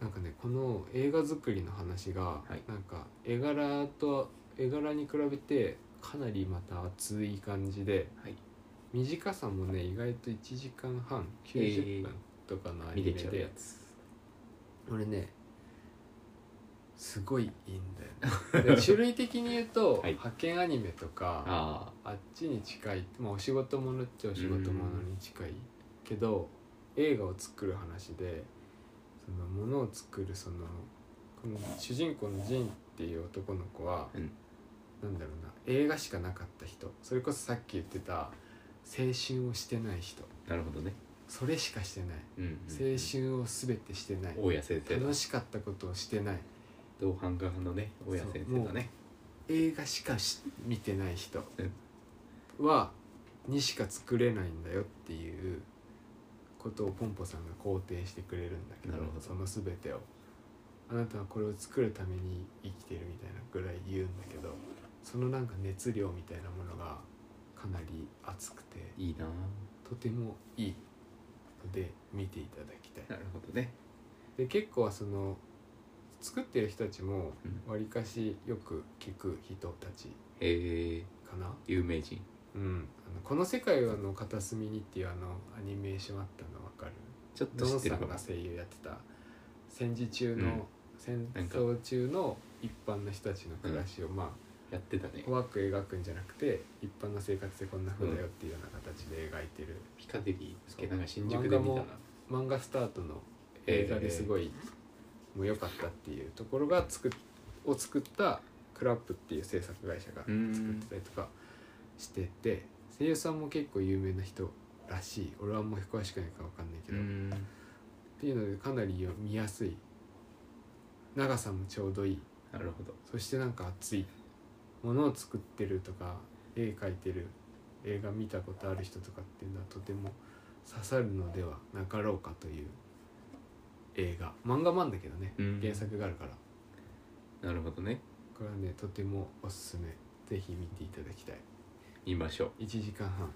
Speaker 2: なんかねこの映画作りの話が、
Speaker 1: い
Speaker 2: なんか絵柄と絵柄に比べてかなりまた熱い感じで
Speaker 1: はい
Speaker 2: 短さもね意外と1時間半
Speaker 1: えー
Speaker 2: 90分とかのアニ
Speaker 1: 見
Speaker 2: メ
Speaker 1: れち
Speaker 2: で
Speaker 1: ゃうや、つ
Speaker 2: 俺ねすごいいいんだよ
Speaker 1: <laughs>
Speaker 2: ね、で種類的に言うと、
Speaker 1: はい
Speaker 2: 派遣アニメとか
Speaker 1: あ
Speaker 2: あっちに近い、まあ、お仕事ものっちゃお仕事ものに近いけど映画を作る話でそのものを作るそのこの主人公のジンっていう男の子は、
Speaker 1: うん
Speaker 2: なんだろうな映画しかなかった人それこそさっき言ってた青春をしてない人
Speaker 1: あなるほどね、
Speaker 2: それしかしてない
Speaker 1: うんうん
Speaker 2: 青春を全てしてない
Speaker 1: 大谷先生だ
Speaker 2: 楽しかったことをしてない
Speaker 1: 同伴側のね大谷先生だね
Speaker 2: 映画しかし見てない人
Speaker 1: うん
Speaker 2: はにしか作れないんだよっていうことをポンポさんが肯定してくれるんだけど
Speaker 1: なるほど
Speaker 2: その全てをあなたはこれを作るために生きてるみたいなぐらい言うんだけどそのなんか熱量みたいなものがかなり熱くて
Speaker 1: いいな
Speaker 2: とてもいいので見ていただきた
Speaker 1: な
Speaker 2: い
Speaker 1: るほどね
Speaker 2: で結構はその作ってる人たちも
Speaker 1: うん
Speaker 2: わりかしよく聞く人たち
Speaker 1: えー、
Speaker 2: かな、
Speaker 1: 有名人
Speaker 2: うん、あのこの世界の片隅にっていうあのアニメーションあったのわかる
Speaker 1: ちょっと
Speaker 2: ゾ
Speaker 1: 知
Speaker 2: ン
Speaker 1: って
Speaker 2: さ
Speaker 1: るか
Speaker 2: ん
Speaker 1: も
Speaker 2: が声優やってた戦時中の、
Speaker 1: うん
Speaker 2: 戦
Speaker 1: なんか
Speaker 2: 争中の一般の人たちの暮らしを、まあ
Speaker 1: やってたね
Speaker 2: 怖く描くんじゃなくて一般の生活でこんな風だよっていうような形で描いてる、
Speaker 1: ピカデリーだっけなんか新宿で見た
Speaker 2: 漫
Speaker 1: な
Speaker 2: 画漫画スタートの映画ですごいもう良かったっていうところが作っを作ったクラップっていう制作会社が
Speaker 1: う
Speaker 2: 作っ
Speaker 1: ん
Speaker 2: てたりとかしてて声優さんも結構有名な人らしい俺はあんまり詳しくないから分かんないけ
Speaker 1: う
Speaker 2: ど、っ
Speaker 1: ん
Speaker 2: ていうのでかなりよ見やすい長さもちょうどいい
Speaker 1: なるほど
Speaker 2: そしてなんか熱いものを作ってるとか絵描いてる映画見たことある人とかっていうのはとても刺さるのではなかろうかという映画漫画なんだけどね
Speaker 1: うん
Speaker 2: 原作があるから
Speaker 1: なるほどね
Speaker 2: これはねとてもおすすめぜひ見ていただきたい
Speaker 1: 見ましょう
Speaker 2: 1時間 <laughs> 半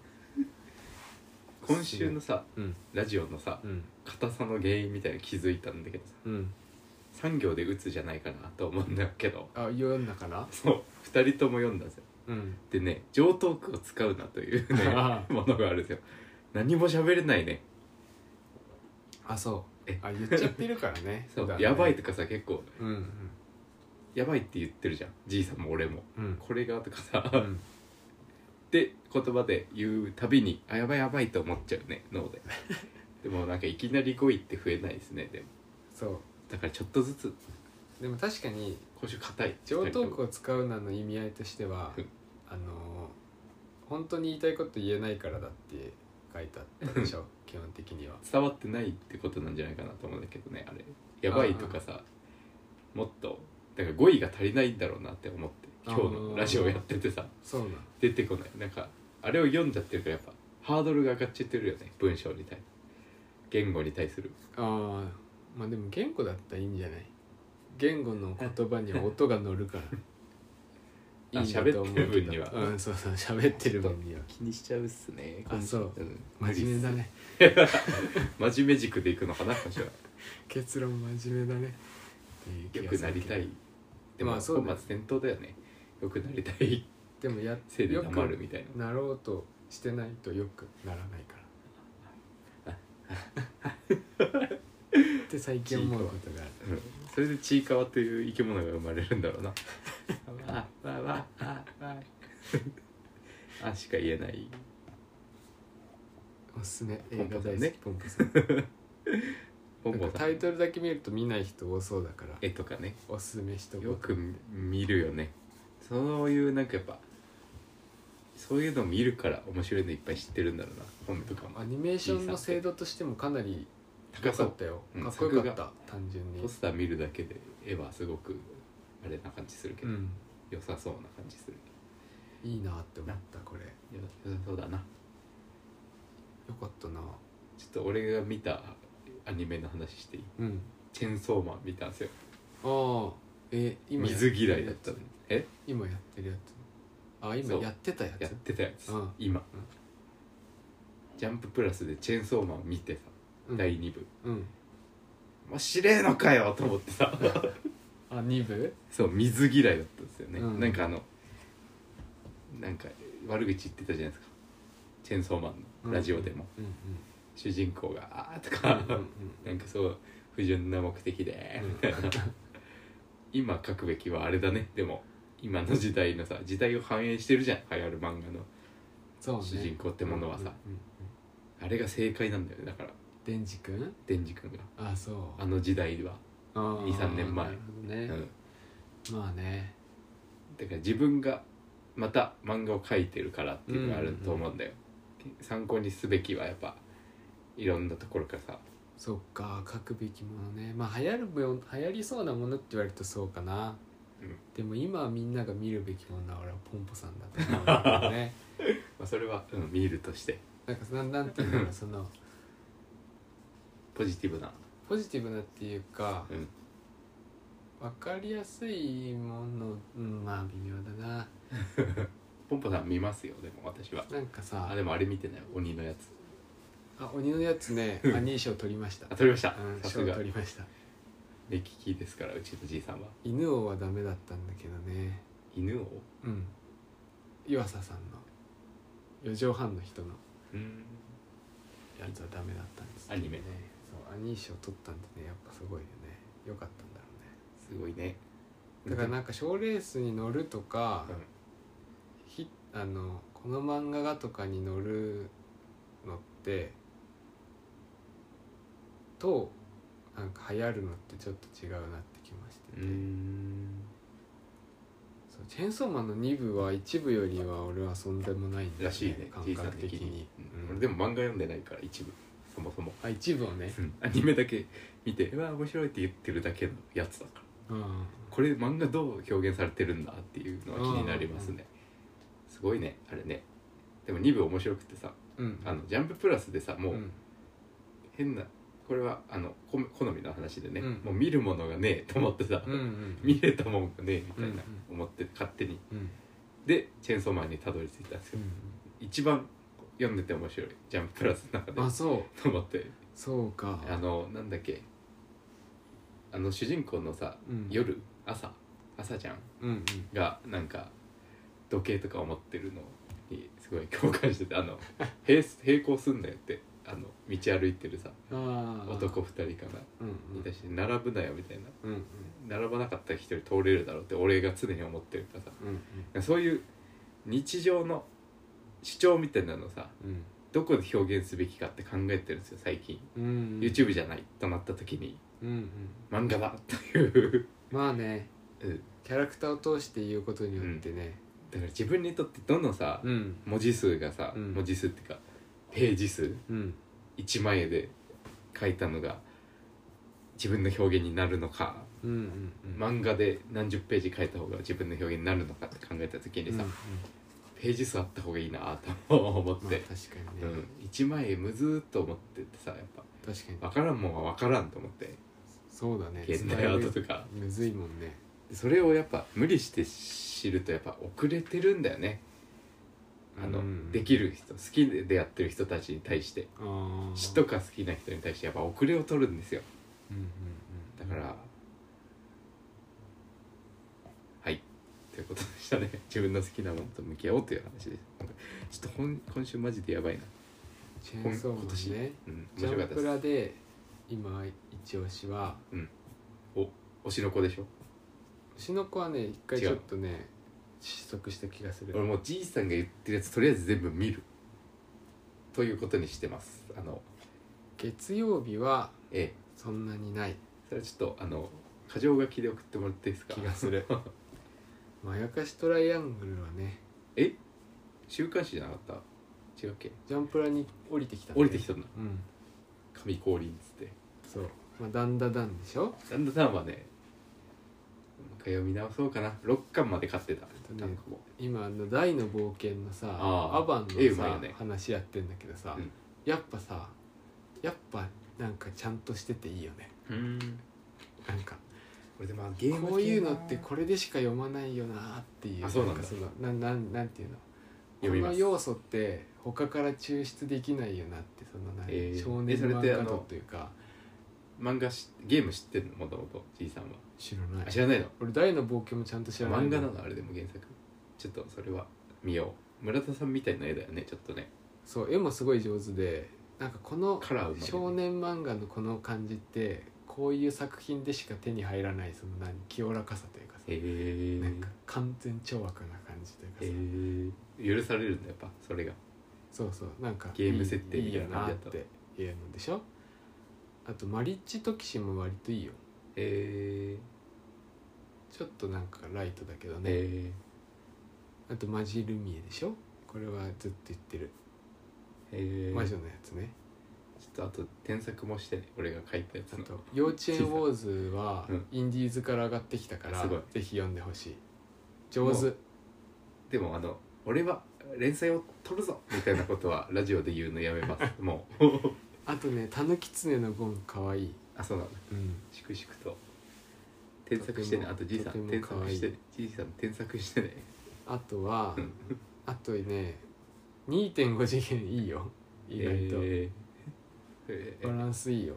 Speaker 1: 今週のさ
Speaker 2: うん
Speaker 1: ラジオのさ
Speaker 2: うん
Speaker 1: 硬さの原因みたいなの気づいたんだけどさ
Speaker 2: うん
Speaker 1: 3行で打つじゃないかなと思うんだけど
Speaker 2: あ読んだかな
Speaker 1: そう2人とも読んだぜ
Speaker 2: うん
Speaker 1: でね上等句を使うなというね
Speaker 2: <laughs> あ
Speaker 1: ものがあるんですよ何も喋れないね
Speaker 2: あそ
Speaker 1: え
Speaker 2: うあ言っちゃってるから <laughs> ね
Speaker 1: そう、
Speaker 2: 普段ね
Speaker 1: やばいとかさ結構
Speaker 2: うんうん
Speaker 1: やばいって言ってるじゃんじいさんも俺も
Speaker 2: うん
Speaker 1: これがとかさ、
Speaker 2: う <laughs>
Speaker 1: っ
Speaker 2: ん
Speaker 1: て言葉で言うたびにあやばいやばいと思っちゃうね脳ででもなんかいきなり語彙って増えないですねでも
Speaker 2: そう
Speaker 1: だからちょっとずつ
Speaker 2: でも確かに
Speaker 1: 今週硬い
Speaker 2: 上等
Speaker 1: 句
Speaker 2: 句を使うなの意味合いとしては
Speaker 1: うん
Speaker 2: あの本当に言いたいこと言えないからだって書いてあったで <laughs> しょ基本的には
Speaker 1: 伝わってないってことなんじゃないかなと思うんだけどねあれやばいとかさもっとだから語彙が足りないんだろうなって思って今日のラジオやっててさ
Speaker 2: そうなん
Speaker 1: 出てこないなんかあれを読んじゃってるからやっぱハードルが上がっちゃってるよね文章に対言語に対する
Speaker 2: ああまあでも言語だったらいいんじゃない言語の言葉には音が乗るから
Speaker 1: <laughs> あ
Speaker 2: いいなと思うけど
Speaker 1: 喋ってる分には
Speaker 2: うんそうそう喋ってる分には
Speaker 1: 気にしちゃうっすね
Speaker 2: あそう
Speaker 1: うん
Speaker 2: 真面目だね
Speaker 1: <laughs> 真面目軸でいくのかな今週は
Speaker 2: 結論真面目だねっていう
Speaker 1: よ
Speaker 2: 気
Speaker 1: く
Speaker 2: がす
Speaker 1: な
Speaker 2: るけ
Speaker 1: り
Speaker 2: ど
Speaker 1: た <laughs> いでも、
Speaker 2: まあそうだ
Speaker 1: 本
Speaker 2: ね
Speaker 1: 末転倒だよねよくなりたい
Speaker 2: でもや
Speaker 1: せいで
Speaker 2: よ
Speaker 1: 黙
Speaker 2: く
Speaker 1: るみたい
Speaker 2: なろうとしてないとよくならない
Speaker 1: <laughs>
Speaker 2: からって最近思うことがある
Speaker 1: な、うん、それでちいかわという生き物が生まれるんだろうなあわわあわあしか言えない
Speaker 2: おすすめ
Speaker 1: ポン
Speaker 2: 映
Speaker 1: ポ
Speaker 2: 画
Speaker 1: さん
Speaker 2: 大好
Speaker 1: ね
Speaker 2: きポンポさん,、
Speaker 1: ボンボ
Speaker 2: なんか
Speaker 1: さ
Speaker 2: タ
Speaker 1: ん
Speaker 2: イトルだけ見ると見ない人多そうだから
Speaker 1: 絵とかね
Speaker 2: おすすめしとこう
Speaker 1: よく見るよねそういうなんかやっぱそういうの見るから面白いのいっぱい知ってるんだろうな本とかも
Speaker 2: アニメーションの精度としてもかなり
Speaker 1: 高
Speaker 2: 良
Speaker 1: そ
Speaker 2: か
Speaker 1: う
Speaker 2: ったよ
Speaker 1: うん
Speaker 2: かっこよかっ
Speaker 1: 作
Speaker 2: た単純に
Speaker 1: ポスター見るだけで絵はすごくあれな感じするけ
Speaker 2: う
Speaker 1: ど、
Speaker 2: ん
Speaker 1: 良さそうな感じする
Speaker 2: いいなって思ったこれよ
Speaker 1: いや良さそうだな
Speaker 2: かったな
Speaker 1: ちょっと俺が見たアニメの話していい
Speaker 2: うん
Speaker 1: チェンソーマン見たんですよ
Speaker 2: ああえ今や
Speaker 1: 水嫌いだったのにえ
Speaker 2: 今やってるやつあ今
Speaker 1: そう
Speaker 2: やってたや
Speaker 1: やっ
Speaker 2: つ
Speaker 1: てたやつ、
Speaker 2: うん
Speaker 1: 今、ジャンププラスでチェンソーマン見てさ、
Speaker 2: うん
Speaker 1: 第2部
Speaker 2: うん
Speaker 1: もう知れえのかよと思って
Speaker 2: <laughs>
Speaker 1: さ
Speaker 2: あ二部
Speaker 1: そう水嫌いだったんですよね、
Speaker 2: うん
Speaker 1: なんかあのなんか悪口言ってたじゃないですかチェンソーマンのラジオでも、
Speaker 2: うん
Speaker 1: 主人公が「あー」と
Speaker 2: うん
Speaker 1: か、
Speaker 2: うんうん
Speaker 1: <laughs> なんかそう不純な目的でみたいな、 <laughs> 今書くべきはあれだねでも今の時代のさ時代を反映してるじゃん流行る漫画の
Speaker 2: そうね
Speaker 1: 主人公ってものはさ
Speaker 2: うんうんうん
Speaker 1: あれが正解なんだよねだから
Speaker 2: デンジ君
Speaker 1: デンジ君が
Speaker 2: あそう
Speaker 1: あの時代は、
Speaker 2: あー
Speaker 1: 二三年前
Speaker 2: なるほど
Speaker 1: う
Speaker 2: ね
Speaker 1: ん、
Speaker 2: まあね
Speaker 1: だから自分がまた漫画を描いてるからっていうのがあると思うんだよ、参考にすべきはやっぱいろんなところからさ
Speaker 2: そっか書くべきものねまあ流行るも流行りそうなものって言われるとそうかな、
Speaker 1: うん
Speaker 2: でも今みんなが見るべきものは俺はポンポさんだと思うんだけ
Speaker 1: <laughs>
Speaker 2: どね
Speaker 1: まあ、それは、うん、見るとして
Speaker 2: なんかなんなんていうのかなその
Speaker 1: ポジティブな、
Speaker 2: ポジティブなっていうか
Speaker 1: うん、
Speaker 2: 分かりやすいもの、うん、まあ微妙だな
Speaker 1: ポンポさん見ますよでも私は
Speaker 2: なんかさ
Speaker 1: あでもあれ見てない鬼のやつ
Speaker 2: あ鬼のやつねアニー賞取りました
Speaker 1: あ取りました
Speaker 2: うん
Speaker 1: さ
Speaker 2: 賞
Speaker 1: すが
Speaker 2: 取りました
Speaker 1: 目利きですからうちのじいさんは
Speaker 2: 犬王はダメだったんだけどね
Speaker 1: 犬を
Speaker 2: うん岩佐さんの四畳半の人の
Speaker 1: うん
Speaker 2: やつはダメだったんです
Speaker 1: アニメ
Speaker 2: ねそうアニー賞取ったんでねやっぱすごいよねよかったんだろう
Speaker 1: すごいね
Speaker 2: ねだからなんか賞ーレースに乗るとか、
Speaker 1: うん
Speaker 2: ひあのこの漫画がとかに乗るのってとなんか流行るのってちょっと違うなってきまして
Speaker 1: う
Speaker 2: て、
Speaker 1: ん
Speaker 2: そうチェーンソーマンの2部は1部よりは俺はそんでもないんだよ
Speaker 1: らしいね
Speaker 2: 感
Speaker 1: じいさん
Speaker 2: 覚的に、
Speaker 1: うん
Speaker 2: うん
Speaker 1: 俺でも漫画読んでないから一部そもそも
Speaker 2: あ1部をね
Speaker 1: うんアニメだけ見て「うわ面白い」って言ってるだけのやつだから
Speaker 2: うん
Speaker 1: これ漫画どう表現されてるんだっていうのは気になりますねすごいねあれねでも2部面白くてさ
Speaker 2: うん
Speaker 1: あのジャンププラスでさも
Speaker 2: う
Speaker 1: うん変なこれはあのこ好みの話でね、
Speaker 2: うん
Speaker 1: もう見るものがねえと思ってさ、
Speaker 2: うんうん
Speaker 1: 見れたもんがねえみたいな
Speaker 2: うん
Speaker 1: 思って勝手に
Speaker 2: うん
Speaker 1: で「チェーンソーマン」にたどり着いたんです
Speaker 2: う
Speaker 1: けど、
Speaker 2: ん
Speaker 1: 一番読んでて面白い「ジャンププラス」の中で
Speaker 2: あそ
Speaker 1: <laughs>
Speaker 2: う
Speaker 1: と思って
Speaker 2: そうか
Speaker 1: あのなんだっけあの主人公のさ、
Speaker 2: うん
Speaker 1: 夜朝朝ちゃん
Speaker 2: うんうん
Speaker 1: がなんか時計とかを持ってるのにすごい共感してて
Speaker 2: <laughs>
Speaker 1: あの並並行すんなよってあの道歩いてるさ
Speaker 2: ああ
Speaker 1: 男2人かな
Speaker 2: うん
Speaker 1: に対して並ぶなよみたいな
Speaker 2: うんうん
Speaker 1: 並ばなかったら1人通れるだろうって俺が常に思ってるからさ
Speaker 2: うん
Speaker 1: そういう日常の主張みたいなのをさ
Speaker 2: うん
Speaker 1: どこで表現すべきかって考えてるんですよ最近、
Speaker 2: うん
Speaker 1: YouTube じゃないとなった時に
Speaker 2: うんうん
Speaker 1: 漫画 <laughs> だという、
Speaker 2: まあね
Speaker 1: うん、
Speaker 2: キャラクターを通して言うことによってね
Speaker 1: だから自分にとってどのさ、
Speaker 2: うん
Speaker 1: 文字数がさ、
Speaker 2: うん
Speaker 1: 文字数っていうかページ数
Speaker 2: うん
Speaker 1: 1枚絵で書いたのが自分の表現になるのか
Speaker 2: うんうんうん
Speaker 1: 漫画で何十ページ書いた方が自分の表現になるのかって考えた時にさ、
Speaker 2: うんうん
Speaker 1: ページ数あった方がいいなと思っ
Speaker 2: まあ、
Speaker 1: て、
Speaker 2: 確かにね、
Speaker 1: うん、1枚むずーっと思っててさやっぱ
Speaker 2: 確かに
Speaker 1: 分からんもんは分からんと思って
Speaker 2: そうだね
Speaker 1: 現代アートとか
Speaker 2: 伝えるむずいもんね
Speaker 1: それをやっぱ無理して知るとやっぱ遅れてるんだよねあの、
Speaker 2: うん
Speaker 1: できる人好きでやってる人たちに対して
Speaker 2: あー
Speaker 1: 詩とか好きな人に対してやっぱ遅れを取るんですよ
Speaker 2: うんうん
Speaker 1: だからはいということでしたね <laughs> 自分の好きなものと向き合おうという話ですなんかちょっと本今週マジでやばいな
Speaker 2: チェーンソーマンね
Speaker 1: うん
Speaker 2: ジ
Speaker 1: 面白か
Speaker 2: ャ
Speaker 1: った
Speaker 2: ンプ
Speaker 1: です
Speaker 2: ラで今一押しは
Speaker 1: 推しの子でしょ
Speaker 2: 推しの子はね一回
Speaker 1: 違う
Speaker 2: ちょっとね失速した気がする
Speaker 1: 俺もうじいさんが言ってるやつとりあえず全部見るということにしてますあの
Speaker 2: 月曜日は
Speaker 1: ええ
Speaker 2: そんなにない
Speaker 1: それはちょっとあの箇条書きで送ってもらっていいですか
Speaker 2: 気がするまやかしトライアングルはね
Speaker 1: <laughs> え週刊誌じゃなかった違うっけ
Speaker 2: ジャンプラに降りてきたね
Speaker 1: 降りてきたんだ
Speaker 2: うん
Speaker 1: 神降臨っつって
Speaker 2: そうまあだんだだんでしょ
Speaker 1: なんださんはねもう一回読み直そうかな六巻まで買ってた
Speaker 2: とね
Speaker 1: 単行本
Speaker 2: 今あの大の冒険のさ
Speaker 1: あー
Speaker 2: アバンの
Speaker 1: 絵うまいよ
Speaker 2: さ、
Speaker 1: ね
Speaker 2: 話やってんだけどさ、
Speaker 1: うん
Speaker 2: やっぱさやっぱなんかちゃんとしてていいよね
Speaker 1: うん
Speaker 2: なんか
Speaker 1: 俺でもあのゲーム系な
Speaker 2: こういうのってこれでしか読まないよなっていう
Speaker 1: あそうなんだ
Speaker 2: かそのなんなんなんていうの
Speaker 1: 読み
Speaker 2: こ
Speaker 1: ま
Speaker 2: の
Speaker 1: す
Speaker 2: 要素って他から抽出できないよなってその何、
Speaker 1: えー
Speaker 2: 少
Speaker 1: え
Speaker 2: 年
Speaker 1: それって
Speaker 2: 漫
Speaker 1: あ
Speaker 2: 画
Speaker 1: の
Speaker 2: のというか
Speaker 1: 漫画しゲーム知ってんのもともとじいさんは
Speaker 2: 知らな
Speaker 1: あ
Speaker 2: い
Speaker 1: 知らないの
Speaker 2: 俺大の冒険もちゃんと知らない
Speaker 1: 漫画なのあれでも原作ちょっとそれは見よう村田さんみたいな絵だよねちょっとね
Speaker 2: そう絵もすごい上手でなんかこの
Speaker 1: カラーうまいね
Speaker 2: 少年漫画のこの感じってこういう作品でしか手に入らないその何清らかさというかさ、
Speaker 1: へえ
Speaker 2: なんか完全懲悪な感じというかさ、
Speaker 1: えー、許されるんだやっぱそれが
Speaker 2: そうそうなんか
Speaker 1: ゲーム設定
Speaker 2: いい
Speaker 1: み
Speaker 2: い
Speaker 1: た
Speaker 2: い
Speaker 1: い
Speaker 2: よ
Speaker 1: な感
Speaker 2: な
Speaker 1: じ
Speaker 2: っ
Speaker 1: だった
Speaker 2: ていうのでしょあとマリッチトキシも割といいよ
Speaker 1: え
Speaker 2: ちょっとなんかライトだけど
Speaker 1: ー、
Speaker 2: ね、
Speaker 1: え
Speaker 2: あとマジルミエでしょこれはずっと言ってる、
Speaker 1: ー、えー、
Speaker 2: 魔
Speaker 1: ちょ
Speaker 2: 女のやつね
Speaker 1: っとあと添削もしてね俺が書いたやつ
Speaker 2: あ
Speaker 1: の
Speaker 2: と「幼稚園ウォーズ」は
Speaker 1: うん
Speaker 2: インディーズから上がってきたから、
Speaker 1: すごい
Speaker 2: ぜひ読んでほしい上手
Speaker 1: でもあの俺は連載を取るぞみたいなこと
Speaker 2: <laughs>
Speaker 1: はラジオで言うのやめますもう
Speaker 2: あとね「たぬきつねのゴン」かわいい、
Speaker 1: あそうなんだ
Speaker 2: うん、
Speaker 1: 粛々と添削してねあとじいさん
Speaker 2: と
Speaker 1: 添
Speaker 2: ても可
Speaker 1: 削
Speaker 2: 愛い
Speaker 1: してねじいさん添削してね
Speaker 2: あとは
Speaker 1: うん
Speaker 2: あとね2.5次元いいよ意外と、
Speaker 1: えーえー
Speaker 2: バランスいいよ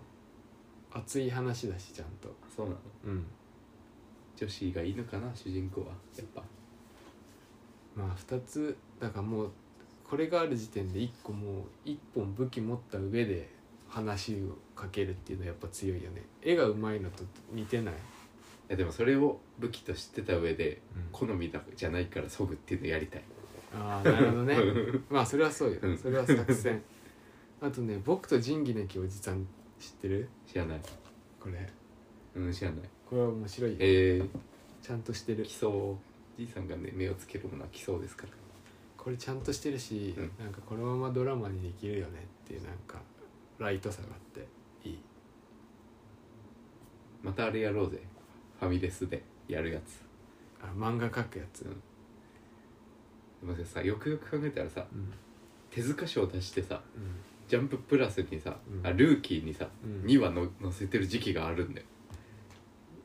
Speaker 2: 熱い話だしちゃんと
Speaker 1: あそうなの
Speaker 2: うん
Speaker 1: 女子がいいのかな主人公はやっぱ
Speaker 2: まあ2つだからもうこれがある時点で1個もう1本武器持った上で話をかけるっていうのはやっぱ強いよね絵がうまいのと似てない、
Speaker 1: いやでもそれを武器と知ってた上で好みだじゃないからそぐっていうのやりたい
Speaker 2: <laughs> ああなるほどねまあそれはそうよ
Speaker 1: うん
Speaker 2: それは作戦あとね「僕と仁義なきおじさん」知ってる
Speaker 1: <laughs> 知らない
Speaker 2: これ
Speaker 1: うん知らない
Speaker 2: これは面白いよ
Speaker 1: えー、
Speaker 2: ちゃんとしてる
Speaker 1: 基礎じいさんがね目をつけるものは基礎ですから
Speaker 2: これちゃんとしてるし、
Speaker 1: うん
Speaker 2: なんかこのままドラマにできるよねっていうなんかライトさがあっていい
Speaker 1: またあれやろうぜファミレスでやるやつ
Speaker 2: あ漫画描くやつ、
Speaker 1: うんでもさよくよく考えたらさ
Speaker 2: うん
Speaker 1: 手塚賞出してさ
Speaker 2: うん
Speaker 1: 「ジャンププラスにさ、
Speaker 2: うん
Speaker 1: あルーキーにさ、
Speaker 2: うん
Speaker 1: 2話の載せてる時期があるんだよ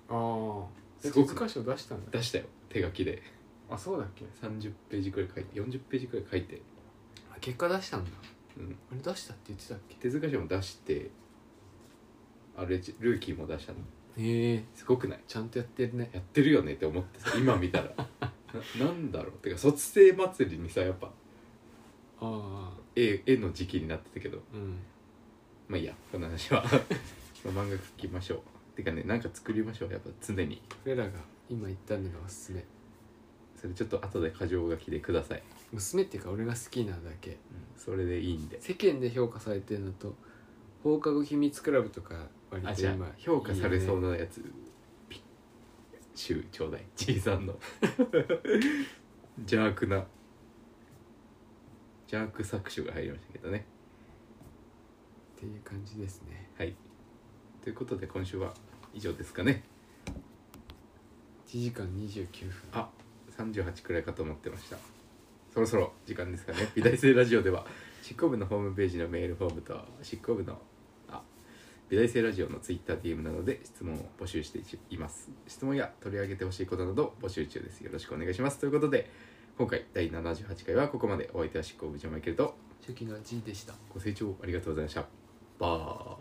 Speaker 2: ああ
Speaker 1: すごく
Speaker 2: 手塚賞出したんだ
Speaker 1: 出したよ手書きで
Speaker 2: あそうだっけ
Speaker 1: 30ページくらい書いて40ページくらい書いて、
Speaker 2: あ結果出したんだ
Speaker 1: うん、
Speaker 2: あれ出したって言ってたっけ
Speaker 1: 手塚賞も出してあれじルーキーも出したの
Speaker 2: へえ
Speaker 1: すごくない
Speaker 2: ちゃんとやってるね
Speaker 1: やってるよねって思ってさ今見
Speaker 2: <laughs>
Speaker 1: たらななんだろうてか卒生祭りにさやっぱ
Speaker 2: ああ
Speaker 1: 絵絵の時期になってたけど
Speaker 2: うん
Speaker 1: まあいいやこの話は <laughs> まあ漫画描きましょうてかねなんか作りましょうやっぱ常に
Speaker 2: 俺らが今言ったのがおすすめ
Speaker 1: それちょっと後で箇条書きでください、
Speaker 2: 娘っていうか俺が好きなだけ
Speaker 1: それでいいんで
Speaker 2: 世間で評価されてるのと放課後秘密クラブとか割
Speaker 1: あ
Speaker 2: と
Speaker 1: じゃあ
Speaker 2: 今
Speaker 1: 評価されそう
Speaker 2: な
Speaker 1: なやつピッシュちょうだいじいさんの <laughs> 邪悪な邪悪搾取が入りましたけどね
Speaker 2: っていう感じですね
Speaker 1: はいということで今週は以上ですかね
Speaker 2: 1時間29分
Speaker 1: あ38くらいかと思ってましたそろそろ時間ですかね <laughs> 美大生ラジオでは執行部のホームページのメールフォームと執行部のあ美大生ラジオのツイッター DM などで質問を募集しています質問や取り上げてほしいことなど募集中ですよろしくお願いしますということで今回第78回はここまでお相手は執行部長マイケルと
Speaker 2: 初期の G でした
Speaker 1: ご清聴ありがとうございましたバイ